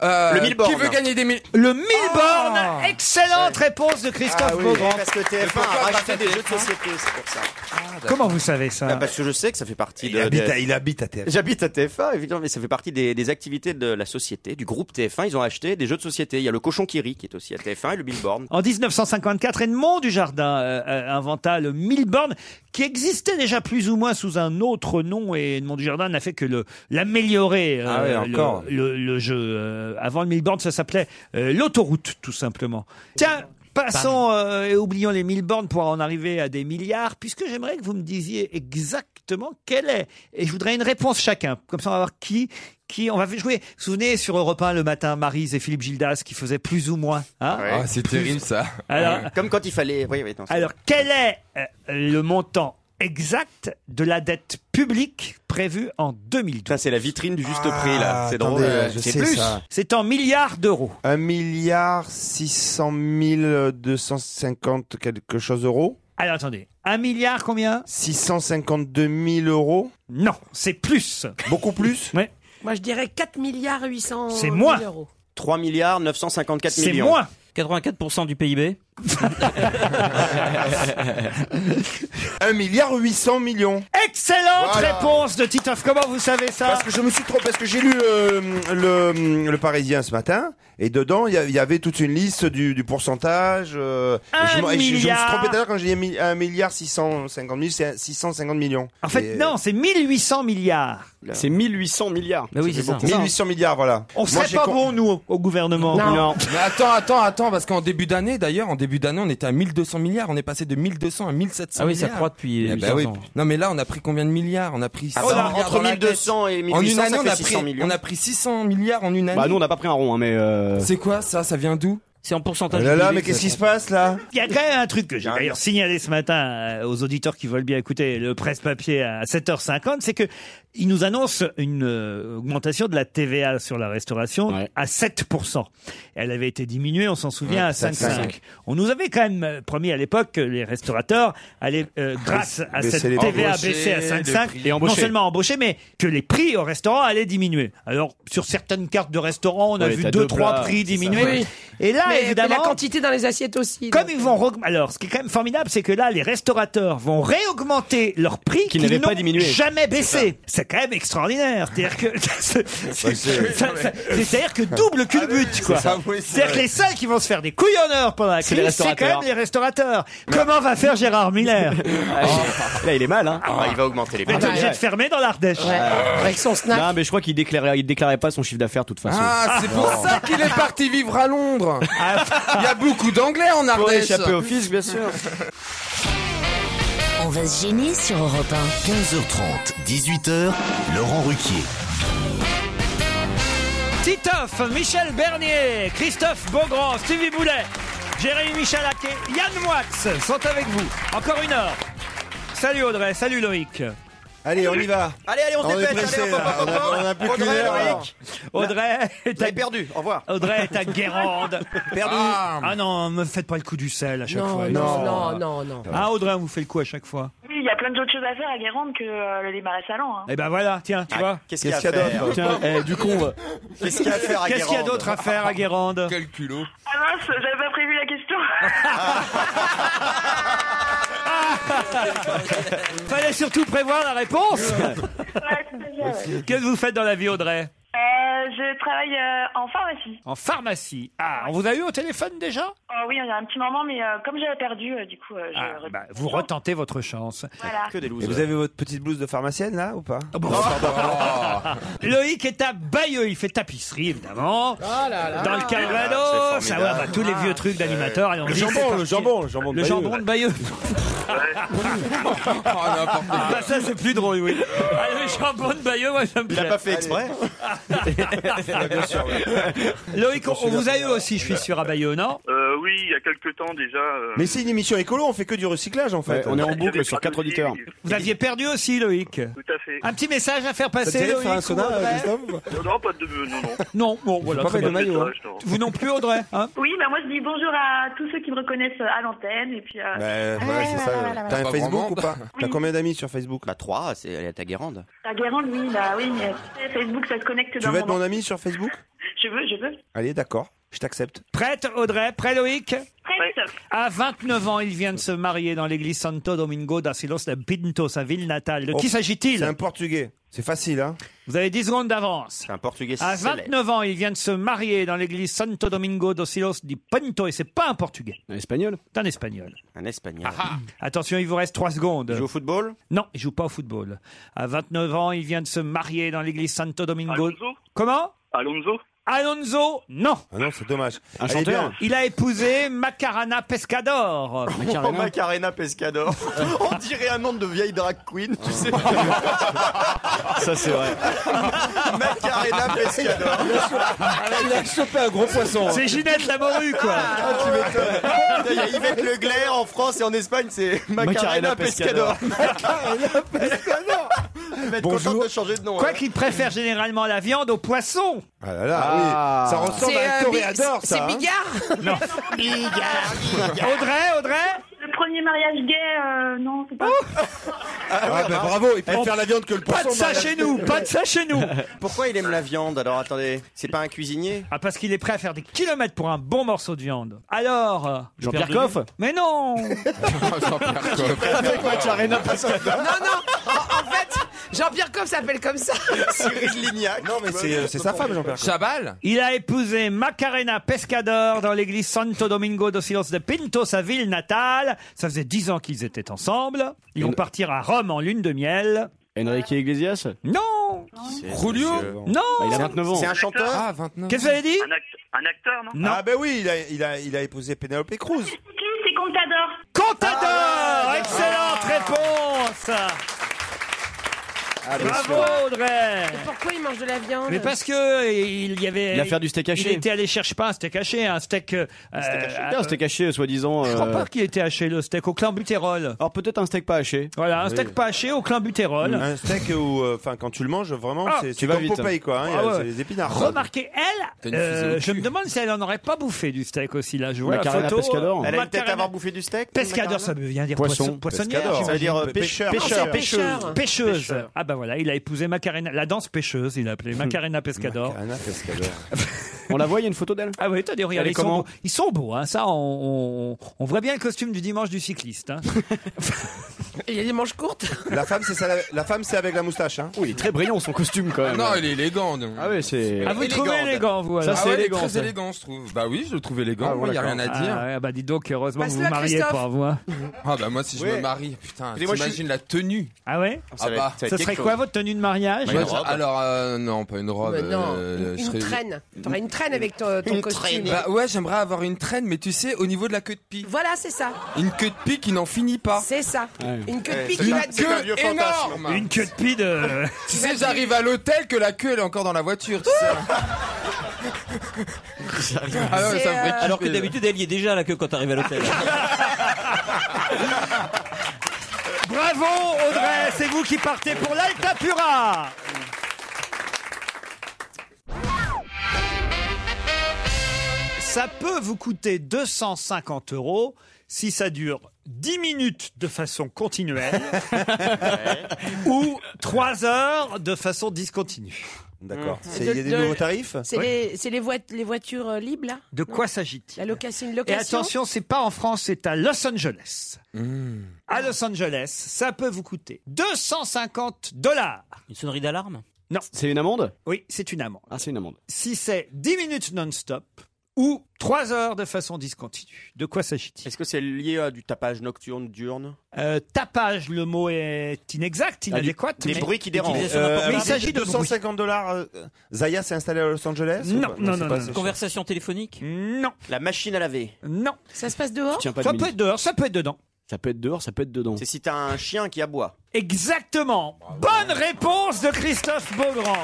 [SPEAKER 8] euh, Le mille-bornes. qui veut gagner des mille-
[SPEAKER 3] Le mille
[SPEAKER 8] Ah.
[SPEAKER 3] bornes Excellente réponse de Christophe
[SPEAKER 9] Ah oui,
[SPEAKER 3] Beaugrand.
[SPEAKER 9] parce que TF1 a racheté des jeux de société, c'est pour ça.
[SPEAKER 3] Comment vous savez ça
[SPEAKER 9] Ah, Parce que je sais que ça fait partie de.
[SPEAKER 5] habite
[SPEAKER 9] de-
[SPEAKER 5] à- Ah, il habite à TF1.
[SPEAKER 9] J'habite à TF1, évidemment, mais ça fait partie des, des activités de la société, du groupe TF1. Ils ont acheté des jeux de société. Il y a le cochon qui rit qui est aussi à TF1 et le Billboard.
[SPEAKER 3] En 1954, Edmond Dujardin euh, euh, inventa le Milborn, qui existait déjà plus ou moins sous un autre nom, et Edmond Dujardin n'a fait que le- l'améliorer. euh,
[SPEAKER 4] Ah ouais,
[SPEAKER 3] le-
[SPEAKER 4] encore.
[SPEAKER 3] Le, le jeu. euh, avant le Milborn, ça s'appelait euh, l'autoroute, tout simplement. Tiens, passons euh, et oublions les Milborn pour en arriver à des milliards, puisque j'aimerais que vous me disiez exactement quelle est. Et je voudrais une réponse chacun, comme ça on va voir qui. Qui, on va jouer. Vous vous souvenez sur Europe 1 le matin, Marise et Philippe Gildas qui faisaient plus ou moins. hein
[SPEAKER 8] Ah, c'est
[SPEAKER 3] Plus-
[SPEAKER 8] terrible ça.
[SPEAKER 3] Alors-
[SPEAKER 9] Comme quand il fallait. Oui, oui, non, c'est-
[SPEAKER 3] alors, quel est euh, le montant exact de la dette publique prévue en 2012
[SPEAKER 9] C'est la vitrine du juste prix, là. C'est drôle.
[SPEAKER 5] attendez, euh, je
[SPEAKER 9] C'est
[SPEAKER 5] sais
[SPEAKER 9] plus.
[SPEAKER 5] ça.
[SPEAKER 3] C'est en milliards d'euros.
[SPEAKER 5] 1 milliard 600 000 250 quelque chose d'euros
[SPEAKER 3] Alors, attendez. 1 milliard combien
[SPEAKER 5] 652 000 euros
[SPEAKER 3] Non, c'est plus.
[SPEAKER 5] Beaucoup plus
[SPEAKER 3] Ouais.
[SPEAKER 1] Moi, je dirais 4 milliards 800
[SPEAKER 9] C'est moi.
[SPEAKER 1] 000 euros.
[SPEAKER 9] 3 milliards 954
[SPEAKER 6] C'est
[SPEAKER 9] millions.
[SPEAKER 6] moi. 84% du PIB.
[SPEAKER 8] Ah
[SPEAKER 5] 1 milliard 800 millions.
[SPEAKER 3] Excellente
[SPEAKER 5] Voilà.
[SPEAKER 3] réponse de Titoff. Comment vous savez ça
[SPEAKER 5] Parce que je me suis trop parce que j'ai lu euh, le, le Parisien ce matin et dedans il y a- il y, avait toute une liste du, du pourcentage. euh, et
[SPEAKER 3] Un
[SPEAKER 5] je, m'en- et je- je me suis
[SPEAKER 3] milliard.
[SPEAKER 5] trompé tout à l'heure quand j'ai dit mi- 1 milliard 650 000, c'est 650 millions.
[SPEAKER 3] En fait, non, c'est 1800 milliards.
[SPEAKER 4] C'est 1800 milliards.
[SPEAKER 3] Mais oui, c'est ça.
[SPEAKER 5] 1800 milliards, voilà.
[SPEAKER 3] On
[SPEAKER 5] Moi,
[SPEAKER 3] serait
[SPEAKER 5] j'ai
[SPEAKER 3] pas
[SPEAKER 5] con-
[SPEAKER 3] bon, nous, au- au gouvernement.
[SPEAKER 8] Mais attends, attends, attends, parce qu'en début d'année, d'ailleurs, en début d'année, on était à 1200 milliards. On est passé de 1200 à 1700
[SPEAKER 6] Ah oui, ça
[SPEAKER 8] milliards.
[SPEAKER 6] croît depuis
[SPEAKER 8] Eh ben
[SPEAKER 6] 800
[SPEAKER 8] oui.
[SPEAKER 6] ans.
[SPEAKER 8] Non, mais là, on a pris combien de milliards On a pris
[SPEAKER 9] Ah
[SPEAKER 8] 100
[SPEAKER 9] bah,
[SPEAKER 8] milliards
[SPEAKER 9] entre
[SPEAKER 8] dans la
[SPEAKER 9] 1200
[SPEAKER 8] tête.
[SPEAKER 9] et 1800,
[SPEAKER 8] En une année,
[SPEAKER 9] ça
[SPEAKER 8] on
[SPEAKER 9] fait
[SPEAKER 8] a
[SPEAKER 9] 600
[SPEAKER 8] pris,
[SPEAKER 9] millions.
[SPEAKER 8] on a pris 600 milliards en une année.
[SPEAKER 4] Bah nous on n'a pas pris un rond hein, mais euh,
[SPEAKER 8] C'est quoi ça Ça vient d'où
[SPEAKER 6] C'est en
[SPEAKER 5] Oh
[SPEAKER 6] pourcentage.
[SPEAKER 5] là là,
[SPEAKER 6] du
[SPEAKER 5] mais
[SPEAKER 6] PIB,
[SPEAKER 5] qu'est-ce
[SPEAKER 6] ça.
[SPEAKER 5] qui se passe là
[SPEAKER 3] Il y a quand même un truc que j'ai d'ailleurs signalé ce matin euh, aux auditeurs qui veulent bien écouter le presse-papier à 7h50, c'est que ils nous annoncent une euh, augmentation de la TVA sur la restauration à 7%. Elle avait été diminuée, on s'en souvient,
[SPEAKER 16] Ouais,
[SPEAKER 3] à 5,5.
[SPEAKER 16] 5,5.
[SPEAKER 3] On nous avait quand même euh, promis à l'époque que les restaurateurs allaient, euh, grâce à
[SPEAKER 16] Baisser
[SPEAKER 3] cette
[SPEAKER 16] les prix.
[SPEAKER 3] TVA
[SPEAKER 16] Embaucher,
[SPEAKER 3] baissée à
[SPEAKER 16] les
[SPEAKER 3] 5,5,
[SPEAKER 16] prix. Et
[SPEAKER 3] non
[SPEAKER 16] embaucher.
[SPEAKER 3] seulement embaucher, mais que les prix au restaurant allaient diminuer. Alors, sur certaines cartes de restaurant, on a
[SPEAKER 1] Ouais,
[SPEAKER 3] vu
[SPEAKER 1] t'as
[SPEAKER 3] 2
[SPEAKER 1] deux
[SPEAKER 3] trois
[SPEAKER 1] plats,
[SPEAKER 3] prix
[SPEAKER 1] c'est ça.
[SPEAKER 3] diminuer.
[SPEAKER 1] Oui.
[SPEAKER 3] Et là,
[SPEAKER 1] Mais- mais
[SPEAKER 3] évidemment...
[SPEAKER 1] la quantité dans les assiettes aussi. euh.
[SPEAKER 3] Comme ils vont re- alors, ce qui est quand même formidable, c'est que là, les restaurateurs vont réaugmenter leur prix
[SPEAKER 4] Qu'ils n'avaient pas
[SPEAKER 3] n'ont
[SPEAKER 4] diminué.
[SPEAKER 3] jamais baissé. C'est quand même extraordinaire. C'est-à-dire que c'est- c'est-
[SPEAKER 4] c'est- Ah,
[SPEAKER 3] ça- ça- c'est-à-dire que double culbute quoi.
[SPEAKER 4] c'est ça, oui, c'est
[SPEAKER 3] C'est-à-dire que
[SPEAKER 4] vrai.
[SPEAKER 3] les seuls qui vont se faire des couilles en or pendant la
[SPEAKER 4] C'est les
[SPEAKER 3] crise, c'est quand même
[SPEAKER 4] restaurateurs.
[SPEAKER 3] les restaurateurs. Comment va faire Gérard Miller
[SPEAKER 5] Ah.
[SPEAKER 4] Là, il est mal, hein.
[SPEAKER 9] Ah, il va augmenter les
[SPEAKER 3] Il
[SPEAKER 4] prix.
[SPEAKER 3] est obligé de fermer dans l'Ardèche.
[SPEAKER 4] Ah.
[SPEAKER 1] son snack.
[SPEAKER 4] Non, mais je crois qu'il déclarait, il déclarait pas son chiffre d'affaires de toute façon.
[SPEAKER 16] Ah, c'est pour ça qu'il est parti vivre à Londres. Il y a beaucoup d'anglais en Ardèche.
[SPEAKER 4] échapper au fisc, bien sûr.
[SPEAKER 2] On va se gêner sur Europe 1. 15h30, 18h, Laurent Ruquier.
[SPEAKER 3] Titoff, Michel Bernier, Christophe Beaugrand, Stevie Boulet, Jérémy Michalak et Yann Moix sont avec vous. Encore une heure. Salut Audrey, salut Loïc.
[SPEAKER 5] Allez, on y va.
[SPEAKER 9] Allez, allez, on se
[SPEAKER 5] On est
[SPEAKER 9] dépêche.
[SPEAKER 5] pressé,
[SPEAKER 9] allez, hop,
[SPEAKER 5] là.
[SPEAKER 9] hop, hop,
[SPEAKER 5] On a-
[SPEAKER 9] hop.
[SPEAKER 5] on a plus qu'une
[SPEAKER 9] Audrey,
[SPEAKER 5] heure.
[SPEAKER 9] Loïc.
[SPEAKER 3] Audrey
[SPEAKER 9] Vous avez perdu. Au revoir.
[SPEAKER 3] Audrey est à Guérande.
[SPEAKER 9] Perdu.
[SPEAKER 3] Ah, non, me faites pas le coup du sel à chaque
[SPEAKER 1] Non,
[SPEAKER 3] fois.
[SPEAKER 1] non, non, non, non.
[SPEAKER 3] Ah Audrey, on vous fait le coup à chaque fois.
[SPEAKER 10] Oui, il y a plein d'autres choses à faire à Guérande que euh, le démarrage salant. Hein.
[SPEAKER 3] Eh ben voilà, tiens, tu vois.
[SPEAKER 9] Ah, qu'est-ce qu'il y a à faire
[SPEAKER 4] Tiens, eh, du con. va-
[SPEAKER 9] Qu'est-ce qu'il y a à faire à
[SPEAKER 3] Qu'est-ce qu'il y a d'autre à faire à Guérande
[SPEAKER 16] Quel culot.
[SPEAKER 10] Ah mince, j'avais pas prévu la question.
[SPEAKER 3] Fallait surtout prévoir la réponse.
[SPEAKER 10] Ouais, tout à fait, ouais.
[SPEAKER 3] Qu'est-ce que vous faites dans la vie Audrey
[SPEAKER 10] Euh, je travaille euh, en pharmacie.
[SPEAKER 3] En pharmacie. Ah, on vous a eu au téléphone déjà
[SPEAKER 10] Oh oui, il y a un petit moment, mais euh, comme j'avais perdu, euh, du coup, euh, je...
[SPEAKER 3] Ah, bah, Vous retentez votre chance.
[SPEAKER 10] Voilà.
[SPEAKER 5] Et vous avez votre petite blouse de pharmacienne là ou pas
[SPEAKER 3] Ah Loïc est à Bayeux, il fait tapisserie évidemment.
[SPEAKER 16] là.
[SPEAKER 3] Dans le
[SPEAKER 16] Ah,
[SPEAKER 3] Calvados,
[SPEAKER 16] c'est
[SPEAKER 3] ça
[SPEAKER 16] formidable.
[SPEAKER 3] va, bah, tous les vieux trucs d'animateurs. allez, on
[SPEAKER 5] Ah, Le
[SPEAKER 3] dit,
[SPEAKER 5] jambon,
[SPEAKER 3] c'est
[SPEAKER 5] le
[SPEAKER 3] parti.
[SPEAKER 5] jambon, le jambon de
[SPEAKER 3] Le
[SPEAKER 5] Ah, Bayeux.
[SPEAKER 3] jambon de Bayeux. Bah, ça c'est plus drôle, oui. Ah, le jambon de Bayeux, moi ça me
[SPEAKER 9] Il a
[SPEAKER 3] plaît.
[SPEAKER 9] pas fait exprès.
[SPEAKER 3] bien sûr, Loïc, on, on vous a eu aussi, je suis sûr, à Bayeux, non
[SPEAKER 14] Euh, oui, il y a quelques temps déjà. euh,
[SPEAKER 5] Mais c'est une émission écolo, on fait que du recyclage en
[SPEAKER 14] Ouais,
[SPEAKER 5] fait.
[SPEAKER 14] on est en boucle sur quatre auditeurs.
[SPEAKER 3] Vous aviez perdu aussi, Loïc.
[SPEAKER 14] Tout à fait.
[SPEAKER 3] Un petit message à faire
[SPEAKER 5] Ça te
[SPEAKER 3] passer,
[SPEAKER 5] dirait de
[SPEAKER 3] Loïc
[SPEAKER 5] faire un sauna, euh,
[SPEAKER 3] Audrey
[SPEAKER 5] Christophe
[SPEAKER 14] Non, non, pas de. Non, non.
[SPEAKER 3] Non, bon, voilà.
[SPEAKER 5] pas
[SPEAKER 3] très
[SPEAKER 5] mal de
[SPEAKER 3] bien.
[SPEAKER 5] maillots, hein.
[SPEAKER 3] Vous non plus, Audrey hein
[SPEAKER 10] Oui, bah moi je dis bonjour à tous ceux qui me reconnaissent à l'antenne et puis. euh,
[SPEAKER 5] Bah,
[SPEAKER 1] Ah,
[SPEAKER 5] voilà, c'est ça. T'as un Facebook ou pas T'as combien d'amis sur Facebook
[SPEAKER 9] Bah 3, c'est elle est à Guérande.
[SPEAKER 10] À Guérande, oui, bah oui, mais tu sais, Facebook, ça se connecte
[SPEAKER 5] Tu
[SPEAKER 10] dans
[SPEAKER 5] veux être mon
[SPEAKER 10] monde.
[SPEAKER 5] ami sur Facebook
[SPEAKER 10] Je veux, je veux.
[SPEAKER 5] Allez, d'accord, je t'accepte.
[SPEAKER 3] Prête, Audrey Prêt, Loïc
[SPEAKER 10] Presque.
[SPEAKER 3] À 29 ans, il vient de se marier dans l'église Santo Domingo da Silos de Pinto, sa ville natale. De qui
[SPEAKER 5] Oh,
[SPEAKER 3] s'agit-il
[SPEAKER 5] C'est un portugais. C'est facile, hein
[SPEAKER 3] Vous avez 10 secondes d'avance.
[SPEAKER 9] C'est un portugais
[SPEAKER 3] À
[SPEAKER 9] célèbre.
[SPEAKER 3] 29 ans, il vient de se marier dans l'église Santo Domingo dos Silos di Pinto et c'est pas un portugais.
[SPEAKER 4] Un espagnol
[SPEAKER 3] C'est un espagnol.
[SPEAKER 9] Un espagnol.
[SPEAKER 3] Ah, Attention, il vous reste 3 secondes.
[SPEAKER 9] Il joue au football
[SPEAKER 3] Non, il joue pas au football. À 29 ans, il vient de se marier dans l'église Santo Domingo.
[SPEAKER 14] Alonso
[SPEAKER 3] Comment
[SPEAKER 14] Alonso
[SPEAKER 3] Alonso Non.
[SPEAKER 5] Ah non, c'est dommage.
[SPEAKER 4] Un
[SPEAKER 5] Allez,
[SPEAKER 4] chanteur
[SPEAKER 5] bien.
[SPEAKER 3] Il a épousé Macarena Pescador.
[SPEAKER 9] Oh, Macarena Pescador. On dirait un nom de vieille drag queen, tu sais.
[SPEAKER 4] Ça, c'est vrai.
[SPEAKER 9] Macarena Pescador.
[SPEAKER 5] Ah, Il a chopé un gros poisson. hein.
[SPEAKER 3] C'est Ginette Lamorue, quoi.
[SPEAKER 9] Ah, Il y a Yvette Le Glaire en France et en Espagne, c'est Macarena
[SPEAKER 4] Macarena
[SPEAKER 9] Pescador.
[SPEAKER 4] Pescador.
[SPEAKER 9] Elle va être contente de changer de nom.
[SPEAKER 3] Quoi
[SPEAKER 9] hein.
[SPEAKER 3] qu'il préfère généralement la viande au poisson.
[SPEAKER 5] Ah là là,
[SPEAKER 4] Ah.
[SPEAKER 5] oui. Ça ressemble
[SPEAKER 1] C'est,
[SPEAKER 5] à un
[SPEAKER 1] euh,
[SPEAKER 5] toréador,
[SPEAKER 1] Bi-
[SPEAKER 5] ça.
[SPEAKER 1] c'est
[SPEAKER 5] hein.
[SPEAKER 1] Bigard
[SPEAKER 3] Non. Audrey, Audrey
[SPEAKER 10] Le premier mariage gay, euh, non, c'est pas.
[SPEAKER 5] Oh. Ah,
[SPEAKER 9] ben
[SPEAKER 5] bah, bravo, il préfère la viande que le
[SPEAKER 3] Eh, Pas
[SPEAKER 5] poisson.
[SPEAKER 3] de ça
[SPEAKER 5] madame.
[SPEAKER 3] chez nous, pas de ça chez nous.
[SPEAKER 9] Pourquoi il aime la viande Alors attendez, c'est pas un cuisinier
[SPEAKER 3] Ah, parce qu'il est prêt à faire des kilomètres pour un bon morceau de viande. Alors. euh,
[SPEAKER 4] Jean-Pierre
[SPEAKER 3] perdu.
[SPEAKER 4] Coff
[SPEAKER 3] Mais non
[SPEAKER 4] Avec Macarena Pescador.
[SPEAKER 1] Non, non, en, en fait, Jean-Pierre Coff s'appelle comme ça.
[SPEAKER 9] Cyril Lignac
[SPEAKER 5] Non, mais c'est euh, c'est sa femme, Jean-Pierre.
[SPEAKER 16] Chabal
[SPEAKER 3] Il a épousé Macarena Pescador dans l'église Santo Domingo dos Silos de Pinto, sa ville natale. Ça faisait dix ans qu'ils étaient ensemble. Ils vont partir à Rome en lune de miel.
[SPEAKER 4] Enrique Iglesias
[SPEAKER 3] Non
[SPEAKER 5] Euh,
[SPEAKER 16] Julio
[SPEAKER 3] Non
[SPEAKER 4] Bah, Il a 29 ans.
[SPEAKER 9] C'est un chanteur
[SPEAKER 16] Ah, 29.
[SPEAKER 3] Qu'est-ce que vous avez dit
[SPEAKER 14] Un, act- un acteur, non
[SPEAKER 3] Non.
[SPEAKER 5] Ah, ben oui, il a, il, a, il a épousé Penelope Cruz.
[SPEAKER 10] Qui c'est Contador
[SPEAKER 1] Ah
[SPEAKER 3] Contador Excellente réponse
[SPEAKER 4] Ah,
[SPEAKER 3] Bravo Audrey
[SPEAKER 1] Et pourquoi il mange de la viande
[SPEAKER 3] Mais parce que euh, il y avait.
[SPEAKER 4] Il a fait du steak haché.
[SPEAKER 3] Il était allé chercher pas un steak haché, un steak. euh, euh,
[SPEAKER 4] C'était caché, soi-disant. euh,
[SPEAKER 3] Je crois pas qu'il était haché le steak au clambutérol.
[SPEAKER 4] Alors peut-être un steak pas haché.
[SPEAKER 3] Voilà, un steak pas haché au clambutérol.
[SPEAKER 5] Un steak où, euh, enfin, quand tu le manges, vraiment,
[SPEAKER 3] Ah,
[SPEAKER 5] c'est, c'est comme Popeye, quoi. hein, il y a- c'est les épinards. quoi.
[SPEAKER 3] Remarquez,
[SPEAKER 5] T'as
[SPEAKER 3] elle,
[SPEAKER 5] une fusée
[SPEAKER 3] euh,
[SPEAKER 5] au
[SPEAKER 3] je me demande si elle en aurait pas bouffé du steak aussi. Là, je vois la,
[SPEAKER 4] Macarena
[SPEAKER 3] photo.
[SPEAKER 4] Pescador.
[SPEAKER 9] Elle a
[SPEAKER 3] Macarena-
[SPEAKER 9] peut-être avoir bouffé du steak
[SPEAKER 3] Pescador,
[SPEAKER 9] Macarena
[SPEAKER 3] ça veut bien dire
[SPEAKER 4] Poisson.
[SPEAKER 3] poisson, poissonnière.
[SPEAKER 9] Pescador. Ça veut dire, euh,
[SPEAKER 3] j'imagine.
[SPEAKER 9] pêcheur. Pêcheur.
[SPEAKER 3] Pêcheur, pêcheuse.
[SPEAKER 9] Pêcheur.
[SPEAKER 3] Pêcheuse.
[SPEAKER 9] Pêcheur.
[SPEAKER 3] Ah ben voilà, il a épousé Macarena, la danse pêcheuse, il a appelé Macarena Pescador.
[SPEAKER 4] On la voit, il y a une photo d'elle
[SPEAKER 3] Ah oui, t'as dit,
[SPEAKER 4] Elle
[SPEAKER 3] regardez,
[SPEAKER 4] est
[SPEAKER 3] ils sont,
[SPEAKER 4] comment
[SPEAKER 3] beaux. ils sont beaux, hein, ça, on, on- on voit bien le costume du dimanche du cycliste. hein.
[SPEAKER 1] Il y a des manches courtes
[SPEAKER 5] La femme, c'est ça, la, la femme, c'est avec la moustache. Hein.
[SPEAKER 4] Oui, Oh, il est très brillant son costume quand même.
[SPEAKER 16] Non, il est élégant. donc.
[SPEAKER 4] Ah oui, c'est.
[SPEAKER 3] Ah, vous le trouvez élégant, vous
[SPEAKER 16] Ça,
[SPEAKER 3] alors
[SPEAKER 16] c'est élégant. Ah Très élégant, je trouve. Bah oui, je le trouve élégant.
[SPEAKER 3] Ah,
[SPEAKER 16] moi, il n'y a
[SPEAKER 3] d'accord.
[SPEAKER 16] rien à dire.
[SPEAKER 3] Ah, ouais, bah dis donc, heureusement que vous vous
[SPEAKER 16] Passe-la,
[SPEAKER 3] mariez
[SPEAKER 16] Christophe.
[SPEAKER 3] pas, vous. hein.
[SPEAKER 16] Ah bah moi, si je
[SPEAKER 3] Ouais.
[SPEAKER 16] me marie, putain,
[SPEAKER 3] Excusez-moi, je
[SPEAKER 16] t'imagines
[SPEAKER 3] suis-
[SPEAKER 16] la tenue.
[SPEAKER 3] Ah ouais
[SPEAKER 16] Ah bah.
[SPEAKER 3] Ça serait quoi votre tenue de mariage
[SPEAKER 16] Moi, je- Alors, euh, non, pas une
[SPEAKER 3] Oh,
[SPEAKER 16] robe.
[SPEAKER 1] Mais Bah
[SPEAKER 3] bah,
[SPEAKER 1] non,
[SPEAKER 16] euh, je
[SPEAKER 1] Une
[SPEAKER 16] serais-
[SPEAKER 1] traîne. T'aurais une traîne avec ton, ton costume.
[SPEAKER 16] Bah ouais, j'aimerais avoir une traîne, mais tu sais, au niveau de la queue de pie.
[SPEAKER 1] Voilà, c'est ça.
[SPEAKER 16] Une queue de pie qui n'en finit pas.
[SPEAKER 1] C'est ça. Une queue de pie qui
[SPEAKER 16] Une
[SPEAKER 1] va te-
[SPEAKER 16] queue énorme.
[SPEAKER 3] Une queue de pie de.
[SPEAKER 16] Tu sais, j'arrive à l'hôtel que la queue elle est encore dans la voiture. Tu sais. Ah non, mais ça me fait
[SPEAKER 6] Alors que
[SPEAKER 16] kiffer.
[SPEAKER 6] d'habitude, elle y est déjà là que quand t'arrives à l'hôtel.
[SPEAKER 3] Bravo Audrey, c'est vous qui partez pour l'Altapura Ça peut vous coûter 250 euros si ça dure 10 minutes de façon continuelle ou 3 heures de façon discontinue.
[SPEAKER 5] D'accord. C'est- il y a des nouveaux tarifs
[SPEAKER 1] Mmh. C'est les, c'est les, voit- les voitures euh, libres, là
[SPEAKER 3] De quoi s'agit-il
[SPEAKER 1] La location, une
[SPEAKER 3] Et
[SPEAKER 1] location.
[SPEAKER 3] attention, c'est pas en France, c'est à Los Angeles.
[SPEAKER 9] Mmh.
[SPEAKER 3] À Los Angeles, ça peut vous coûter 250 dollars.
[SPEAKER 6] Une sonnerie d'alarme
[SPEAKER 3] Non.
[SPEAKER 4] C'est une amende
[SPEAKER 3] Oui, c'est une amende.
[SPEAKER 4] Ah, c'est une amende.
[SPEAKER 3] Si c'est 10 minutes non-stop ou 3 heures de façon discontinue. De quoi s'agit-il
[SPEAKER 9] Est-ce que c'est lié à du tapage nocturne, diurne
[SPEAKER 3] Euh, tapage, le mot est inexact,
[SPEAKER 5] Ah,
[SPEAKER 3] inadéquat.
[SPEAKER 9] des
[SPEAKER 3] mais-
[SPEAKER 9] bruits qui dérangent.
[SPEAKER 5] Euh,
[SPEAKER 3] mais il s'agit de bruits.
[SPEAKER 5] 250 dollars. euh, Zaya s'est installée à Los Angeles ou
[SPEAKER 3] Non,
[SPEAKER 5] pas
[SPEAKER 3] non,
[SPEAKER 5] c'est
[SPEAKER 3] non,
[SPEAKER 5] pas
[SPEAKER 3] non.
[SPEAKER 5] assez cher.
[SPEAKER 6] Conversation téléphonique
[SPEAKER 3] Non.
[SPEAKER 9] La machine à laver
[SPEAKER 3] Non.
[SPEAKER 1] Ça se passe dehors
[SPEAKER 4] Tiens, pas
[SPEAKER 3] Ça
[SPEAKER 4] de
[SPEAKER 3] peut être
[SPEAKER 4] minute.
[SPEAKER 3] dehors, ça peut être dedans.
[SPEAKER 4] Ça peut être dehors, ça peut être dedans.
[SPEAKER 9] C'est si t'as un chien qui aboie.
[SPEAKER 3] Exactement. Bonne réponse de Christophe Beaugrand.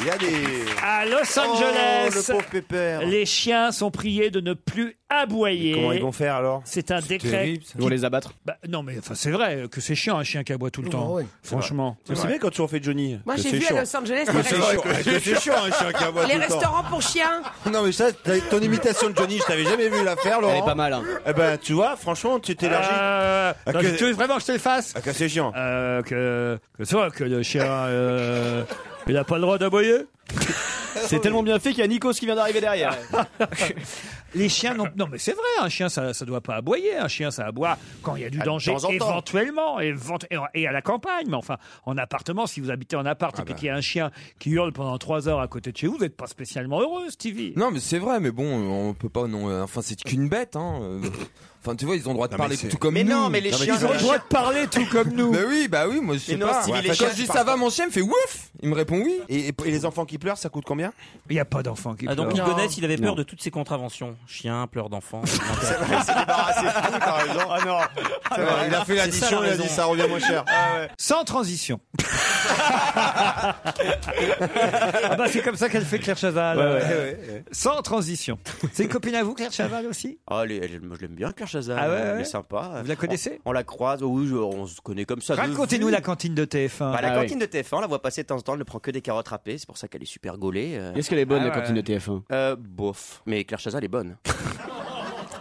[SPEAKER 5] Il y a des.
[SPEAKER 3] À Los
[SPEAKER 5] Oh,
[SPEAKER 3] Angeles,
[SPEAKER 5] le pauvre pépère.
[SPEAKER 3] les chiens sont priés de ne plus aboyer.
[SPEAKER 5] Comment ils vont faire alors
[SPEAKER 3] C'est un décret.
[SPEAKER 5] terrible, ça.
[SPEAKER 3] qui-
[SPEAKER 4] Ils vont les abattre.
[SPEAKER 3] Bah, non, mais enfin, c'est vrai que c'est chiant un chien qui aboie tout le temps. Franchement.
[SPEAKER 5] C'est bien quand tu en fais Johnny.
[SPEAKER 1] Moi,
[SPEAKER 5] que
[SPEAKER 1] j'ai
[SPEAKER 5] c'est
[SPEAKER 1] vu
[SPEAKER 5] chiant.
[SPEAKER 1] à Los Angeles
[SPEAKER 5] Que
[SPEAKER 1] les
[SPEAKER 5] c'est
[SPEAKER 1] restaurants-
[SPEAKER 5] chiant, que c'est chiant, un chien qui aboie tout
[SPEAKER 1] les
[SPEAKER 5] le temps.
[SPEAKER 1] restaurants pour chiens.
[SPEAKER 5] Non mais ça, t'as- ton imitation de Johnny, je t'avais jamais vu la faire, Laurent.
[SPEAKER 4] Elle est pas mal, hein.
[SPEAKER 5] Eh ben, tu vois, franchement, tu t'élargis.
[SPEAKER 3] Euh,
[SPEAKER 5] Ah,
[SPEAKER 3] non,
[SPEAKER 5] que-
[SPEAKER 3] tu veux vraiment que je te le fasse
[SPEAKER 5] Ah, que c'est chiant.
[SPEAKER 3] Euh, que, que soit que le chien, euh, il n'a pas le droit d'aboyer
[SPEAKER 4] C'est tellement bien fait qu'il y a Nikos qui vient d'arriver derrière.
[SPEAKER 3] Les chiens non. Non, mais c'est vrai, un chien, ça ne doit pas aboyer. Un chien, ça aboie quand il y a du
[SPEAKER 9] Ah, de
[SPEAKER 3] danger,
[SPEAKER 9] temps en temps.
[SPEAKER 3] éventuellement, évent- et en- et à la campagne. Mais enfin, en appartement, si vous habitez en appart
[SPEAKER 5] Ah bah.
[SPEAKER 3] et puis qu'il y a un chien qui hurle pendant trois heures à côté de chez vous, vous n'êtes pas spécialement heureux, Stevie.
[SPEAKER 16] Non, mais c'est vrai, mais bon, on peut pas. Non, euh, enfin, c'est qu'une bête. Hein. euh, Enfin, tu vois, ils ont le droit de
[SPEAKER 5] Non, mais
[SPEAKER 16] parler
[SPEAKER 5] c'est-
[SPEAKER 16] tout comme
[SPEAKER 9] Mais
[SPEAKER 16] nous.
[SPEAKER 9] non, mais les chiens-
[SPEAKER 3] Ils ont le
[SPEAKER 9] les
[SPEAKER 3] droit
[SPEAKER 9] chiens-
[SPEAKER 3] de parler tout comme nous.
[SPEAKER 16] Bah oui, bah oui, moi je sais
[SPEAKER 9] Mais non,
[SPEAKER 16] pas.
[SPEAKER 9] Stevie,
[SPEAKER 16] Ouais,
[SPEAKER 9] les
[SPEAKER 16] enfin,
[SPEAKER 9] chiens,
[SPEAKER 16] quand je dis
[SPEAKER 9] par
[SPEAKER 16] ça va, mon chien il me fait ouf. Il me répond oui.
[SPEAKER 5] Et, et- et les enfants qui pleurent, ça coûte combien
[SPEAKER 3] Il n'y a pas d'enfant qui
[SPEAKER 6] Ah, donc
[SPEAKER 3] pleure.
[SPEAKER 6] Ligonès, il avait peur
[SPEAKER 4] Non.
[SPEAKER 6] de toutes ces contraventions. Chien, pleurs d'enfant.
[SPEAKER 9] Ah,
[SPEAKER 5] Il a fait l'addition, il a dit ça Ah revient moins cher.
[SPEAKER 3] Sans transition. ah bah, c'est comme ça qu'elle fait Claire Chazal. Sans transition. C'est une copine à vous, Claire Chaval aussi
[SPEAKER 9] Ah, elle est- elle est- moi, je l'aime bien, Claire Chazal.
[SPEAKER 3] Ah ouais,
[SPEAKER 9] elle
[SPEAKER 3] ouais.
[SPEAKER 9] est sympa.
[SPEAKER 3] Vous la connaissez
[SPEAKER 9] on, on la croise, Oh, oui, je- on se connaît comme ça. de
[SPEAKER 3] Racontez-nous
[SPEAKER 9] vue.
[SPEAKER 3] la cantine de TF1.
[SPEAKER 9] Bah, la
[SPEAKER 4] Ah
[SPEAKER 9] cantine de TF1, on la voit passer de temps en temps, elle ne prend que des carottes râpées, c'est pour ça qu'elle est super gaulée. euh.
[SPEAKER 4] Est-ce qu'elle est bonne
[SPEAKER 3] Ah
[SPEAKER 4] la
[SPEAKER 3] ouais.
[SPEAKER 4] cantine de TF1
[SPEAKER 9] Euh, bof. Mais Claire Chazal est bonne.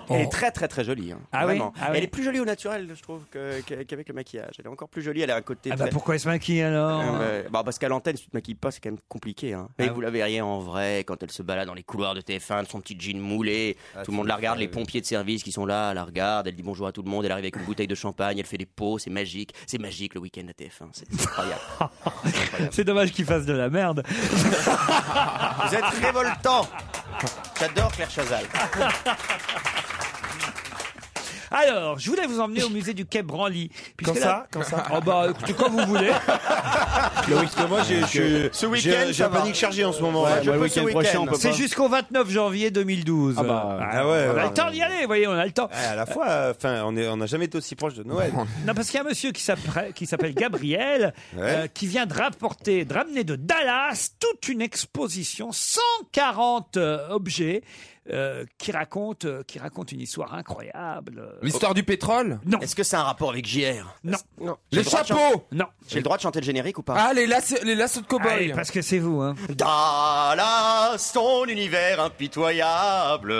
[SPEAKER 9] Elle est très très très jolie. hein.
[SPEAKER 3] Oh. Ah oui
[SPEAKER 9] Vraiment.
[SPEAKER 3] Ah oui
[SPEAKER 9] Elle est plus jolie au naturel, je trouve, que- que- qu'avec le maquillage. Elle est encore plus jolie. Elle a un côté.
[SPEAKER 3] Ah bah
[SPEAKER 9] très-
[SPEAKER 3] pourquoi elle se maquille alors
[SPEAKER 9] Euh, bah, parce qu'à l'antenne, si tu te maquilles pas, c'est quand même compliqué. Hein. Mais
[SPEAKER 3] Ah
[SPEAKER 9] vous la verriez en vrai quand elle se balade dans les couloirs de TF1, de son petit jean moulé.
[SPEAKER 3] Ah,
[SPEAKER 9] tout le monde la regarde, les pompiers de service qui sont là, elle la regarde, elle dit bonjour à tout le monde, elle arrive avec une bouteille de champagne, elle fait des pots, c'est magique. C'est magique le week-end à TF1, c'est c'est incroyable.
[SPEAKER 3] C'est dommage qu'il fasse de la merde.
[SPEAKER 9] vous êtes révoltant J'adore Claire Chazal.
[SPEAKER 3] Alors, je voulais vous emmener au musée du Quai Branly. puisque
[SPEAKER 5] Quand
[SPEAKER 3] là-
[SPEAKER 5] ça Quand ça
[SPEAKER 3] Oh bah, écoutez, quand vous voulez.
[SPEAKER 5] Parce que moi, j'ai- je-
[SPEAKER 3] Ce
[SPEAKER 5] j'ai-
[SPEAKER 3] week-end,
[SPEAKER 5] j'ai
[SPEAKER 3] ça
[SPEAKER 5] un
[SPEAKER 3] va.
[SPEAKER 5] panique chargé en ce moment.
[SPEAKER 3] Ouais,
[SPEAKER 5] Ouais,
[SPEAKER 3] je
[SPEAKER 5] ouais,
[SPEAKER 3] peux
[SPEAKER 5] le week-end
[SPEAKER 3] ce
[SPEAKER 5] prochain,
[SPEAKER 3] week-end.
[SPEAKER 5] on peut
[SPEAKER 3] C'est
[SPEAKER 5] pas.
[SPEAKER 3] jusqu'au 29 janvier 2012.
[SPEAKER 5] Ah bah, ah ouais,
[SPEAKER 3] on a
[SPEAKER 5] ouais.
[SPEAKER 3] le temps d'y aller, vous voyez, on a le temps.
[SPEAKER 5] Ouais, à la fois, euh, enfin, on est- on n'a jamais été aussi proche de Noël.
[SPEAKER 3] Non, parce qu'il y a un monsieur qui s'appelle, qui s'appelle Gabriel, euh, qui vient de rapporter, de ramener de Dallas toute une exposition, 140 euh, objets, euh, qui racontent euh, qui racontent une histoire incroyable.
[SPEAKER 9] L'histoire
[SPEAKER 3] du pétrole Non.
[SPEAKER 9] Est-ce que ça a un rapport avec JR
[SPEAKER 3] Non.
[SPEAKER 9] J'ai
[SPEAKER 3] Les
[SPEAKER 9] le droit de
[SPEAKER 3] chapeaux
[SPEAKER 9] chan-
[SPEAKER 3] Non.
[SPEAKER 9] J'ai le droit de chanter le générique ou pas
[SPEAKER 8] Ah, les lasso- les lasso de cow-boy.
[SPEAKER 9] Allez,
[SPEAKER 3] Parce que c'est vous, hein.
[SPEAKER 9] Dallas, ton univers impitoyable.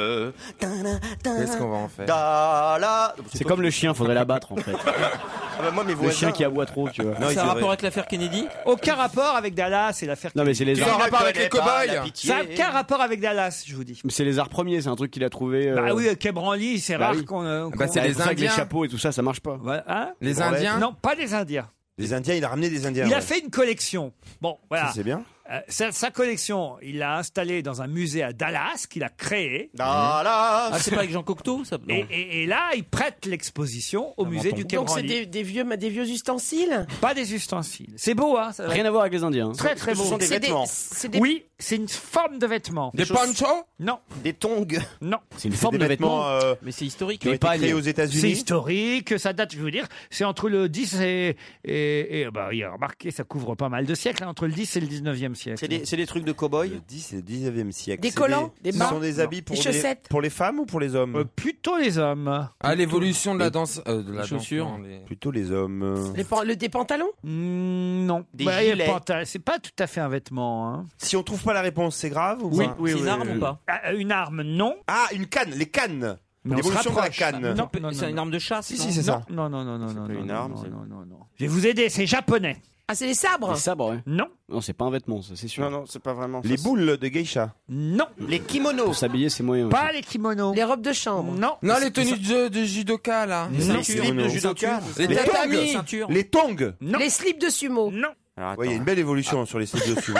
[SPEAKER 8] Qu'est-ce qu'on va en faire
[SPEAKER 9] Dallas.
[SPEAKER 4] C'est comme le chien, faudrait l'abattre en fait.
[SPEAKER 9] Ah bah moi, mes
[SPEAKER 4] Le
[SPEAKER 9] voisins-
[SPEAKER 4] chien qui aboie trop, tu vois.
[SPEAKER 9] Non, Ça il a un devrait- rapport
[SPEAKER 3] avec l'affaire Kennedy Aucun rapport avec Dallas et l'affaire
[SPEAKER 4] Non, mais c'est les
[SPEAKER 3] Kennedy.
[SPEAKER 4] arts. Ça a un rapport avec les cow-boys.
[SPEAKER 3] Ça n'a aucun rapport avec Dallas, je vous dis.
[SPEAKER 4] C'est les arts premiers, c'est un truc qu'il a trouvé. euh,
[SPEAKER 3] Bah oui, euh, Quebranly, c'est
[SPEAKER 4] bah
[SPEAKER 3] rare
[SPEAKER 4] oui.
[SPEAKER 3] qu'on. euh,
[SPEAKER 4] Ah
[SPEAKER 3] qu'on-
[SPEAKER 4] bah, c'est les
[SPEAKER 3] pour ça que
[SPEAKER 4] Indiens. Les chapeaux et tout ça, ça marche pas.
[SPEAKER 3] hein
[SPEAKER 4] Les Indiens
[SPEAKER 3] Non, pas les Indiens.
[SPEAKER 5] Les Indiens, il a ramené des Indiens.
[SPEAKER 3] Il a
[SPEAKER 5] ouais.
[SPEAKER 3] fait une collection. Bon, voilà.
[SPEAKER 5] Ça, c'est bien.
[SPEAKER 3] Euh, sa, sa collection, il l'a installée dans un musée à Dallas qu'il a créé.
[SPEAKER 9] Dallas.
[SPEAKER 6] Ah, c'est pas avec Jean Cocteau, ça
[SPEAKER 3] Et, et- et là, il prête l'exposition
[SPEAKER 1] Ah,
[SPEAKER 3] au musée du Quai
[SPEAKER 1] Donc c'est
[SPEAKER 3] Branly.
[SPEAKER 1] des, des vieux, des vieux ustensiles
[SPEAKER 3] Pas des ustensiles. C'est beau, hein ça va
[SPEAKER 4] Rien
[SPEAKER 3] être-
[SPEAKER 4] à voir avec les Indiens.
[SPEAKER 3] Très très beau.
[SPEAKER 1] C'est des- c'est des-
[SPEAKER 3] Oui, c'est une forme de vêtements.
[SPEAKER 1] Des
[SPEAKER 3] choses-
[SPEAKER 1] ponchos
[SPEAKER 3] Non.
[SPEAKER 9] Des tongs
[SPEAKER 3] Non.
[SPEAKER 4] C'est une forme
[SPEAKER 5] des
[SPEAKER 4] de vêtement.
[SPEAKER 5] vêtements, euh,
[SPEAKER 4] mais c'est historique.
[SPEAKER 5] qui ont
[SPEAKER 3] hein.
[SPEAKER 5] été créés aux États-Unis.
[SPEAKER 3] C'est historique, ça date, je veux dire, c'est entre le 10 et. et, et bah, il y a remarqué, ça couvre pas mal de siècles, hein, entre le 10 et le 19e siècle.
[SPEAKER 9] C'est des, c'est des trucs de cow-boy Le
[SPEAKER 5] 10 et 19e siècle.
[SPEAKER 1] Des
[SPEAKER 5] C'est
[SPEAKER 1] collants, des
[SPEAKER 5] Ce
[SPEAKER 1] bas.
[SPEAKER 5] sont des
[SPEAKER 1] Non.
[SPEAKER 5] habits pour
[SPEAKER 1] Des
[SPEAKER 5] les,
[SPEAKER 1] chaussettes.
[SPEAKER 5] pour les femmes ou pour les hommes
[SPEAKER 3] Euh, Plutôt les hommes.
[SPEAKER 8] Ah, l'évolution de la danse. euh, de la
[SPEAKER 5] chaussures.
[SPEAKER 8] danse, non, les-
[SPEAKER 5] Plutôt les hommes. euh.
[SPEAKER 1] Les pan- le, Des pantalons
[SPEAKER 3] Non.
[SPEAKER 1] Des
[SPEAKER 3] Bah, et
[SPEAKER 1] gilets.
[SPEAKER 3] pantal- C'est pas tout à fait un vêtement. hein. Ah,
[SPEAKER 5] Si on trouve pas la réponse, c'est grave ou
[SPEAKER 3] Oui,
[SPEAKER 5] pas
[SPEAKER 3] oui, C'est une oui, arme oui. ou pas Ah, Une arme, non.
[SPEAKER 5] Ah, une canne, les cannes.
[SPEAKER 3] Mais on
[SPEAKER 5] L'évolution
[SPEAKER 3] se
[SPEAKER 5] de la
[SPEAKER 3] rapproche.
[SPEAKER 5] canne.
[SPEAKER 3] Non, non, non, non.
[SPEAKER 5] Si, si, c'est
[SPEAKER 3] Non,
[SPEAKER 5] ça.
[SPEAKER 3] Non, non, non, non, non. non,
[SPEAKER 5] une
[SPEAKER 3] non,
[SPEAKER 5] arme,
[SPEAKER 3] non,
[SPEAKER 5] c'est-
[SPEAKER 3] non, non, non. Je vais vous aider, c'est japonais.
[SPEAKER 1] Ah, c'est les sabres
[SPEAKER 4] Les sabres, ouais.
[SPEAKER 3] Non.
[SPEAKER 4] Non, c'est pas un vêtement, ça, c'est sûr.
[SPEAKER 9] Non, non, c'est pas vraiment.
[SPEAKER 5] Les boules de geisha.
[SPEAKER 3] Non.
[SPEAKER 9] Les kimonos.
[SPEAKER 4] Pour s'habiller, c'est moyen.
[SPEAKER 3] Pas les kimonos.
[SPEAKER 1] Les robes de chambre
[SPEAKER 3] Non.
[SPEAKER 8] Non, Ah, les tenues de, de judoka, là.
[SPEAKER 4] Les
[SPEAKER 8] Non.
[SPEAKER 4] ceintures.
[SPEAKER 8] Les
[SPEAKER 4] judoka.
[SPEAKER 8] Les
[SPEAKER 5] Les
[SPEAKER 8] tatamis.
[SPEAKER 5] tongs. Les tongs.
[SPEAKER 1] Les slips de sumo
[SPEAKER 3] Non.
[SPEAKER 5] Ouais, Il y a une belle évolution sur
[SPEAKER 9] Ah.
[SPEAKER 5] les slips de sumo.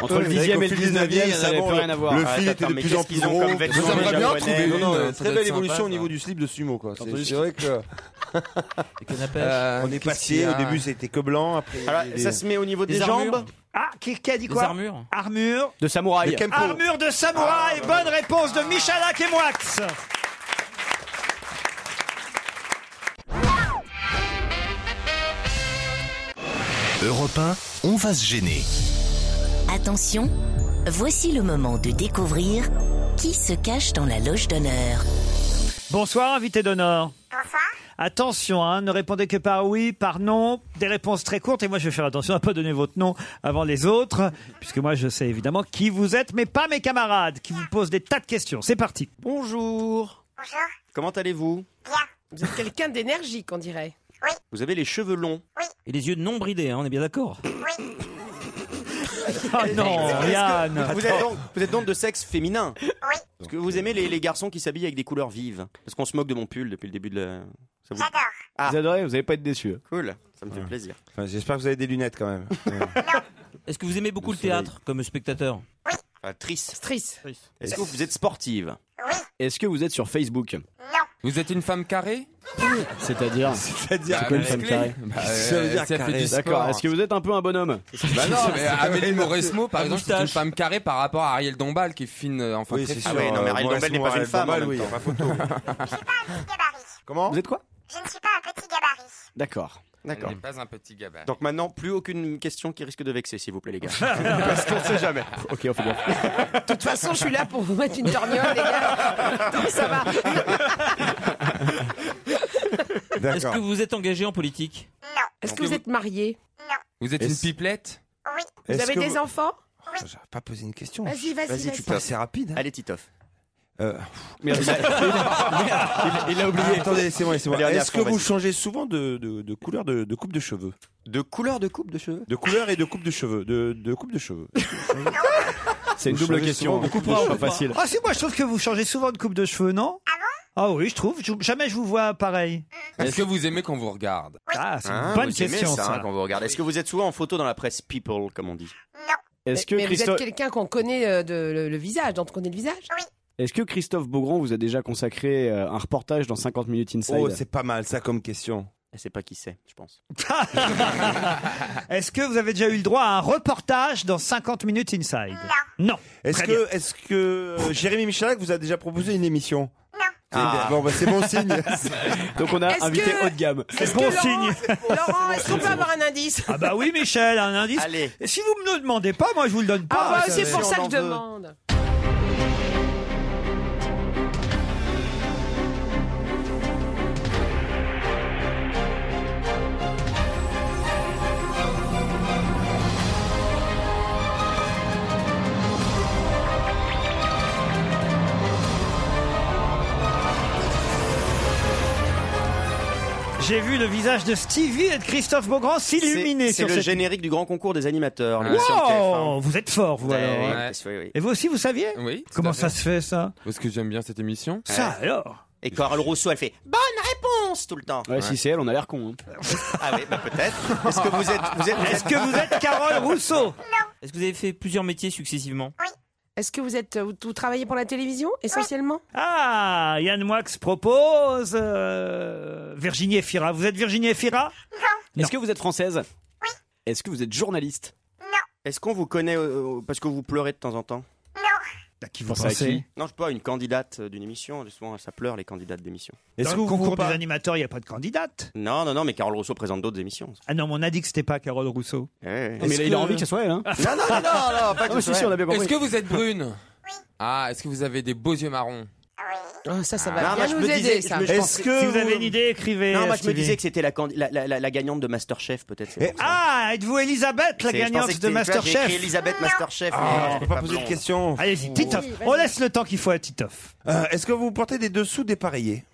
[SPEAKER 4] Entre le
[SPEAKER 5] Ouais, avec
[SPEAKER 4] 10e et
[SPEAKER 5] au
[SPEAKER 4] le
[SPEAKER 5] fil des
[SPEAKER 4] 19e,
[SPEAKER 5] années,
[SPEAKER 4] ça n'avait
[SPEAKER 5] bon,
[SPEAKER 4] plus
[SPEAKER 5] le-
[SPEAKER 4] rien à voir.
[SPEAKER 5] Le
[SPEAKER 4] Arrête,
[SPEAKER 5] fil était
[SPEAKER 4] attends,
[SPEAKER 5] de
[SPEAKER 4] mais
[SPEAKER 5] plus
[SPEAKER 4] qu'est-ce
[SPEAKER 5] en plus
[SPEAKER 4] qu'ils ont
[SPEAKER 5] gros.
[SPEAKER 4] comme vêtements
[SPEAKER 5] J'aimerais bien
[SPEAKER 4] japonais
[SPEAKER 5] trouver
[SPEAKER 4] Non,
[SPEAKER 5] une,
[SPEAKER 4] non,
[SPEAKER 5] euh,
[SPEAKER 4] ça doit
[SPEAKER 5] Très
[SPEAKER 4] être
[SPEAKER 5] belle
[SPEAKER 4] sympa,
[SPEAKER 5] évolution
[SPEAKER 4] ça.
[SPEAKER 5] au niveau du slip de sumo. quoi.
[SPEAKER 4] doit
[SPEAKER 5] C'est Euh,
[SPEAKER 4] être-
[SPEAKER 5] c'est vrai que.
[SPEAKER 8] Euh,
[SPEAKER 5] on est
[SPEAKER 8] qu'est-ce
[SPEAKER 5] passé,
[SPEAKER 8] qu'il y a
[SPEAKER 5] au début c'était que blanc. Après,
[SPEAKER 9] Alors,
[SPEAKER 5] il y a des-
[SPEAKER 9] ça se met au niveau des,
[SPEAKER 5] Des armures.
[SPEAKER 9] jambes.
[SPEAKER 3] Ah, qui, qui a dit
[SPEAKER 9] Des
[SPEAKER 3] quoi
[SPEAKER 9] armures.
[SPEAKER 3] Armure.
[SPEAKER 4] De samouraï.
[SPEAKER 3] Des kempo. Armure de samouraï.
[SPEAKER 5] Ah.
[SPEAKER 3] Bonne réponse de Michalak et Moax.
[SPEAKER 2] Europe 1, on va se gêner.
[SPEAKER 17] Attention, voici le moment de découvrir qui se cache dans la loge d'honneur.
[SPEAKER 3] Bonsoir, invité d'honneur. Attention, hein, ne répondez que par oui, par non. Des réponses très courtes. Et moi, je vais faire attention à ne pas donner votre nom avant les autres, puisque moi, je sais évidemment qui vous êtes, mais pas mes camarades, qui vous posent des tas de questions. C'est parti.
[SPEAKER 9] Bonjour. Comment allez-vous
[SPEAKER 1] Vous êtes quelqu'un d'énergique, on dirait.
[SPEAKER 9] Vous avez les cheveux longs.
[SPEAKER 6] Et les yeux non bridés, hein, on est bien d'accord.
[SPEAKER 3] Ah
[SPEAKER 1] Euh,
[SPEAKER 3] non,
[SPEAKER 9] Est-ce que-
[SPEAKER 3] Yann.
[SPEAKER 9] Vous êtes, donc, vous êtes donc de sexe féminin Oui. Est-ce que vous aimez les, les garçons qui s'habillent avec des couleurs vives Parce qu'on se moque de mon pull depuis le début de la. Ça vous- Ah.
[SPEAKER 4] Vous adorez, vous allez pas être déçus.
[SPEAKER 9] Cool, ça me fait plaisir.
[SPEAKER 5] Enfin, J'espère que vous avez des lunettes quand même.
[SPEAKER 6] Est-ce que vous aimez beaucoup le, théâtre comme spectateur
[SPEAKER 9] Trice.
[SPEAKER 1] Trice.
[SPEAKER 9] Est-ce que vous êtes sportive
[SPEAKER 4] Est-ce que vous êtes sur Facebook
[SPEAKER 8] Vous êtes une femme carrée
[SPEAKER 4] C'est-à-dire
[SPEAKER 5] C'est-à-dire
[SPEAKER 4] quoi une femme
[SPEAKER 8] musclée.
[SPEAKER 4] carrée
[SPEAKER 8] Bah, Ça veut dire ça fait carrée. du sport.
[SPEAKER 4] D'accord. Est-ce que vous êtes un peu un bonhomme
[SPEAKER 8] Bah non, mais Amélie Mauresmo, par
[SPEAKER 4] La
[SPEAKER 8] exemple, c'est une
[SPEAKER 4] moustache.
[SPEAKER 8] femme carrée par rapport à Ariel Dombal, qui est fine, euh, enfin
[SPEAKER 5] Oui,
[SPEAKER 8] très
[SPEAKER 5] c'est
[SPEAKER 8] fine.
[SPEAKER 5] sûr. Ah ouais, non, mais Ariel Dombal n'est pas une femme, en même temps. Comment
[SPEAKER 4] Vous êtes quoi
[SPEAKER 17] Je ne suis pas un petit gabarit.
[SPEAKER 4] D'accord.
[SPEAKER 9] D'accord.
[SPEAKER 8] Elle n'est pas un petit gabarit.
[SPEAKER 9] Donc maintenant, plus aucune question qui risque de vexer, s'il vous plaît, les gars. Parce qu'on sait jamais.
[SPEAKER 4] Ok, on fait bien.
[SPEAKER 1] De toute façon, je suis là pour vous mettre une torgnole, les gars. Donc ça va.
[SPEAKER 6] Est-ce que vous êtes engagé en politique
[SPEAKER 1] Est-ce que vous êtes marié
[SPEAKER 8] Vous êtes une pipelette
[SPEAKER 1] Oui. Vous
[SPEAKER 5] Est-ce
[SPEAKER 1] avez
[SPEAKER 5] que
[SPEAKER 1] des
[SPEAKER 5] vous-
[SPEAKER 1] enfants
[SPEAKER 5] J'ai Ah, pas posé une question.
[SPEAKER 1] Vas-y, vas-y, vas-y.
[SPEAKER 5] tu passes, c'est rapide.
[SPEAKER 9] Allez, Titoff.
[SPEAKER 5] Euh,
[SPEAKER 4] Merde, il a- il a- il a oublié.
[SPEAKER 5] Ah, attendez, laissez-moi, laissez-moi.
[SPEAKER 4] Allez, on y
[SPEAKER 5] Est-ce que
[SPEAKER 4] apprend,
[SPEAKER 5] vous
[SPEAKER 4] vas-y.
[SPEAKER 5] changez souvent de, de- de couleur de, de coupe de cheveux
[SPEAKER 9] De couleur de coupe de cheveux
[SPEAKER 5] De couleur et de coupe de cheveux. De, de coupe de cheveux.
[SPEAKER 4] C'est une
[SPEAKER 5] Vous
[SPEAKER 4] double
[SPEAKER 5] changez
[SPEAKER 4] question. hein.
[SPEAKER 5] souvent de coupe de
[SPEAKER 4] C'est
[SPEAKER 5] cheveux.
[SPEAKER 4] pas facile.
[SPEAKER 3] Ah, hein. c'est moi, je trouve que vous changez souvent de coupe de cheveux, non Ah oui, je trouve. Je- Jamais je vous vois pareil.
[SPEAKER 8] Est-ce que vous aimez qu'on vous regarde
[SPEAKER 3] Ah, c'est une
[SPEAKER 9] Hein,
[SPEAKER 3] bonne
[SPEAKER 9] vous aimez
[SPEAKER 3] question,
[SPEAKER 9] ça,
[SPEAKER 3] ça.
[SPEAKER 9] hein, quand vous regardez. Est-ce que vous êtes souvent en photo dans la presse People, comme on dit
[SPEAKER 1] Mais,
[SPEAKER 4] Est-ce que
[SPEAKER 1] mais vous êtes
[SPEAKER 4] Christophe
[SPEAKER 1] quelqu'un qu'on connaît euh, de- le, le visage, dont on connaît le visage
[SPEAKER 4] Est-ce que Christophe Beaugrand vous a déjà consacré euh, un reportage dans 50 minutes inside
[SPEAKER 5] Oh, c'est pas mal ça comme question.
[SPEAKER 9] Elle sait pas qui c'est, je pense.
[SPEAKER 3] Est-ce que vous avez déjà eu le droit à un reportage dans 50 minutes inside Non.
[SPEAKER 5] Est-ce
[SPEAKER 3] Très
[SPEAKER 5] que, est-ce que Jérémy Michalak vous a déjà proposé une émission Non.
[SPEAKER 3] Ah.
[SPEAKER 5] Bon, bah, c'est bon signe.
[SPEAKER 4] Donc on a
[SPEAKER 1] Est-ce invité que- haut de gamme.
[SPEAKER 3] C'est
[SPEAKER 1] est-ce
[SPEAKER 3] bon
[SPEAKER 1] que
[SPEAKER 3] signe.
[SPEAKER 1] Laurent, est-ce qu'on peut avoir un indice
[SPEAKER 3] Ah bah oui, Michel, un indice. Si vous me le demandez pas, moi je vous le donne pas.
[SPEAKER 1] Ah, bah, c'est pour ça que je demande.
[SPEAKER 3] J'ai vu le visage de Stevie et de Christophe Beaugrand s'illuminer
[SPEAKER 9] C'est c'est
[SPEAKER 3] sur
[SPEAKER 9] le
[SPEAKER 3] cette...
[SPEAKER 9] générique du grand concours des animateurs. l'émission de TF1.
[SPEAKER 3] Wow Oh, Vous êtes fort, vous
[SPEAKER 9] Ouais,
[SPEAKER 3] alors.
[SPEAKER 9] ouais,
[SPEAKER 3] hein.
[SPEAKER 9] oui, oui.
[SPEAKER 3] Et vous aussi, vous saviez
[SPEAKER 8] Oui. tout
[SPEAKER 3] Comment
[SPEAKER 8] à
[SPEAKER 3] ça se fait, ça
[SPEAKER 8] Parce que j'aime bien cette émission.
[SPEAKER 3] Ça, alors
[SPEAKER 9] Et Coral Rousseau, elle fait Bonne réponse tout le temps.
[SPEAKER 4] Ouais, si c'est elle, on a l'air con. hein.
[SPEAKER 9] Ah oui, bah peut-être. Est-ce que vous êtes. Vous êtes
[SPEAKER 3] Est-ce que vous êtes Carole Rousseau Non.
[SPEAKER 6] Est-ce que vous avez fait plusieurs métiers successivement
[SPEAKER 1] Est-ce que vous êtes vous, vous travaillez pour la télévision essentiellement
[SPEAKER 3] Ah, Yann Moix propose euh, Virginie Efira. Vous êtes Virginie Efira
[SPEAKER 4] Est-ce que vous êtes française Oui. Est-ce que vous êtes journaliste
[SPEAKER 9] Est-ce qu'on vous connaît euh, euh, parce que vous pleurez de temps en temps
[SPEAKER 3] Non. Qui
[SPEAKER 4] vous pensez
[SPEAKER 9] Non, je sais pas, une candidate euh, d'une émission. Souvent, ça pleure les candidates d'émission.
[SPEAKER 3] Dans le concours des animateurs, il n'y a pas de candidate.
[SPEAKER 9] Non, non, non, mais Carole Rousseau présente d'autres émissions. Eh,
[SPEAKER 3] Ah non, mais on a dit que c'était pas Carole Rousseau.
[SPEAKER 9] Non, mais là, il a envie que ce
[SPEAKER 4] soit elle. Hein.
[SPEAKER 9] Non, non, non, non, non, pas que
[SPEAKER 4] Ah,
[SPEAKER 9] ce
[SPEAKER 4] si,
[SPEAKER 9] soit
[SPEAKER 4] si, on a bien compris.
[SPEAKER 8] Est-ce que vous êtes brune Oui. Ah, est-ce que vous avez des beaux yeux marrons
[SPEAKER 1] Ah, ça, ça
[SPEAKER 8] Ah.
[SPEAKER 1] va
[SPEAKER 8] Non,
[SPEAKER 1] bien
[SPEAKER 8] moi, je
[SPEAKER 1] nous
[SPEAKER 8] me
[SPEAKER 1] aider,
[SPEAKER 8] disais-
[SPEAKER 1] ça.
[SPEAKER 8] je me- je
[SPEAKER 9] Est-ce
[SPEAKER 8] pensais-
[SPEAKER 9] que
[SPEAKER 8] si vous avez
[SPEAKER 9] vous-
[SPEAKER 8] une
[SPEAKER 3] idée, écrivez,
[SPEAKER 9] Non, moi je
[SPEAKER 3] euh,
[SPEAKER 9] me
[SPEAKER 3] Stevie.
[SPEAKER 9] disais que c'était la, candi- la, la- la- la gagnante de Masterchef, peut-être. c'est pour ça.
[SPEAKER 3] Ah, êtes-vous Elisabeth, la
[SPEAKER 9] C'est- je pensais que
[SPEAKER 3] gagnante de
[SPEAKER 9] c'était- tu vois, j'ai
[SPEAKER 3] Masterchef
[SPEAKER 9] écrit Elisabeth Masterchef.
[SPEAKER 5] Ah, je peux pas poser de question.
[SPEAKER 3] Allez-y, Titoff. On laisse le temps qu'il faut à Titoff. Ah.
[SPEAKER 5] Euh, Est-ce que vous portez des dessous dépareillés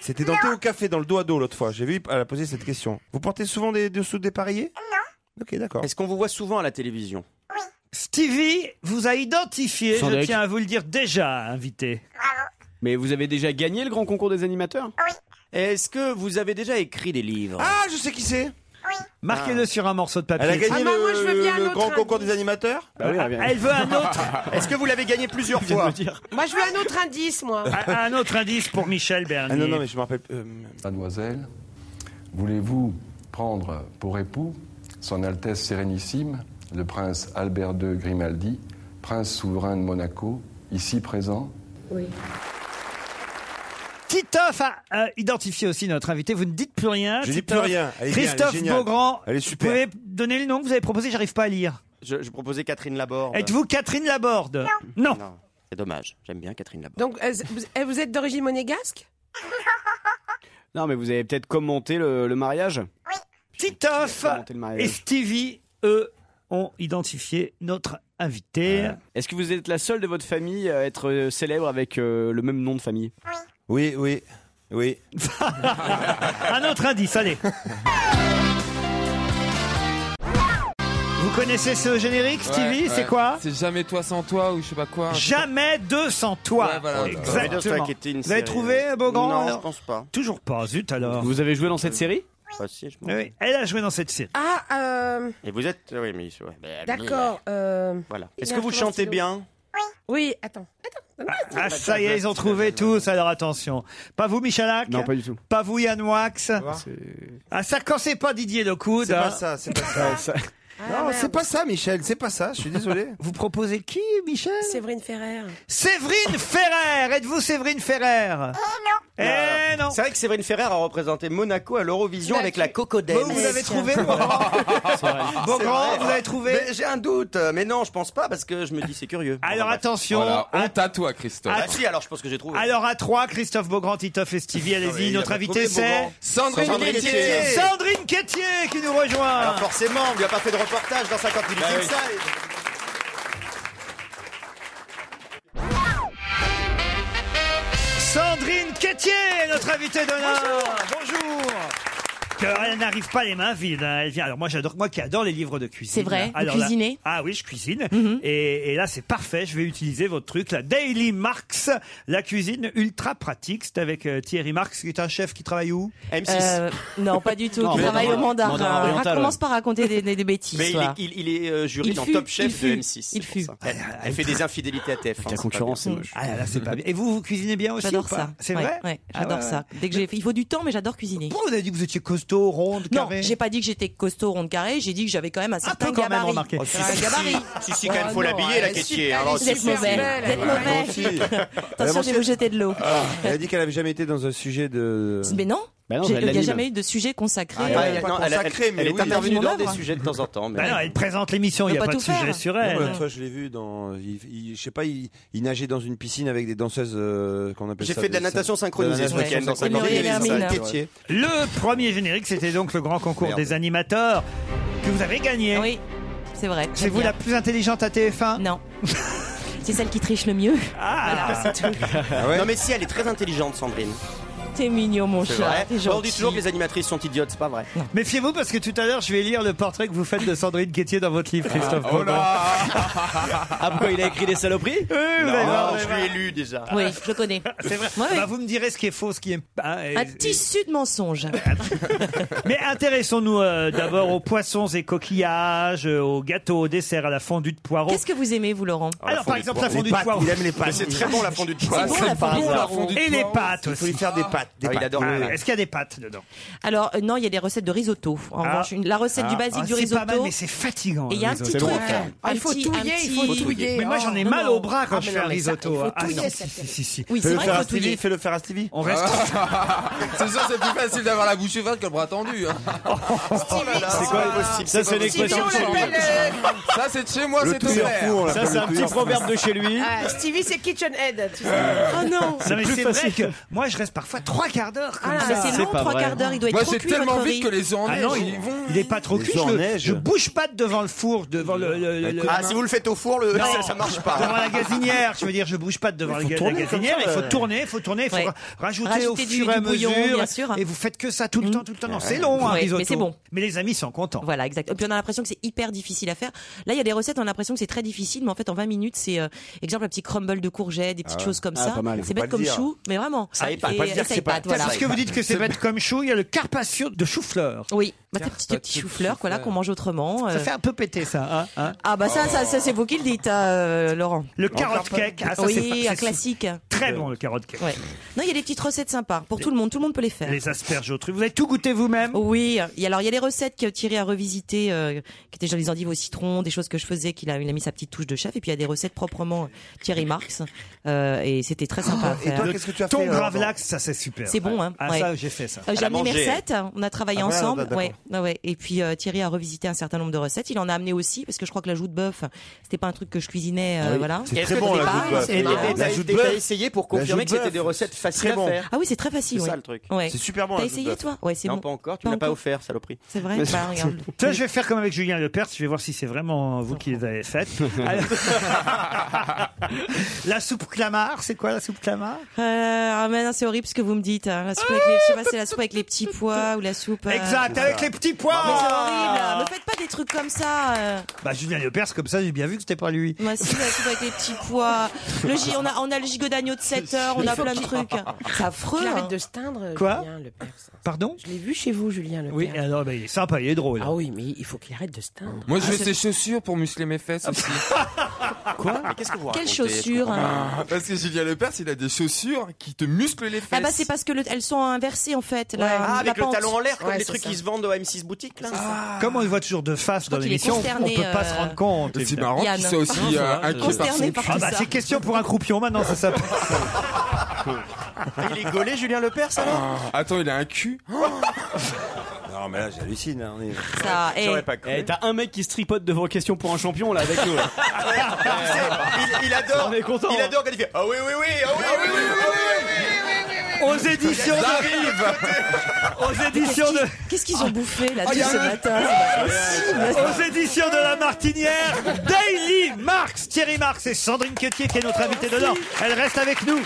[SPEAKER 5] C'était dans Thé au café, dans le dos à dos l'autre fois. J'ai vu, elle a posé cette question. Vous portez souvent des dessous dépareillés Non. Ok, d'accord.
[SPEAKER 9] Est-ce qu'on vous voit souvent à la télévision
[SPEAKER 3] Stevie vous a identifié,
[SPEAKER 4] Sans
[SPEAKER 3] je
[SPEAKER 4] doute.
[SPEAKER 3] tiens à vous le dire déjà, invité.
[SPEAKER 4] Mais vous avez déjà gagné le grand concours des animateurs
[SPEAKER 9] Oui. Est-ce que vous avez déjà écrit des livres
[SPEAKER 5] Ah, je sais qui c'est
[SPEAKER 3] Marquez-le
[SPEAKER 9] Ah.
[SPEAKER 3] sur un morceau de papier.
[SPEAKER 5] Elle a gagné le, le grand
[SPEAKER 3] indice.
[SPEAKER 5] concours des animateurs
[SPEAKER 3] Bah oui, elle vient. Elle veut un autre.
[SPEAKER 9] Est-ce que vous l'avez gagné plusieurs fois
[SPEAKER 1] Ah. Moi, je veux un autre indice, moi.
[SPEAKER 3] Un autre indice pour Michel Bernier.
[SPEAKER 5] Ah non, non, mais je me rappelle.
[SPEAKER 3] euh,
[SPEAKER 18] Mademoiselle, voulez-vous prendre pour époux Son Altesse Sérénissime, le prince Albert II Grimaldi, prince souverain de Monaco, ici présent
[SPEAKER 3] Oui. Titoff a euh, identifié aussi notre invité. Vous ne dites plus rien.
[SPEAKER 5] Je dis plus
[SPEAKER 3] Titoff.
[SPEAKER 5] rien. Elle est bien, elle est
[SPEAKER 3] Christophe
[SPEAKER 5] géniale.
[SPEAKER 3] Beaugrand.
[SPEAKER 5] Elle est super.
[SPEAKER 3] Vous pouvez donner le nom que vous avez proposé, j'arrive pas à lire.
[SPEAKER 9] je, je proposais Catherine Laborde.
[SPEAKER 3] Êtes-vous Catherine Laborde Non.
[SPEAKER 9] C'est dommage, j'aime bien Catherine Laborde.
[SPEAKER 1] Donc, euh, vous, euh, vous êtes d'origine monégasque
[SPEAKER 4] Non, mais vous avez peut-être commenté le, le mariage
[SPEAKER 3] Titoff
[SPEAKER 4] Commenté le mariage.
[SPEAKER 3] et Stevie, eux, ont identifié notre invité.
[SPEAKER 9] Euh.
[SPEAKER 4] Est-ce que vous êtes la seule de votre famille à être euh, célèbre avec euh, le même nom de famille
[SPEAKER 5] Oui, oui, oui.
[SPEAKER 3] Un autre indice, allez. Vous connaissez ce générique, Stevie
[SPEAKER 8] Ouais,
[SPEAKER 3] C'est
[SPEAKER 8] ouais.
[SPEAKER 3] quoi
[SPEAKER 8] C'est jamais toi sans toi ou Ah, je sais pas quoi.
[SPEAKER 3] Jamais deux sans toi.
[SPEAKER 8] Ouais, voilà. Jamais deux sans toi
[SPEAKER 3] Exactement.
[SPEAKER 8] qui était une
[SPEAKER 3] Vous avez
[SPEAKER 8] série,
[SPEAKER 3] trouvé euh,
[SPEAKER 8] ouais.
[SPEAKER 3] Beaugrand
[SPEAKER 9] Non,
[SPEAKER 3] alors
[SPEAKER 9] je pense pas.
[SPEAKER 3] Toujours pas, zut alors.
[SPEAKER 4] Vous avez joué dans cette série
[SPEAKER 9] Ah, si, je pense.
[SPEAKER 3] Oui, elle a joué dans cette série.
[SPEAKER 1] Ah, euh,
[SPEAKER 9] Et vous êtes. Oui, mais. ouais,
[SPEAKER 1] Eh
[SPEAKER 9] bah,
[SPEAKER 1] d'accord. euh,
[SPEAKER 9] Voilà.
[SPEAKER 1] il
[SPEAKER 9] Est-ce
[SPEAKER 1] a
[SPEAKER 9] que vous
[SPEAKER 1] un
[SPEAKER 9] chantez
[SPEAKER 1] stylo.
[SPEAKER 9] bien
[SPEAKER 1] Oui, attends. attends.
[SPEAKER 3] Ah, ça y est, ils ont trouvé tous, alors attention. Pas vous, Michalak
[SPEAKER 4] Non, pas du tout.
[SPEAKER 3] Pas vous, Yann Wax
[SPEAKER 4] C'est-
[SPEAKER 3] Ah, ça, quand c'est pas Didier Locoud.
[SPEAKER 5] C'est pas
[SPEAKER 3] hein.
[SPEAKER 5] ça, c'est pas ça. non, c'est pas ça, Michel, c'est pas ça, je suis désolé.
[SPEAKER 3] Ah, Vous proposez qui, Michel
[SPEAKER 1] Séverine Ferrer.
[SPEAKER 3] Séverine Ferrer Êtes-vous Séverine
[SPEAKER 5] Ah,
[SPEAKER 3] Ferrer Eh non
[SPEAKER 9] C'est vrai que Séverine Ferrer a représenté Monaco à l'Eurovision avec la Cocodème.
[SPEAKER 3] Bon, vous avez trouvé Beaugrand, vous avez trouvé
[SPEAKER 9] J'ai un doute, mais non, je pense pas parce que je me dis c'est curieux.
[SPEAKER 3] Alors attention.
[SPEAKER 8] Voilà, honte à toi, Christophe.
[SPEAKER 9] Ah si, alors je pense que j'ai trouvé.
[SPEAKER 3] Alors à trois, Christophe Beaugrand, Titoff et Stevie, allez-y.
[SPEAKER 9] il
[SPEAKER 3] Notre
[SPEAKER 9] a pas
[SPEAKER 3] invité,
[SPEAKER 9] trouvé
[SPEAKER 3] c'est
[SPEAKER 9] Beaugrand. Sandrine Quétier.
[SPEAKER 3] Sandrine Quétier qui nous rejoint.
[SPEAKER 9] Alors forcément, on lui a pas fait de reportage dans 50 minutes
[SPEAKER 3] Bah oui.
[SPEAKER 9] inside.
[SPEAKER 3] Sandrine Quétier, notre invitée d'honneur. Bonjour. qu'elle n'arrive pas les mains vides. hein. Elle vient. Alors moi j'adore, moi qui adore les livres de cuisine.
[SPEAKER 19] C'est vrai, Mhm. vous
[SPEAKER 3] Alors là-
[SPEAKER 19] cuisinez
[SPEAKER 3] Ah oui, je cuisine. et, et là c'est parfait. Je vais utiliser votre truc, la Daily Marx, la cuisine ultra pratique. C'est avec euh, Thierry Marx, qui est un chef qui travaille où
[SPEAKER 19] Euh, non, pas du tout.
[SPEAKER 3] Non,
[SPEAKER 19] qui
[SPEAKER 3] mais
[SPEAKER 19] travaille au Euh,
[SPEAKER 3] Mandarin-
[SPEAKER 19] mandarin.
[SPEAKER 3] Mandarin oriental,
[SPEAKER 19] Rac- commence
[SPEAKER 3] ouais.
[SPEAKER 19] par raconter des, des- des bêtises.
[SPEAKER 9] Mais il est,
[SPEAKER 19] toi.
[SPEAKER 9] il, il est, euh, jury
[SPEAKER 19] Il
[SPEAKER 9] dans
[SPEAKER 19] fut,
[SPEAKER 9] Top Chef
[SPEAKER 19] il
[SPEAKER 9] de
[SPEAKER 19] fut,
[SPEAKER 9] M6.
[SPEAKER 19] il
[SPEAKER 9] c'est pour
[SPEAKER 19] fut.
[SPEAKER 9] ça. Elle, elle fait des infidélités à hein, TF.
[SPEAKER 3] La concurrence, c'est moche. Ah là là, c'est pas bien. Et vous, vous cuisinez bien aussi
[SPEAKER 19] J'adore
[SPEAKER 3] ou pas
[SPEAKER 19] ça.
[SPEAKER 3] C'est
[SPEAKER 19] Ouais,
[SPEAKER 3] vrai
[SPEAKER 19] ouais,
[SPEAKER 3] Ah
[SPEAKER 19] J'adore
[SPEAKER 3] ouais,
[SPEAKER 19] ça. Dès que j'ai, il faut du temps, mais j'adore cuisiner.
[SPEAKER 3] Pourquoi vous avez dit que vous étiez costaud, ronde, Ah,
[SPEAKER 19] non, j'ai pas dit que j'étais costaud, ronde, carré. J'ai dit que j'avais quand même un certain
[SPEAKER 3] quand même
[SPEAKER 19] gabarit.
[SPEAKER 3] remarqué. Oh, si,
[SPEAKER 19] un
[SPEAKER 3] si,
[SPEAKER 19] gabarit. Oh,
[SPEAKER 9] Si, si, quand même, faut l'habiller, la caissière.
[SPEAKER 19] Alors, Vous êtes mauvais. Vous êtes mauvais. Attention, je vais vous jeter de l'eau.
[SPEAKER 5] Ah, elle a dit qu'elle avait jamais été dans un sujet de.
[SPEAKER 19] Mais non.
[SPEAKER 5] Bah non,
[SPEAKER 19] J'ai-
[SPEAKER 5] elle
[SPEAKER 19] il n'y a
[SPEAKER 5] l'anime.
[SPEAKER 19] jamais eu de sujet consacré.
[SPEAKER 5] Ah,
[SPEAKER 19] euh,
[SPEAKER 5] elle-
[SPEAKER 19] pas
[SPEAKER 5] non, elle-
[SPEAKER 19] consacré,
[SPEAKER 5] elle- elle
[SPEAKER 19] mais
[SPEAKER 5] est
[SPEAKER 19] oui.
[SPEAKER 5] intervenue
[SPEAKER 19] mon
[SPEAKER 5] dans
[SPEAKER 19] œuvre.
[SPEAKER 5] des sujets
[SPEAKER 9] de temps en temps.
[SPEAKER 3] Bah non, elle présente l'émission,
[SPEAKER 19] On
[SPEAKER 3] il n'y
[SPEAKER 19] peut
[SPEAKER 3] a
[SPEAKER 19] pas
[SPEAKER 3] pas de
[SPEAKER 19] tout faire.
[SPEAKER 3] sujet sur elle.
[SPEAKER 5] Ouais, mais toi, je l'ai vu dans. Il, il- je sais pas, il, il nageait dans une piscine avec des danseuses euh, qu'on appelle
[SPEAKER 9] J'ai
[SPEAKER 5] ça,
[SPEAKER 9] fait de la
[SPEAKER 5] des-
[SPEAKER 9] natation
[SPEAKER 5] de la
[SPEAKER 9] synchronisée ce
[SPEAKER 5] natation
[SPEAKER 9] week-end dans
[SPEAKER 5] synchronisée.
[SPEAKER 9] Saint-Mandé, il y avait
[SPEAKER 5] Ouais.
[SPEAKER 9] des pitiés.
[SPEAKER 3] Le premier générique, c'était donc le grand concours
[SPEAKER 9] Merde.
[SPEAKER 3] des animateurs que vous avez gagné.
[SPEAKER 19] Oui, c'est vrai.
[SPEAKER 3] C'est vous la plus intelligente à TF1
[SPEAKER 19] Non. C'est celle qui triche le mieux. Voilà, Ah, c'est tout.
[SPEAKER 9] Ah, Non, mais si, elle est très intelligente, Sandrine.
[SPEAKER 19] T'es mignon, mon
[SPEAKER 9] C'est
[SPEAKER 19] chat.
[SPEAKER 9] vrai.
[SPEAKER 19] T'es
[SPEAKER 9] On dit
[SPEAKER 19] gentil.
[SPEAKER 9] toujours que les animatrices sont idiotes, c'est pas vrai. Euh,
[SPEAKER 3] Méfiez-vous parce que tout à l'heure, je vais lire le portrait que vous faites de Sandrine Quétier dans votre livre, Christophe.
[SPEAKER 9] Ah, oh
[SPEAKER 3] Ah, pourquoi il a écrit des saloperies
[SPEAKER 9] Non, je lui ai lu déjà.
[SPEAKER 19] Oui, je le connais.
[SPEAKER 3] C'est vrai.
[SPEAKER 19] Ouais, Ah ouais.
[SPEAKER 3] Bah, vous me direz ce qui est faux, ce qui est. hein, et-
[SPEAKER 19] Un tissu de mensonge.
[SPEAKER 3] Mais intéressons-nous euh, d'abord aux poissons et coquillages, euh, aux gâteaux, aux desserts, à la fondue de poireaux.
[SPEAKER 19] Qu'est-ce que vous aimez, vous, Laurent
[SPEAKER 3] Alors, par exemple, la fondue
[SPEAKER 5] Les
[SPEAKER 3] de
[SPEAKER 5] pâtes,
[SPEAKER 3] poireaux.
[SPEAKER 5] il aime les pâtes.
[SPEAKER 9] C'est très bon la fondue de
[SPEAKER 19] C'est
[SPEAKER 9] poireau.
[SPEAKER 19] bon, la fondue de poireau.
[SPEAKER 3] Et les pâtes
[SPEAKER 5] Il faut
[SPEAKER 3] aussi.
[SPEAKER 5] lui faire des pâtes. Des
[SPEAKER 3] Ah oui,
[SPEAKER 5] pâtes.
[SPEAKER 3] d'accord. Ah, Est-ce qu'il y a des pâtes dedans
[SPEAKER 19] Alors, euh, non, il y a des recettes de risotto. En
[SPEAKER 3] Ah.
[SPEAKER 19] revanche, une- la recette
[SPEAKER 3] Ah.
[SPEAKER 19] du basique
[SPEAKER 3] Ah,
[SPEAKER 19] du
[SPEAKER 3] c'est
[SPEAKER 19] risotto.
[SPEAKER 3] pas mal, mais c'est fatigant.
[SPEAKER 19] Et il y a un
[SPEAKER 3] le
[SPEAKER 19] petit
[SPEAKER 3] risotto.
[SPEAKER 19] truc.
[SPEAKER 3] C'est bon.
[SPEAKER 19] un
[SPEAKER 1] Ah, il faut
[SPEAKER 19] petit-
[SPEAKER 1] touiller,
[SPEAKER 19] un
[SPEAKER 1] il faut
[SPEAKER 19] petit-
[SPEAKER 1] touiller.
[SPEAKER 3] Mais moi j'en ai
[SPEAKER 19] Non,
[SPEAKER 3] mal
[SPEAKER 19] non.
[SPEAKER 3] au bras quand
[SPEAKER 19] Ah,
[SPEAKER 3] je
[SPEAKER 19] mais
[SPEAKER 3] fais
[SPEAKER 19] non,
[SPEAKER 3] un
[SPEAKER 19] mais ça,
[SPEAKER 3] risotto.
[SPEAKER 19] il faut
[SPEAKER 3] Ah,
[SPEAKER 19] touiller,
[SPEAKER 3] non,
[SPEAKER 19] ça
[SPEAKER 3] si,
[SPEAKER 19] fait-
[SPEAKER 3] si, si, si.
[SPEAKER 19] Oui, c'est
[SPEAKER 5] Fais-le
[SPEAKER 19] vrai
[SPEAKER 5] faire
[SPEAKER 19] qu'il
[SPEAKER 5] à
[SPEAKER 19] faut touiller.
[SPEAKER 5] Stevie, fais-le faire à Stevie.
[SPEAKER 3] On reste.
[SPEAKER 16] C'est sûr, c'est plus facile d'avoir la bouche ouverte que le bras tendu. hein. Oh là là.
[SPEAKER 4] C'est quoi possible Ça, c'est l'expression. de chez lui.
[SPEAKER 16] Ça, c'est de chez moi,
[SPEAKER 4] Le
[SPEAKER 16] c'est
[SPEAKER 4] touilleur
[SPEAKER 16] offert.
[SPEAKER 4] fou, on l'appelle Ça, c'est le un petit touilleur fou. proverbe de chez lui.
[SPEAKER 1] Ah, Stevie, c'est KitchenAid. Tu sais.
[SPEAKER 19] Oh non
[SPEAKER 3] Non, mais c'est vrai que moi je reste parfois trois quarts d'heure comme
[SPEAKER 19] Ah, mais
[SPEAKER 3] ça.
[SPEAKER 19] c'est long, trois quarts d'heure, il doit être
[SPEAKER 16] Moi,
[SPEAKER 19] trop
[SPEAKER 16] c'est
[SPEAKER 19] cuit, votre
[SPEAKER 16] tellement vite
[SPEAKER 19] riz.
[SPEAKER 16] que les gens en
[SPEAKER 3] Ah
[SPEAKER 16] neige,
[SPEAKER 3] non,
[SPEAKER 16] ils
[SPEAKER 3] il,
[SPEAKER 16] vont.
[SPEAKER 3] il est pas trop
[SPEAKER 5] Les
[SPEAKER 3] cuit.
[SPEAKER 5] gens en
[SPEAKER 3] Je,
[SPEAKER 5] neige.
[SPEAKER 3] je bouge pas devant le four, devant le. le- le-
[SPEAKER 9] Ah,
[SPEAKER 3] le-
[SPEAKER 9] si vous le faites au four, le...
[SPEAKER 3] Non.
[SPEAKER 9] ça, ça marche pas.
[SPEAKER 3] Devant la gazinière, je veux dire, je bouge pas devant la,
[SPEAKER 9] faut
[SPEAKER 3] ga-
[SPEAKER 9] tourner
[SPEAKER 3] la
[SPEAKER 9] comme ça,
[SPEAKER 3] gazinière. Il faut
[SPEAKER 9] euh.
[SPEAKER 3] tourner, il faut tourner, il faut
[SPEAKER 19] Ouais.
[SPEAKER 3] ra- rajouter,
[SPEAKER 19] Rajouter
[SPEAKER 3] au
[SPEAKER 19] du-
[SPEAKER 3] fur
[SPEAKER 19] du
[SPEAKER 3] et à
[SPEAKER 19] bouillon,
[SPEAKER 3] mesure.
[SPEAKER 19] bien sûr. Mm.
[SPEAKER 3] Et vous faites que ça tout le temps, tout le temps. Non, c'est long, un
[SPEAKER 19] Ouais, mais
[SPEAKER 3] risotto.
[SPEAKER 19] c'est bon.
[SPEAKER 3] Mais les amis sont contents.
[SPEAKER 19] Voilà, exact. Et puis on a l'impression que c'est hyper difficile à faire. Là, il y a des recettes, on a l'impression que c'est très difficile, mais en fait, en 20 minutes, c'est, euh, exemple, un petit crumble de courgettes, des petites choses comme
[SPEAKER 5] Ah,
[SPEAKER 19] ça.
[SPEAKER 5] pas mal.
[SPEAKER 19] C'est
[SPEAKER 5] Faut pas
[SPEAKER 19] bête
[SPEAKER 5] le
[SPEAKER 19] comme
[SPEAKER 5] dire.
[SPEAKER 19] chou, mais vraiment.
[SPEAKER 5] Ça
[SPEAKER 19] et,
[SPEAKER 5] épate. Faut pas le dire
[SPEAKER 19] et
[SPEAKER 5] que
[SPEAKER 19] ça
[SPEAKER 5] c'est pas-
[SPEAKER 19] épate, voilà.
[SPEAKER 3] Parce que vous dites que c'est bête comme chou, il y a le carpaccio de chou-fleur.
[SPEAKER 19] Oui, bah, t'as petit, petit chou-fleur, quoi, là, qu'on mange autrement.
[SPEAKER 3] Ça
[SPEAKER 19] euh.
[SPEAKER 3] fait un peu péter ça. hein, hein.
[SPEAKER 19] Ah, bah, ça, ça, ça, c'est vous qui le dites, euh, Laurent.
[SPEAKER 3] Le carotte cake. Ah, ça, c'est
[SPEAKER 19] oui,
[SPEAKER 3] pas-
[SPEAKER 19] un
[SPEAKER 3] c'est-
[SPEAKER 19] classique.
[SPEAKER 3] Très bon le carotte cake.
[SPEAKER 19] Ouais. Non, il y a des petites recettes sympas pour tout le monde. Tout le monde peut les faire.
[SPEAKER 3] Les asperges au truc. Vous avez tout goûté vous-même
[SPEAKER 19] Oui, il y a- alors il y a des recettes euh, que Thierry a revisitées, euh, qui étaient genre les endives au citron, des choses que je faisais, qu'il a, il a mis sa petite touche de chef, et puis il y a des recettes proprement Thierry Marx, euh, et c'était très
[SPEAKER 3] Ah,
[SPEAKER 19] sympa à
[SPEAKER 3] Oh,
[SPEAKER 5] Et
[SPEAKER 19] faire.
[SPEAKER 5] toi, qu'est-ce que tu as fait
[SPEAKER 3] Ton
[SPEAKER 5] alors,
[SPEAKER 3] gravlax, ça c'est super.
[SPEAKER 19] C'est bon, hein.
[SPEAKER 3] euh, Ah,
[SPEAKER 19] Ouais.
[SPEAKER 3] ça, j'ai fait ça.
[SPEAKER 19] Euh, J'ai
[SPEAKER 9] a
[SPEAKER 19] amené mes
[SPEAKER 9] mangé.
[SPEAKER 19] recettes, on a travaillé
[SPEAKER 5] Ah, voilà,
[SPEAKER 19] ensemble,
[SPEAKER 5] d'accord.
[SPEAKER 19] ouais, ouais, ouais. et puis euh, Thierry a revisité un certain nombre de recettes, il en a amené aussi parce que je crois que la joue de bœuf, c'était pas un truc que je cuisinais,
[SPEAKER 3] Ah
[SPEAKER 19] euh, voilà.
[SPEAKER 5] C'est
[SPEAKER 9] Est-ce
[SPEAKER 5] très
[SPEAKER 9] que
[SPEAKER 5] bon
[SPEAKER 9] t'as
[SPEAKER 5] la
[SPEAKER 9] des pâtes
[SPEAKER 5] joue de bœuf.
[SPEAKER 19] c'est marrant.
[SPEAKER 9] Et
[SPEAKER 5] La
[SPEAKER 9] t'as-
[SPEAKER 5] joue de
[SPEAKER 9] t'as
[SPEAKER 5] bœuf.
[SPEAKER 9] essayé pour
[SPEAKER 5] La joue
[SPEAKER 9] confirmer
[SPEAKER 5] de
[SPEAKER 9] que c'était
[SPEAKER 5] bœuf.
[SPEAKER 9] des recettes faciles
[SPEAKER 5] Très
[SPEAKER 9] à
[SPEAKER 5] bon.
[SPEAKER 9] faire.
[SPEAKER 19] Ah oui, c'est très facile.
[SPEAKER 9] C'est
[SPEAKER 19] ouais.
[SPEAKER 9] ça, le truc.
[SPEAKER 19] Ouais.
[SPEAKER 5] C'est super bon.
[SPEAKER 19] T'as
[SPEAKER 5] la joue de
[SPEAKER 19] essayé
[SPEAKER 5] bœuf.
[SPEAKER 19] toi Ouais, c'est
[SPEAKER 9] non,
[SPEAKER 19] bon.
[SPEAKER 9] pas encore, tu
[SPEAKER 19] Pas
[SPEAKER 9] me l'as pas
[SPEAKER 19] encore.
[SPEAKER 9] offert, saloperie.
[SPEAKER 19] C'est vrai. Bah, regarde.
[SPEAKER 3] Ça, je vais faire comme avec Julien Lepers, je vais voir si c'est vraiment vous qui les avez faites. Alors- la soupe clamart, c'est quoi la soupe clamart
[SPEAKER 19] Euh, ah, mais non, c'est horrible ce que vous me dites. hein. La soupe avec les, je sais pas, c'est la soupe avec les petits pois ou la soupe. euh,
[SPEAKER 3] Exact, avec les petits pois
[SPEAKER 19] Mais c'est horrible. Me faites pas des trucs comme ça. euh.
[SPEAKER 3] Bah Julien Lepers, comme ça, j'ai bien vu que c'était pas lui.
[SPEAKER 19] Moi, si la soupe avec les petits pois. Le gi- on a, on a le gigot d'agneau de 7 heures, on a plein de trucs. C'est affreux.
[SPEAKER 1] Il
[SPEAKER 19] hein.
[SPEAKER 1] arrête de se teindre,
[SPEAKER 3] Quoi
[SPEAKER 1] Julien Lepers.
[SPEAKER 3] Pardon
[SPEAKER 1] Je l'ai vu chez vous, Julien Lepers.
[SPEAKER 3] Oui, alors bah, il est sympa, il est drôle.
[SPEAKER 1] Ah oui, mais il faut qu'il arrête de se teindre. Ah,
[SPEAKER 8] Moi, je mets ses chaussures pour muscler mes fesses aussi.
[SPEAKER 9] Quoi Mais qu'est-ce que vous
[SPEAKER 19] Quelles
[SPEAKER 9] racontez
[SPEAKER 19] chaussures. hein.
[SPEAKER 16] Ah, Parce que Julien Lepers, il a des chaussures qui te musclent les fesses.
[SPEAKER 19] Ah bah, c'est parce que le- elles sont inversées, en fait. la-
[SPEAKER 9] Ah,
[SPEAKER 19] la
[SPEAKER 9] avec le
[SPEAKER 19] pente.
[SPEAKER 9] talon en l'air, comme
[SPEAKER 1] Ouais,
[SPEAKER 9] les
[SPEAKER 1] c'est
[SPEAKER 9] trucs
[SPEAKER 1] ça.
[SPEAKER 9] qui se vendent au M6 boutique, là.
[SPEAKER 3] Comme on le voit toujours de face dans
[SPEAKER 19] crois qu'il est
[SPEAKER 3] l'émission, on
[SPEAKER 19] consterné,
[SPEAKER 3] peut pas
[SPEAKER 19] euh,
[SPEAKER 3] se rendre compte.
[SPEAKER 16] C'est
[SPEAKER 3] évidemment.
[SPEAKER 16] marrant
[SPEAKER 19] Yann.
[SPEAKER 16] qu'il soit
[SPEAKER 19] Non,
[SPEAKER 16] aussi
[SPEAKER 19] ça
[SPEAKER 16] euh,
[SPEAKER 19] va,
[SPEAKER 16] inquiet par
[SPEAKER 19] Consterné
[SPEAKER 16] son
[SPEAKER 19] par
[SPEAKER 16] cul.
[SPEAKER 3] Ah
[SPEAKER 19] tout
[SPEAKER 3] bah
[SPEAKER 19] ça.
[SPEAKER 3] c'est question pour un croupion maintenant, ça s'appelle.
[SPEAKER 9] Ah, Il est gaulé, Julien Lepers, alors
[SPEAKER 16] Ah, Attends, il a un cul.
[SPEAKER 5] Non, mais là, j'hallucine. hein, on est-
[SPEAKER 19] Ça, eh.
[SPEAKER 9] J'aurais pas cru.
[SPEAKER 4] Eh, T'as un mec qui se tripote devant question pour un champion là avec nous. là.
[SPEAKER 9] Tu sais, il, il adore.
[SPEAKER 4] On est content,
[SPEAKER 9] Il
[SPEAKER 4] hein.
[SPEAKER 9] adore quand il fait. Ah oui, oui, oui, ah oui, oui, oui, oui,
[SPEAKER 3] Aux éditions de... Aux éditions de... Ah,
[SPEAKER 19] Qu'est-ce qu'ils ont bouffé, là, dessus ce matin C'est pas possible.
[SPEAKER 3] Aux éditions de la Martinière, Daily Marx, Thierry Marx et Sandrine Quetier qui est notre invitée dedans. Elle reste avec nous.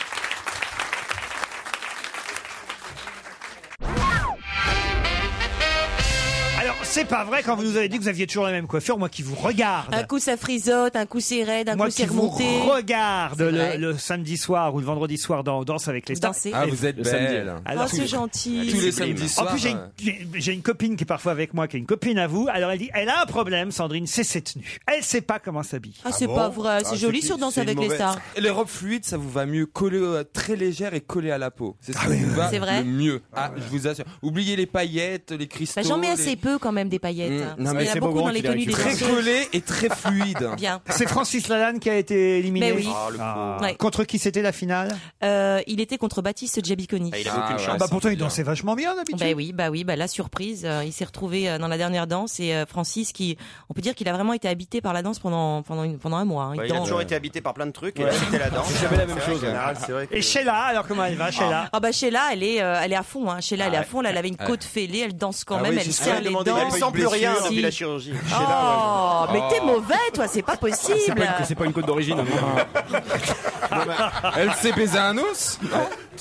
[SPEAKER 3] C'est pas vrai quand vous nous avez dit que vous aviez toujours la même coiffure, moi qui vous regarde.
[SPEAKER 19] Un coup ça frisote, un coup c'est raide, un
[SPEAKER 3] Moi
[SPEAKER 19] coup c'est
[SPEAKER 3] qui vous
[SPEAKER 19] remonté.
[SPEAKER 3] regarde
[SPEAKER 19] C'est vrai.
[SPEAKER 3] le, le samedi soir ou le vendredi soir dans Danse avec les stars.
[SPEAKER 19] Dansez. Ah, vous êtes
[SPEAKER 3] Le samedi. Ah,
[SPEAKER 8] belle.
[SPEAKER 3] Alors-
[SPEAKER 19] Oh, c'est gentil. Tous les samedis
[SPEAKER 3] En
[SPEAKER 19] soirs,
[SPEAKER 3] plus, j'ai une, j'ai une copine qui est parfois avec moi, qui est une copine à vous. Alors elle dit, elle a un problème, Sandrine, c'est ses tenues. Elle sait pas comment s'habiller.
[SPEAKER 19] Ah, c'est pas vrai, c'est Ah, joli sur Danse avec les stars.
[SPEAKER 8] Et Les robes fluides, ça vous va mieux collées, euh, très légères et collées à la peau. C'est ce qui vous va
[SPEAKER 19] C'est vrai
[SPEAKER 8] le mieux. Ah, je vous assure. Oubliez les paillettes, les cristaux.
[SPEAKER 19] Bah, J'en mets
[SPEAKER 8] les-
[SPEAKER 19] assez peu quand même des paillettes. hein.
[SPEAKER 8] Mmh. Non,
[SPEAKER 19] Parce
[SPEAKER 8] mais
[SPEAKER 19] qu'il y en a
[SPEAKER 8] c'est
[SPEAKER 19] beaucoup
[SPEAKER 8] Beaugrand
[SPEAKER 19] dans les
[SPEAKER 8] qui
[SPEAKER 19] tenues
[SPEAKER 8] les
[SPEAKER 19] des
[SPEAKER 8] récupère.
[SPEAKER 19] danseuses.
[SPEAKER 8] Très collé et très fluide.
[SPEAKER 19] Bien.
[SPEAKER 3] C'est Francis Lalanne qui a été éliminé.
[SPEAKER 19] Mais oui. Ah, le
[SPEAKER 3] Ah.
[SPEAKER 19] pauvre. Ouais.
[SPEAKER 3] Contre qui c'était la finale
[SPEAKER 19] Euh, il était contre Baptiste Giabiconi.
[SPEAKER 3] il avait Ah, aucune ouais, chance. bah, pourtant, il dansait vachement bien d'habitude.
[SPEAKER 19] Bah oui, bah oui, bah la surprise, euh, il s'est retrouvé euh, dans la dernière danse et euh, Francis qui, on peut dire qu'il a vraiment été habité par la danse pendant pendant une- pendant un mois. hein.
[SPEAKER 9] Ouais, il a
[SPEAKER 19] danse.
[SPEAKER 9] toujours été habité par plein de trucs et
[SPEAKER 19] Ouais.
[SPEAKER 9] là, c'était la danse.
[SPEAKER 19] C'est jamais la même
[SPEAKER 9] C'est vrai
[SPEAKER 19] chose,
[SPEAKER 9] qu'en
[SPEAKER 19] hein.
[SPEAKER 9] général, c'est vrai que-
[SPEAKER 3] Et Sheila, alors comment elle va, Sheila Ah
[SPEAKER 19] Ah bah Sheila, elle est euh, elle est à fond. Hein. Sheila, elle est à fond. Là, elle avait une
[SPEAKER 3] Ouais.
[SPEAKER 19] côte fêlée, elle danse quand
[SPEAKER 9] Ah
[SPEAKER 19] même,
[SPEAKER 9] oui,
[SPEAKER 19] elle
[SPEAKER 9] c'est ça,
[SPEAKER 19] serre
[SPEAKER 9] elle
[SPEAKER 19] les
[SPEAKER 9] demandait- elle
[SPEAKER 19] dents.
[SPEAKER 9] sent plus rien
[SPEAKER 19] Si.
[SPEAKER 9] depuis Ah, la chirurgie.
[SPEAKER 19] Oh, mais t'es mauvais, toi, c'est pas possible.
[SPEAKER 4] C'est Oh. pas une- c'est pas une côte d'origine. hein, au moins.
[SPEAKER 8] Elle s'est baisée un os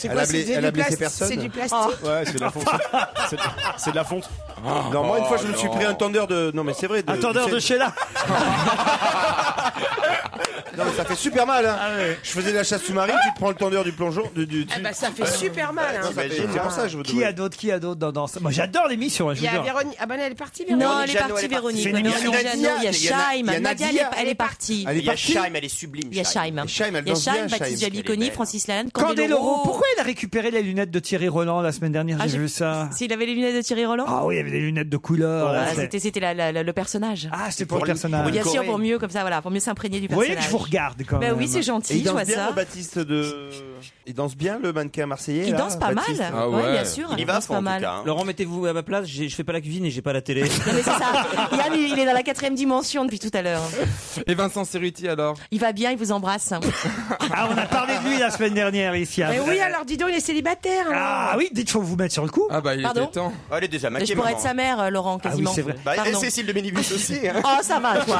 [SPEAKER 5] Elle a blessé- elle a blessé personne
[SPEAKER 4] Ouais, c'est de la fonte. C'est de- C'est de la fonte.
[SPEAKER 5] Ah,
[SPEAKER 4] Oh,
[SPEAKER 5] Non, moi, une
[SPEAKER 9] Oh,
[SPEAKER 5] fois, je me suis pris un tendeur de. Non, mais c'est vrai.
[SPEAKER 4] Un tendeur de
[SPEAKER 3] Sheila
[SPEAKER 5] Non, mais ça fait super mal. Hein.
[SPEAKER 3] Ah
[SPEAKER 5] Je faisais de la chasse sous-marine, tu te prends le tendeur du plongeon. Du, du,
[SPEAKER 19] Eh ben,
[SPEAKER 1] Ah bah, ça fait
[SPEAKER 5] Ouais.
[SPEAKER 1] super mal, hein.
[SPEAKER 5] Non,
[SPEAKER 19] bah,
[SPEAKER 5] ça fait- C'est pour ça que je vous
[SPEAKER 3] Qui a d'autres Qui a d'autres dans Danse Moi j'adore l'émission, hein, je
[SPEAKER 1] Il y
[SPEAKER 3] vous
[SPEAKER 1] a
[SPEAKER 3] jure.
[SPEAKER 1] Véronique. Ah bah non, elle est partie,
[SPEAKER 19] Non,
[SPEAKER 1] Véronique.
[SPEAKER 19] elle est partie, Véronique.
[SPEAKER 3] C'est une
[SPEAKER 19] Véronique
[SPEAKER 3] émission.
[SPEAKER 19] Jeanneau, il y a Shaim.
[SPEAKER 1] il y a
[SPEAKER 19] Nadia, elle est, elle est partie.
[SPEAKER 9] Il y a Shaim, elle est sublime.
[SPEAKER 19] Il y a Shaim.
[SPEAKER 9] Shaim, elle
[SPEAKER 19] Il y a
[SPEAKER 9] danse bien,
[SPEAKER 19] Shaim,
[SPEAKER 9] Shaim.
[SPEAKER 19] Baptiste
[SPEAKER 9] Elle est
[SPEAKER 19] Jabiconi,
[SPEAKER 9] belle.
[SPEAKER 19] Francis Lalanne,
[SPEAKER 3] Candeloro,
[SPEAKER 19] Candeloro.
[SPEAKER 3] pourquoi elle a récupéré les lunettes de Thierry Roland la semaine dernière
[SPEAKER 19] Ah,
[SPEAKER 3] J'ai
[SPEAKER 19] j'ai-
[SPEAKER 3] vu ça.
[SPEAKER 19] S'il avait les lunettes de Thierry Roland
[SPEAKER 3] Ah oui, il y avait des lunettes de couleur. là,
[SPEAKER 19] Voilà,
[SPEAKER 3] c'est-
[SPEAKER 19] Oh, bah, c'était c'était la- la- la- le personnage.
[SPEAKER 3] Ah, c'est pour le personnage.
[SPEAKER 19] Bien sûr, pour mieux comme ça, voilà, pour mieux s'imprégner du
[SPEAKER 3] Vous
[SPEAKER 19] personnage.
[SPEAKER 3] voyez que je vous regarde quand
[SPEAKER 19] Bah
[SPEAKER 3] même.
[SPEAKER 19] oui, c'est gentil,
[SPEAKER 5] Et il
[SPEAKER 19] je
[SPEAKER 5] danse
[SPEAKER 19] vois
[SPEAKER 5] bien,
[SPEAKER 19] ça.
[SPEAKER 5] le Baptiste de. Il danse bien le mannequin marseillais.
[SPEAKER 19] Il
[SPEAKER 5] là,
[SPEAKER 19] danse pas mal.
[SPEAKER 5] Baptiste
[SPEAKER 19] Ah Ouais, ouais. bien sûr, Il y il va, danse pas en tout mal. cas, hein.
[SPEAKER 6] Laurent, mettez-vous à ma place, j'ai- je fais pas la cuisine et j'ai pas la télé.
[SPEAKER 19] Non, mais c'est ça. Yann, il il est dans la quatrième dimension depuis tout à l'heure.
[SPEAKER 8] Et Vincent Cerruti alors
[SPEAKER 19] Il va bien, il vous embrasse.
[SPEAKER 3] Ah, on a parlé de lui la semaine dernière ici.
[SPEAKER 1] Mais oui, alors dis donc, il est célibataire. hein.
[SPEAKER 3] Ah oui, dites faut vous mettre sur le coup.
[SPEAKER 8] Ah bah il
[SPEAKER 19] Pardon
[SPEAKER 8] était temps.
[SPEAKER 9] Elle est déjà
[SPEAKER 19] Je
[SPEAKER 9] maquée.
[SPEAKER 19] pourrais
[SPEAKER 9] maman.
[SPEAKER 19] être sa mère, euh, Laurent,
[SPEAKER 9] Ah oui,
[SPEAKER 19] quasiment.
[SPEAKER 9] c'est vrai. Bah, et
[SPEAKER 19] Pardon.
[SPEAKER 9] Cécile de Ménivis aussi, hein.
[SPEAKER 19] Oh, ça va, toi.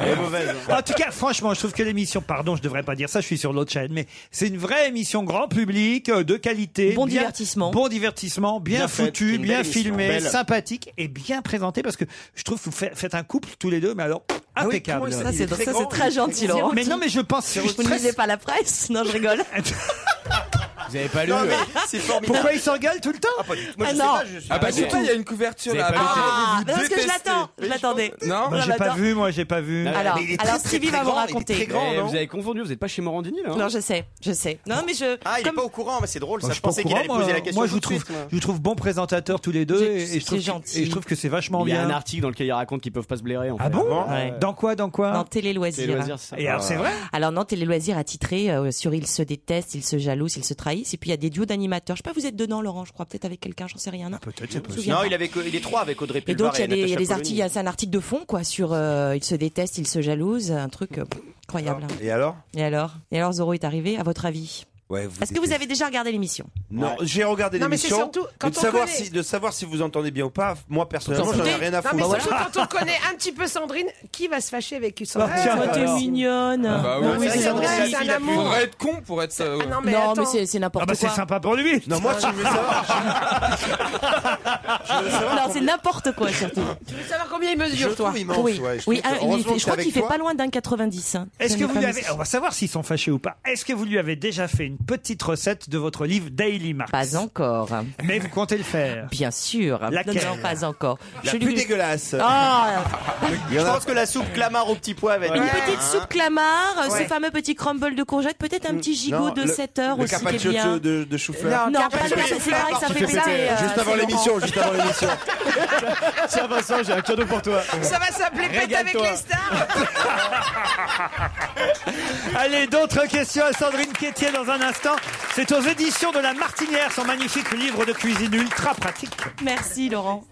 [SPEAKER 9] Elle est mauvaise.
[SPEAKER 3] En tout cas, franchement, je trouve que l'émission, pardon, je devrais pas dire ça, je suis sur l'autre chaîne, mais c'est une vraie émission grand public, euh, de qualité.
[SPEAKER 19] Bon
[SPEAKER 3] bien-
[SPEAKER 19] divertissement.
[SPEAKER 3] Bon divertissement, bien,
[SPEAKER 19] Bien faite,
[SPEAKER 3] foutu,
[SPEAKER 19] une belle
[SPEAKER 3] bien
[SPEAKER 19] émission,
[SPEAKER 3] filmé,
[SPEAKER 19] belle.
[SPEAKER 3] sympathique et bien présenté parce que je trouve que vous faites faites un couple tous les deux, mais alors pff,
[SPEAKER 19] Ah oui,
[SPEAKER 3] impeccable.
[SPEAKER 19] comment ça, c'est- Il est ça, très c'est grand, très il est gentil, très grand. Laurent.
[SPEAKER 3] Mais non, mais je pense
[SPEAKER 19] Vous ne lisez pas la presse Non, je rigole.
[SPEAKER 4] Vous avez pas lu
[SPEAKER 3] Non, mais
[SPEAKER 4] euh,
[SPEAKER 3] c'est formidable. Pourquoi il s'engueule tout le temps Ah, pas
[SPEAKER 19] Moi, je Ah, sais non. pas, je suis-
[SPEAKER 8] Ah bah
[SPEAKER 19] Ah,
[SPEAKER 8] je sais
[SPEAKER 19] du
[SPEAKER 8] pas,
[SPEAKER 19] tout.
[SPEAKER 8] il y a une couverture
[SPEAKER 19] Vous
[SPEAKER 8] là.
[SPEAKER 19] avez pas
[SPEAKER 8] à
[SPEAKER 19] Ah,
[SPEAKER 8] côté que vous
[SPEAKER 19] parce que je
[SPEAKER 8] détestez.
[SPEAKER 19] l'attends, je l'attendais.
[SPEAKER 8] Non
[SPEAKER 3] Moi, j'ai pas vu, moi, j'ai pas vu.
[SPEAKER 19] Alors, alors Stevie va vous raconter.
[SPEAKER 4] Eh, Vous avez confondu, vous n'êtes pas chez Morandini là hein
[SPEAKER 19] Non, je sais, je sais. Non, mais je.
[SPEAKER 9] Ah, il est pas au courant, mais c'est drôle.
[SPEAKER 3] Moi,
[SPEAKER 9] Ça, je pensais qu'il
[SPEAKER 3] pourquoi,
[SPEAKER 9] allait poser la question.
[SPEAKER 3] Moi, je
[SPEAKER 9] tout
[SPEAKER 3] vous
[SPEAKER 9] de
[SPEAKER 3] trouve,
[SPEAKER 9] suite, moi.
[SPEAKER 3] je vous trouve bon présentateur tous les deux, et, et je
[SPEAKER 19] c'est
[SPEAKER 3] trouve, que-
[SPEAKER 19] gentil.
[SPEAKER 3] et je trouve que c'est vachement
[SPEAKER 4] Il y
[SPEAKER 3] bien.
[SPEAKER 4] a un article dans lequel il raconte qu'ils peuvent pas se blairer en fait.
[SPEAKER 3] Ah bon
[SPEAKER 4] Ouais.
[SPEAKER 3] Dans quoi, dans quoi
[SPEAKER 19] Dans Télé Loisirs.
[SPEAKER 4] Télé Loisirs, Ah. c'est
[SPEAKER 3] Et alors, c'est vrai
[SPEAKER 19] Alors non, Télé Loisirs a titré euh, sur ils se détestent, ils se jalousent, ils se trahissent. Et puis il y a des duos d'animateurs. Je sais pas, vous êtes dedans, Laurent, je crois, peut-être avec quelqu'un, j'en sais
[SPEAKER 3] Ah,
[SPEAKER 19] rien. Peut-être,
[SPEAKER 9] Non, il, avait, il est trois avec Audrey
[SPEAKER 19] Et
[SPEAKER 9] Pulvar
[SPEAKER 19] donc il y a des, il y a
[SPEAKER 9] Natacha
[SPEAKER 19] des
[SPEAKER 9] Polony.
[SPEAKER 19] articles, c'est un article de fond quoi sur euh, ils se détestent, ils se jalousent, un truc euh, pff, incroyable.
[SPEAKER 9] Ah,
[SPEAKER 19] hein.
[SPEAKER 5] Et alors
[SPEAKER 19] Et alors Et alors Zoro est arrivé à votre avis
[SPEAKER 5] Ouais,
[SPEAKER 19] Est-ce que vous avez déjà regardé l'émission
[SPEAKER 5] Non, j'ai regardé
[SPEAKER 19] Non, mais c'est
[SPEAKER 5] l'émission.
[SPEAKER 19] surtout quand
[SPEAKER 5] de
[SPEAKER 19] on
[SPEAKER 5] savoir
[SPEAKER 19] connaît.
[SPEAKER 5] si de savoir si vous entendez bien ou pas. Moi personnellement,
[SPEAKER 19] Vous
[SPEAKER 5] j'en ai
[SPEAKER 19] entendez
[SPEAKER 5] rien à
[SPEAKER 19] Non,
[SPEAKER 5] foutre.
[SPEAKER 19] mais
[SPEAKER 1] Surtout quand on connaît un petit peu Sandrine, qui va se fâcher avec Sandrine
[SPEAKER 5] Ah, tiens,
[SPEAKER 19] Oh, t'es
[SPEAKER 5] alors.
[SPEAKER 19] mignonne
[SPEAKER 5] Ah bah oui.
[SPEAKER 19] Non, oui,
[SPEAKER 5] C'est
[SPEAKER 19] c'est
[SPEAKER 5] vrai,
[SPEAKER 19] vrai.
[SPEAKER 5] c'est un amour.
[SPEAKER 8] Faudrait être con pour être ça. ouais.
[SPEAKER 19] Non, mais, c'est- c'est
[SPEAKER 8] Ah
[SPEAKER 19] n'importe
[SPEAKER 8] bah,
[SPEAKER 19] quoi.
[SPEAKER 3] pour lui.
[SPEAKER 5] Non, moi, je veux savoir.
[SPEAKER 19] Non, c'est n'importe quoi surtout.
[SPEAKER 1] Tu veux savoir combien il mesure,
[SPEAKER 19] Je
[SPEAKER 1] toi
[SPEAKER 19] trouve oui, oui, ah, il fait- je crois qu'il fait pas loin d'un 90. hein.
[SPEAKER 3] Est-ce
[SPEAKER 19] Ça
[SPEAKER 3] que
[SPEAKER 19] n'est
[SPEAKER 3] vous
[SPEAKER 19] pas
[SPEAKER 3] lui
[SPEAKER 19] mis-
[SPEAKER 3] avez, on va savoir s'ils sont fâchés ou pas. Est-ce que vous lui avez déjà fait une petite recette de votre livre Daily Marks Pas
[SPEAKER 19] encore.
[SPEAKER 3] Mais vous comptez le faire.
[SPEAKER 19] Bien sûr.
[SPEAKER 3] Laquelle
[SPEAKER 19] Non, non, pas encore.
[SPEAKER 3] La
[SPEAKER 19] Je
[SPEAKER 3] plus dégueulasse.
[SPEAKER 19] Ah
[SPEAKER 9] Je pense que la soupe clamart au petit pois va être
[SPEAKER 19] Une
[SPEAKER 9] bien,
[SPEAKER 19] petite
[SPEAKER 9] hein.
[SPEAKER 19] soupe clamart, euh, ce
[SPEAKER 9] Ouais.
[SPEAKER 19] fameux petit crumble de courgette, peut-être un petit gigot
[SPEAKER 5] Non,
[SPEAKER 19] de
[SPEAKER 5] le-
[SPEAKER 19] 7 heures
[SPEAKER 5] le
[SPEAKER 19] aussi qui est
[SPEAKER 5] carpaccio
[SPEAKER 19] bien.
[SPEAKER 5] de- de- de chou-fleur.
[SPEAKER 19] Non,
[SPEAKER 5] Carpaccio
[SPEAKER 19] carpaccio,
[SPEAKER 5] de
[SPEAKER 19] c'est vrai que ça
[SPEAKER 5] chou-fleur,
[SPEAKER 19] fait
[SPEAKER 5] tu fais
[SPEAKER 19] péter.
[SPEAKER 5] péter. Juste avant l'émission, juste avant l'émission.
[SPEAKER 4] Tiens Vincent, j'ai un cadeau pour toi.
[SPEAKER 1] Ça va s'appeler Pète avec
[SPEAKER 4] Régale-toi.
[SPEAKER 1] les stars
[SPEAKER 3] Allez, d'autres questions à Sandrine Quétier dans un instant. C'est aux éditions de La Martinière, son magnifique livre de cuisine ultra pratique.
[SPEAKER 19] Merci Laurent.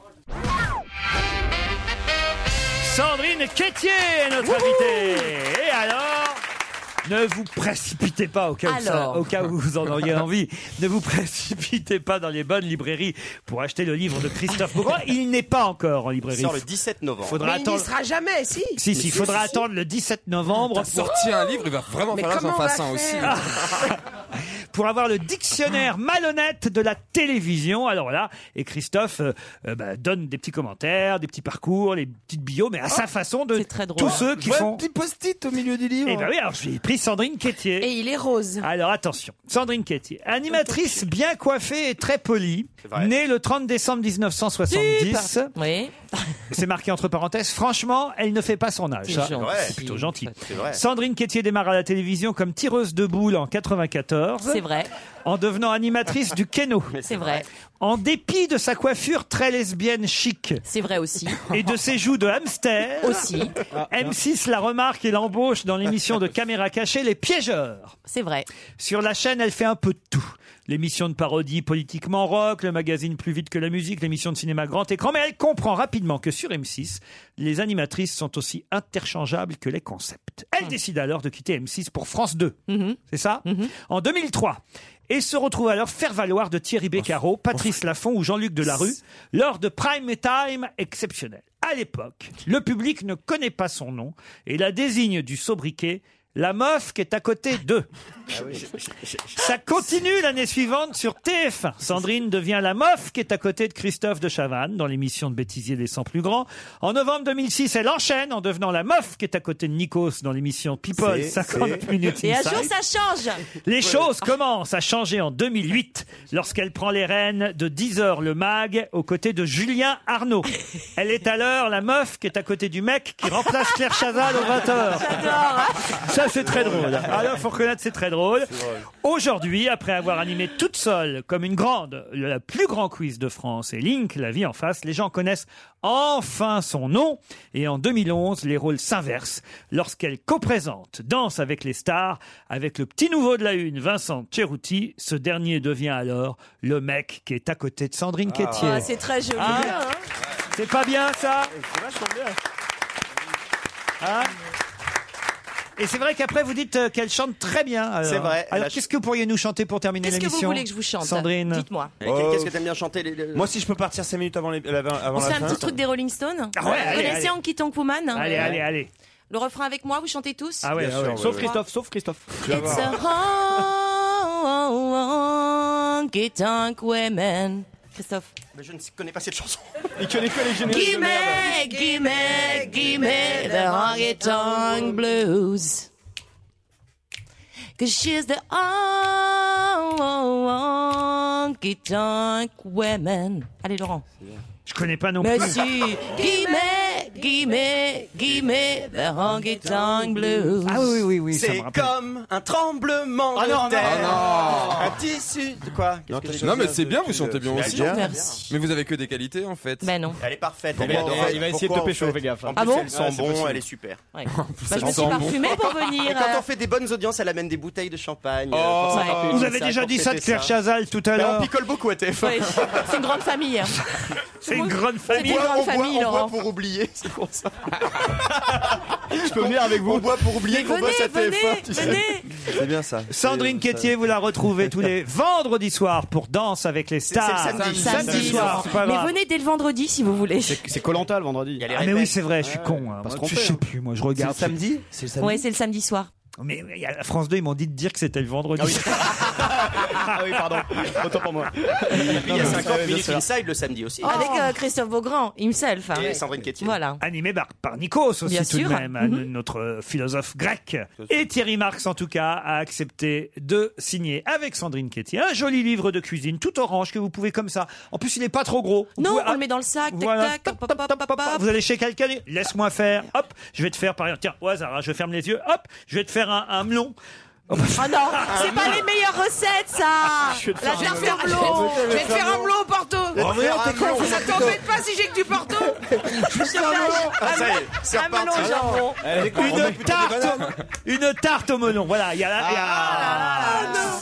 [SPEAKER 3] Sandrine Quétier est notre invitée. Et alors ne vous précipitez pas au cas, où ça-
[SPEAKER 4] Alors.
[SPEAKER 3] au cas où vous en auriez envie. Ne vous précipitez pas dans les bonnes librairies pour acheter le livre de Christophe Beaugrand. Il n'est pas encore en
[SPEAKER 9] Il
[SPEAKER 3] librairie.
[SPEAKER 9] sort le 17 novembre.
[SPEAKER 3] Faudra
[SPEAKER 1] Mais il n'y
[SPEAKER 3] attendre.
[SPEAKER 1] sera jamais, si
[SPEAKER 3] Si, si, faudra attendre le 17 novembre.
[SPEAKER 8] T'as sorti un livre, il va vraiment
[SPEAKER 1] Mais
[SPEAKER 8] falloir que j'en
[SPEAKER 1] comment on
[SPEAKER 8] fasse
[SPEAKER 1] va
[SPEAKER 8] un aussi.
[SPEAKER 1] faire
[SPEAKER 3] pour avoir le dictionnaire malhonnête de la télévision. Alors là, et Christophe euh, euh, bah, donne des petits commentaires, des petits parcours, les petites bios,
[SPEAKER 1] Oh,
[SPEAKER 3] mais à sa façon de tous ceux qui font.
[SPEAKER 16] petit post-it au milieu du livre.
[SPEAKER 3] Eh ben oui, alors j'ai pris Sandrine Quétier. Et il est rose. Alors attention, Sandrine Quétier, animatrice bien coiffée et très polie, née le 30 décembre 1970.
[SPEAKER 19] Super. Oui.
[SPEAKER 3] C'est marqué entre parenthèses. Franchement, elle ne fait pas son âge. hein.
[SPEAKER 19] C'est
[SPEAKER 3] ça.
[SPEAKER 19] gentil.
[SPEAKER 3] Ouais, plutôt gentil.
[SPEAKER 19] C'est vrai.
[SPEAKER 3] Sandrine Quétier démarre à la télévision comme tireuse de boules en 94.
[SPEAKER 19] C'est vrai.
[SPEAKER 3] En devenant animatrice du Keno.
[SPEAKER 19] C'est vrai.
[SPEAKER 3] En dépit de sa coiffure très lesbienne chic.
[SPEAKER 19] C'est vrai aussi.
[SPEAKER 3] Et de ses joues de hamster.
[SPEAKER 19] Aussi.
[SPEAKER 3] M6 la remarque et l'embauche dans l'émission de Caméra Cachée, Les Piégeurs.
[SPEAKER 19] C'est vrai.
[SPEAKER 3] Sur la chaîne, elle fait un peu de tout. L'émission de parodie politiquement rock, le magazine Plus vite que la musique, l'émission de cinéma grand écran, mais elle comprend rapidement que sur M6, les animatrices sont aussi interchangeables que les concepts. Elle décide alors de quitter M6 pour France 2. C'est ça En 2003. Et se retrouve alors faire valoir de Thierry Beccaro, Patrice Laffont ou Jean-Luc Delarue lors de Prime Time exceptionnel. À l'époque, le public ne connaît pas son nom et la désigne du sobriquet la meuf qui est à côté d'eux.
[SPEAKER 9] Ah
[SPEAKER 3] Ça continue l'année suivante sur TF1. Sandrine devient la meuf qui est à côté de Christophe de Chavannes dans l'émission de Bêtisier des 100 plus grands. En novembre 2006, elle enchaîne en devenant la meuf qui est à côté de Nikos dans l'émission People
[SPEAKER 19] C'est-
[SPEAKER 3] 50
[SPEAKER 19] c'est-
[SPEAKER 3] minutes
[SPEAKER 19] Et un
[SPEAKER 3] Inside.
[SPEAKER 19] jour, ça change.
[SPEAKER 3] Les choses commencent à changer en 2008 lorsqu'elle prend les rênes de 10h le mag aux côtés de Julien Arnaud. Elle est à l'heure la meuf qui est à côté du mec qui remplace Claire Chazal aux 20h. Ça c'est très drôle. Alors faut reconnaître c'est très drôle. Aujourd'hui, après avoir animé toute seule comme une grande, le la plus grand quiz de France et Link, la vie en face, les gens connaissent enfin son nom. Et en 2011, les rôles s'inversent lorsqu'elle co-présente Danse avec les stars avec le petit nouveau de la une, Vincent Cerruti. Ce dernier devient alors le mec qui est à côté de Sandrine Quétier.
[SPEAKER 7] Ah, c'est très joli.
[SPEAKER 3] Hein
[SPEAKER 7] Bien, hein.
[SPEAKER 3] c'est pas bien ça Hein et c'est vrai qu'après vous dites euh, qu'elle chante très bien. alors.
[SPEAKER 9] C'est vrai, elle
[SPEAKER 3] Alors
[SPEAKER 9] a-
[SPEAKER 3] qu'est-ce que vous pourriez nous chanter pour terminer
[SPEAKER 9] Qu'est-ce que
[SPEAKER 3] l'émission
[SPEAKER 9] vous voulez que je vous chante
[SPEAKER 3] Sandrine, Oh,
[SPEAKER 9] Dites-moi. Et qu'est- qu'est-ce que t'aimes bien chanter les- les-
[SPEAKER 5] Moi, si je peux partir 5 minutes avant, les- avant, avant
[SPEAKER 19] On
[SPEAKER 5] la
[SPEAKER 19] se fait
[SPEAKER 5] fin.
[SPEAKER 19] un petit truc des Rolling Stones.
[SPEAKER 5] Ah ouais, allez,
[SPEAKER 19] vous connaissez
[SPEAKER 5] allez.
[SPEAKER 19] Honky Tonk Woman hein
[SPEAKER 5] Allez, allez,
[SPEAKER 3] allez.
[SPEAKER 19] Le refrain avec moi, vous chantez tous
[SPEAKER 3] Ah ouais,
[SPEAKER 5] Bien
[SPEAKER 3] ah ouais.
[SPEAKER 5] sûr,
[SPEAKER 3] sauf
[SPEAKER 5] ouais,
[SPEAKER 3] Christophe, sauf Christophe.
[SPEAKER 19] It's a honky tonk woman. Christophe.
[SPEAKER 9] Mais je ne connais pas cette chanson.
[SPEAKER 4] Il connaît que les génériques de merde.
[SPEAKER 19] Gimme, gimme, gimme the honky tonk blues. Cause she's the honky tonk woman. Allez, Laurent.
[SPEAKER 3] Je connais pas non
[SPEAKER 19] Mais
[SPEAKER 3] plus.
[SPEAKER 19] si, gimme, gimme, gimme the honky tonk blues.
[SPEAKER 3] Ah oui, oui, oui,
[SPEAKER 9] C'est comme un tremblement
[SPEAKER 19] Ah
[SPEAKER 9] de
[SPEAKER 19] non, non,
[SPEAKER 9] terre.
[SPEAKER 19] ah non.
[SPEAKER 9] Un tissu de quoi Qu'est-ce que j'ai
[SPEAKER 8] Non,
[SPEAKER 9] dit
[SPEAKER 8] mais c'est bien, vous chantez bien
[SPEAKER 9] C'est
[SPEAKER 8] aussi. hein.
[SPEAKER 9] bien.
[SPEAKER 8] Mais vous avez que des qualités en fait.
[SPEAKER 19] Ben non.
[SPEAKER 9] Elle est parfaite.
[SPEAKER 8] Pourquoi
[SPEAKER 9] elle est
[SPEAKER 8] en
[SPEAKER 9] adorable.
[SPEAKER 8] fait Il va essayer de te
[SPEAKER 9] Pourquoi, en
[SPEAKER 8] pécho,
[SPEAKER 9] fait
[SPEAKER 8] fais gaffe.
[SPEAKER 9] En
[SPEAKER 8] Ah
[SPEAKER 9] plus,
[SPEAKER 8] bon
[SPEAKER 9] elle sent
[SPEAKER 8] Ouais, c'est
[SPEAKER 9] bon,
[SPEAKER 8] possible.
[SPEAKER 9] elle est super.
[SPEAKER 19] Ouais.
[SPEAKER 8] Bah, je me suis
[SPEAKER 19] parfumée pour venir,
[SPEAKER 9] Et quand
[SPEAKER 19] euh.
[SPEAKER 9] on fait des bonnes audiences, elle amène des bouteilles de champagne. euh,
[SPEAKER 3] Oh. Vous avez déjà dit ça de Claire Chazal tout à l'heure.
[SPEAKER 9] Ben, On picole beaucoup à TF1.
[SPEAKER 19] Ouais, c'est une grande famille. hein.
[SPEAKER 3] C'est une grande famille.
[SPEAKER 19] C'est une grande famille,
[SPEAKER 9] on
[SPEAKER 19] Laurent.
[SPEAKER 9] boit pour oublier, c'est pour ça.
[SPEAKER 4] Je peux venir avec vous.
[SPEAKER 9] On boit pour oublier
[SPEAKER 4] Mais
[SPEAKER 9] qu'on bosse à
[SPEAKER 4] venez,
[SPEAKER 9] TF1, tu
[SPEAKER 4] venez,
[SPEAKER 9] sais.
[SPEAKER 4] venez.
[SPEAKER 5] C'est bien ça.
[SPEAKER 3] Sandrine Quétier, vous la retrouvez tous les vendredis soirs pour Danse avec les stars.
[SPEAKER 19] C'est le samedi. Samedi,
[SPEAKER 3] soir,
[SPEAKER 19] Laurent.
[SPEAKER 3] c'est pas
[SPEAKER 19] Mais
[SPEAKER 3] grave.
[SPEAKER 19] venez dès le vendredi si vous voulez.
[SPEAKER 4] C'est Colanta le vendredi.
[SPEAKER 3] Ah, mais oui, c'est vrai, je suis con. hein.
[SPEAKER 4] pas se
[SPEAKER 3] Moi,
[SPEAKER 4] tromper,
[SPEAKER 3] je sais
[SPEAKER 4] hein.
[SPEAKER 3] plus, moi, je regarde.
[SPEAKER 4] C'est le samedi
[SPEAKER 5] C'est le
[SPEAKER 19] Ouais, c'est le samedi soir.
[SPEAKER 3] Mais mais à la France 2, ils m'ont dit de dire que c'était le vendredi.
[SPEAKER 4] Ah oui, pardon. Autant pour moi.
[SPEAKER 9] Et puis il y a 50 minutes
[SPEAKER 3] sûr.
[SPEAKER 9] inside le samedi aussi.
[SPEAKER 19] Avec euh, Christophe Beaugrand, himself. hein.
[SPEAKER 9] Et Sandrine Quétier.
[SPEAKER 19] Voilà.
[SPEAKER 3] Animé par, par Nikos aussi
[SPEAKER 19] Bien
[SPEAKER 3] tout
[SPEAKER 19] sûr.
[SPEAKER 3] de même,
[SPEAKER 19] Mhm.
[SPEAKER 3] euh, notre euh, philosophe grec. Et Thierry Marx en tout cas a accepté de signer avec Sandrine Quétier un joli livre de cuisine tout orange que vous pouvez comme ça. En plus il n'est pas trop gros. Vous
[SPEAKER 19] Non,
[SPEAKER 3] pouvez-
[SPEAKER 19] on le met dans le sac, tac,
[SPEAKER 3] Voilà.
[SPEAKER 19] tac, hop, hop, hop, hop, hop.
[SPEAKER 3] Vous allez chez quelqu'un, laisse-moi faire, hop, je vais te faire par exemple, tiens, au hasard, hein, je ferme les yeux, hop, je vais te faire un, un melon.
[SPEAKER 19] Ah non, c'est pas les meilleures recettes, ça
[SPEAKER 3] Je vais te
[SPEAKER 19] La
[SPEAKER 3] faire un
[SPEAKER 19] tarte au
[SPEAKER 3] melon.
[SPEAKER 19] melon.
[SPEAKER 7] Je vais te faire un melon au Porto.
[SPEAKER 3] Oh, mais non,
[SPEAKER 1] Ah,
[SPEAKER 3] t'es con, faut
[SPEAKER 7] ça
[SPEAKER 3] faire
[SPEAKER 7] t'embête pas si j'ai que du Porto Je vais te faire un melon.
[SPEAKER 1] Ah,
[SPEAKER 9] ça y est, c'est
[SPEAKER 7] Un melon au
[SPEAKER 9] reparti.
[SPEAKER 7] jambon.
[SPEAKER 3] Une tarte, une tarte au melon. Voilà, il y a la- il y a-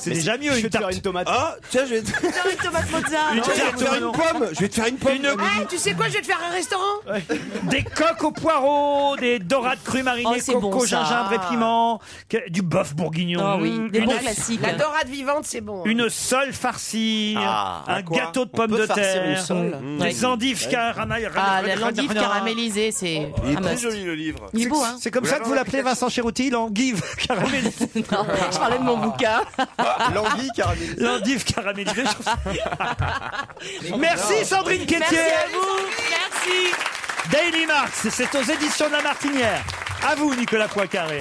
[SPEAKER 3] c'est déjà mieux une tarte.
[SPEAKER 4] tomate.
[SPEAKER 5] Ah, tiens, je vais te
[SPEAKER 7] Je vais te faire une tomate mozza.
[SPEAKER 3] Une
[SPEAKER 7] Non,
[SPEAKER 3] tarte
[SPEAKER 7] je vais te
[SPEAKER 3] au
[SPEAKER 7] faire
[SPEAKER 3] melon.
[SPEAKER 5] pomme. Je vais te faire une pomme.
[SPEAKER 7] Eh, tu sais quoi, je vais te faire un restaurant
[SPEAKER 3] Des coques aux poireaux, des dorades crues marinées,
[SPEAKER 7] Oh, c'est
[SPEAKER 3] coco,
[SPEAKER 7] bon, ça.
[SPEAKER 3] gingembre et piment, que- du bœuf bourguignon. mignon.
[SPEAKER 19] Ah oui,
[SPEAKER 3] Mmh,
[SPEAKER 19] des
[SPEAKER 3] une-
[SPEAKER 19] bons classiques.
[SPEAKER 1] La dorade vivante, c'est bon. hein.
[SPEAKER 3] Une sole farcie,
[SPEAKER 1] Ah,
[SPEAKER 3] un
[SPEAKER 1] quoi
[SPEAKER 3] gâteau de
[SPEAKER 1] On
[SPEAKER 3] pommes
[SPEAKER 1] peut
[SPEAKER 3] de
[SPEAKER 1] farcir
[SPEAKER 3] terre,
[SPEAKER 1] une sole
[SPEAKER 3] Mmh.
[SPEAKER 1] Ouais.
[SPEAKER 3] des endives
[SPEAKER 1] Ouais.
[SPEAKER 3] caramel-
[SPEAKER 19] Ah, la l'endive caramélisée, c'est.
[SPEAKER 3] Il est
[SPEAKER 19] un
[SPEAKER 3] très
[SPEAKER 19] must.
[SPEAKER 3] joli,
[SPEAKER 5] le livre.
[SPEAKER 19] Ah, Il est beau, hein
[SPEAKER 3] C'est comme ça que vous l'appelez Vincent Chérouti, l'endive caramélisée.
[SPEAKER 19] Je parlais de mon bouquin.
[SPEAKER 3] L'endive caramélisée. L'endive caramélisée. je trouve ça- Merci Sandrine Quétier.
[SPEAKER 7] Merci à
[SPEAKER 3] vous. Merci. Daily Marx, c'est aux éditions de la Martinière. À vous Nicolas Poincaré.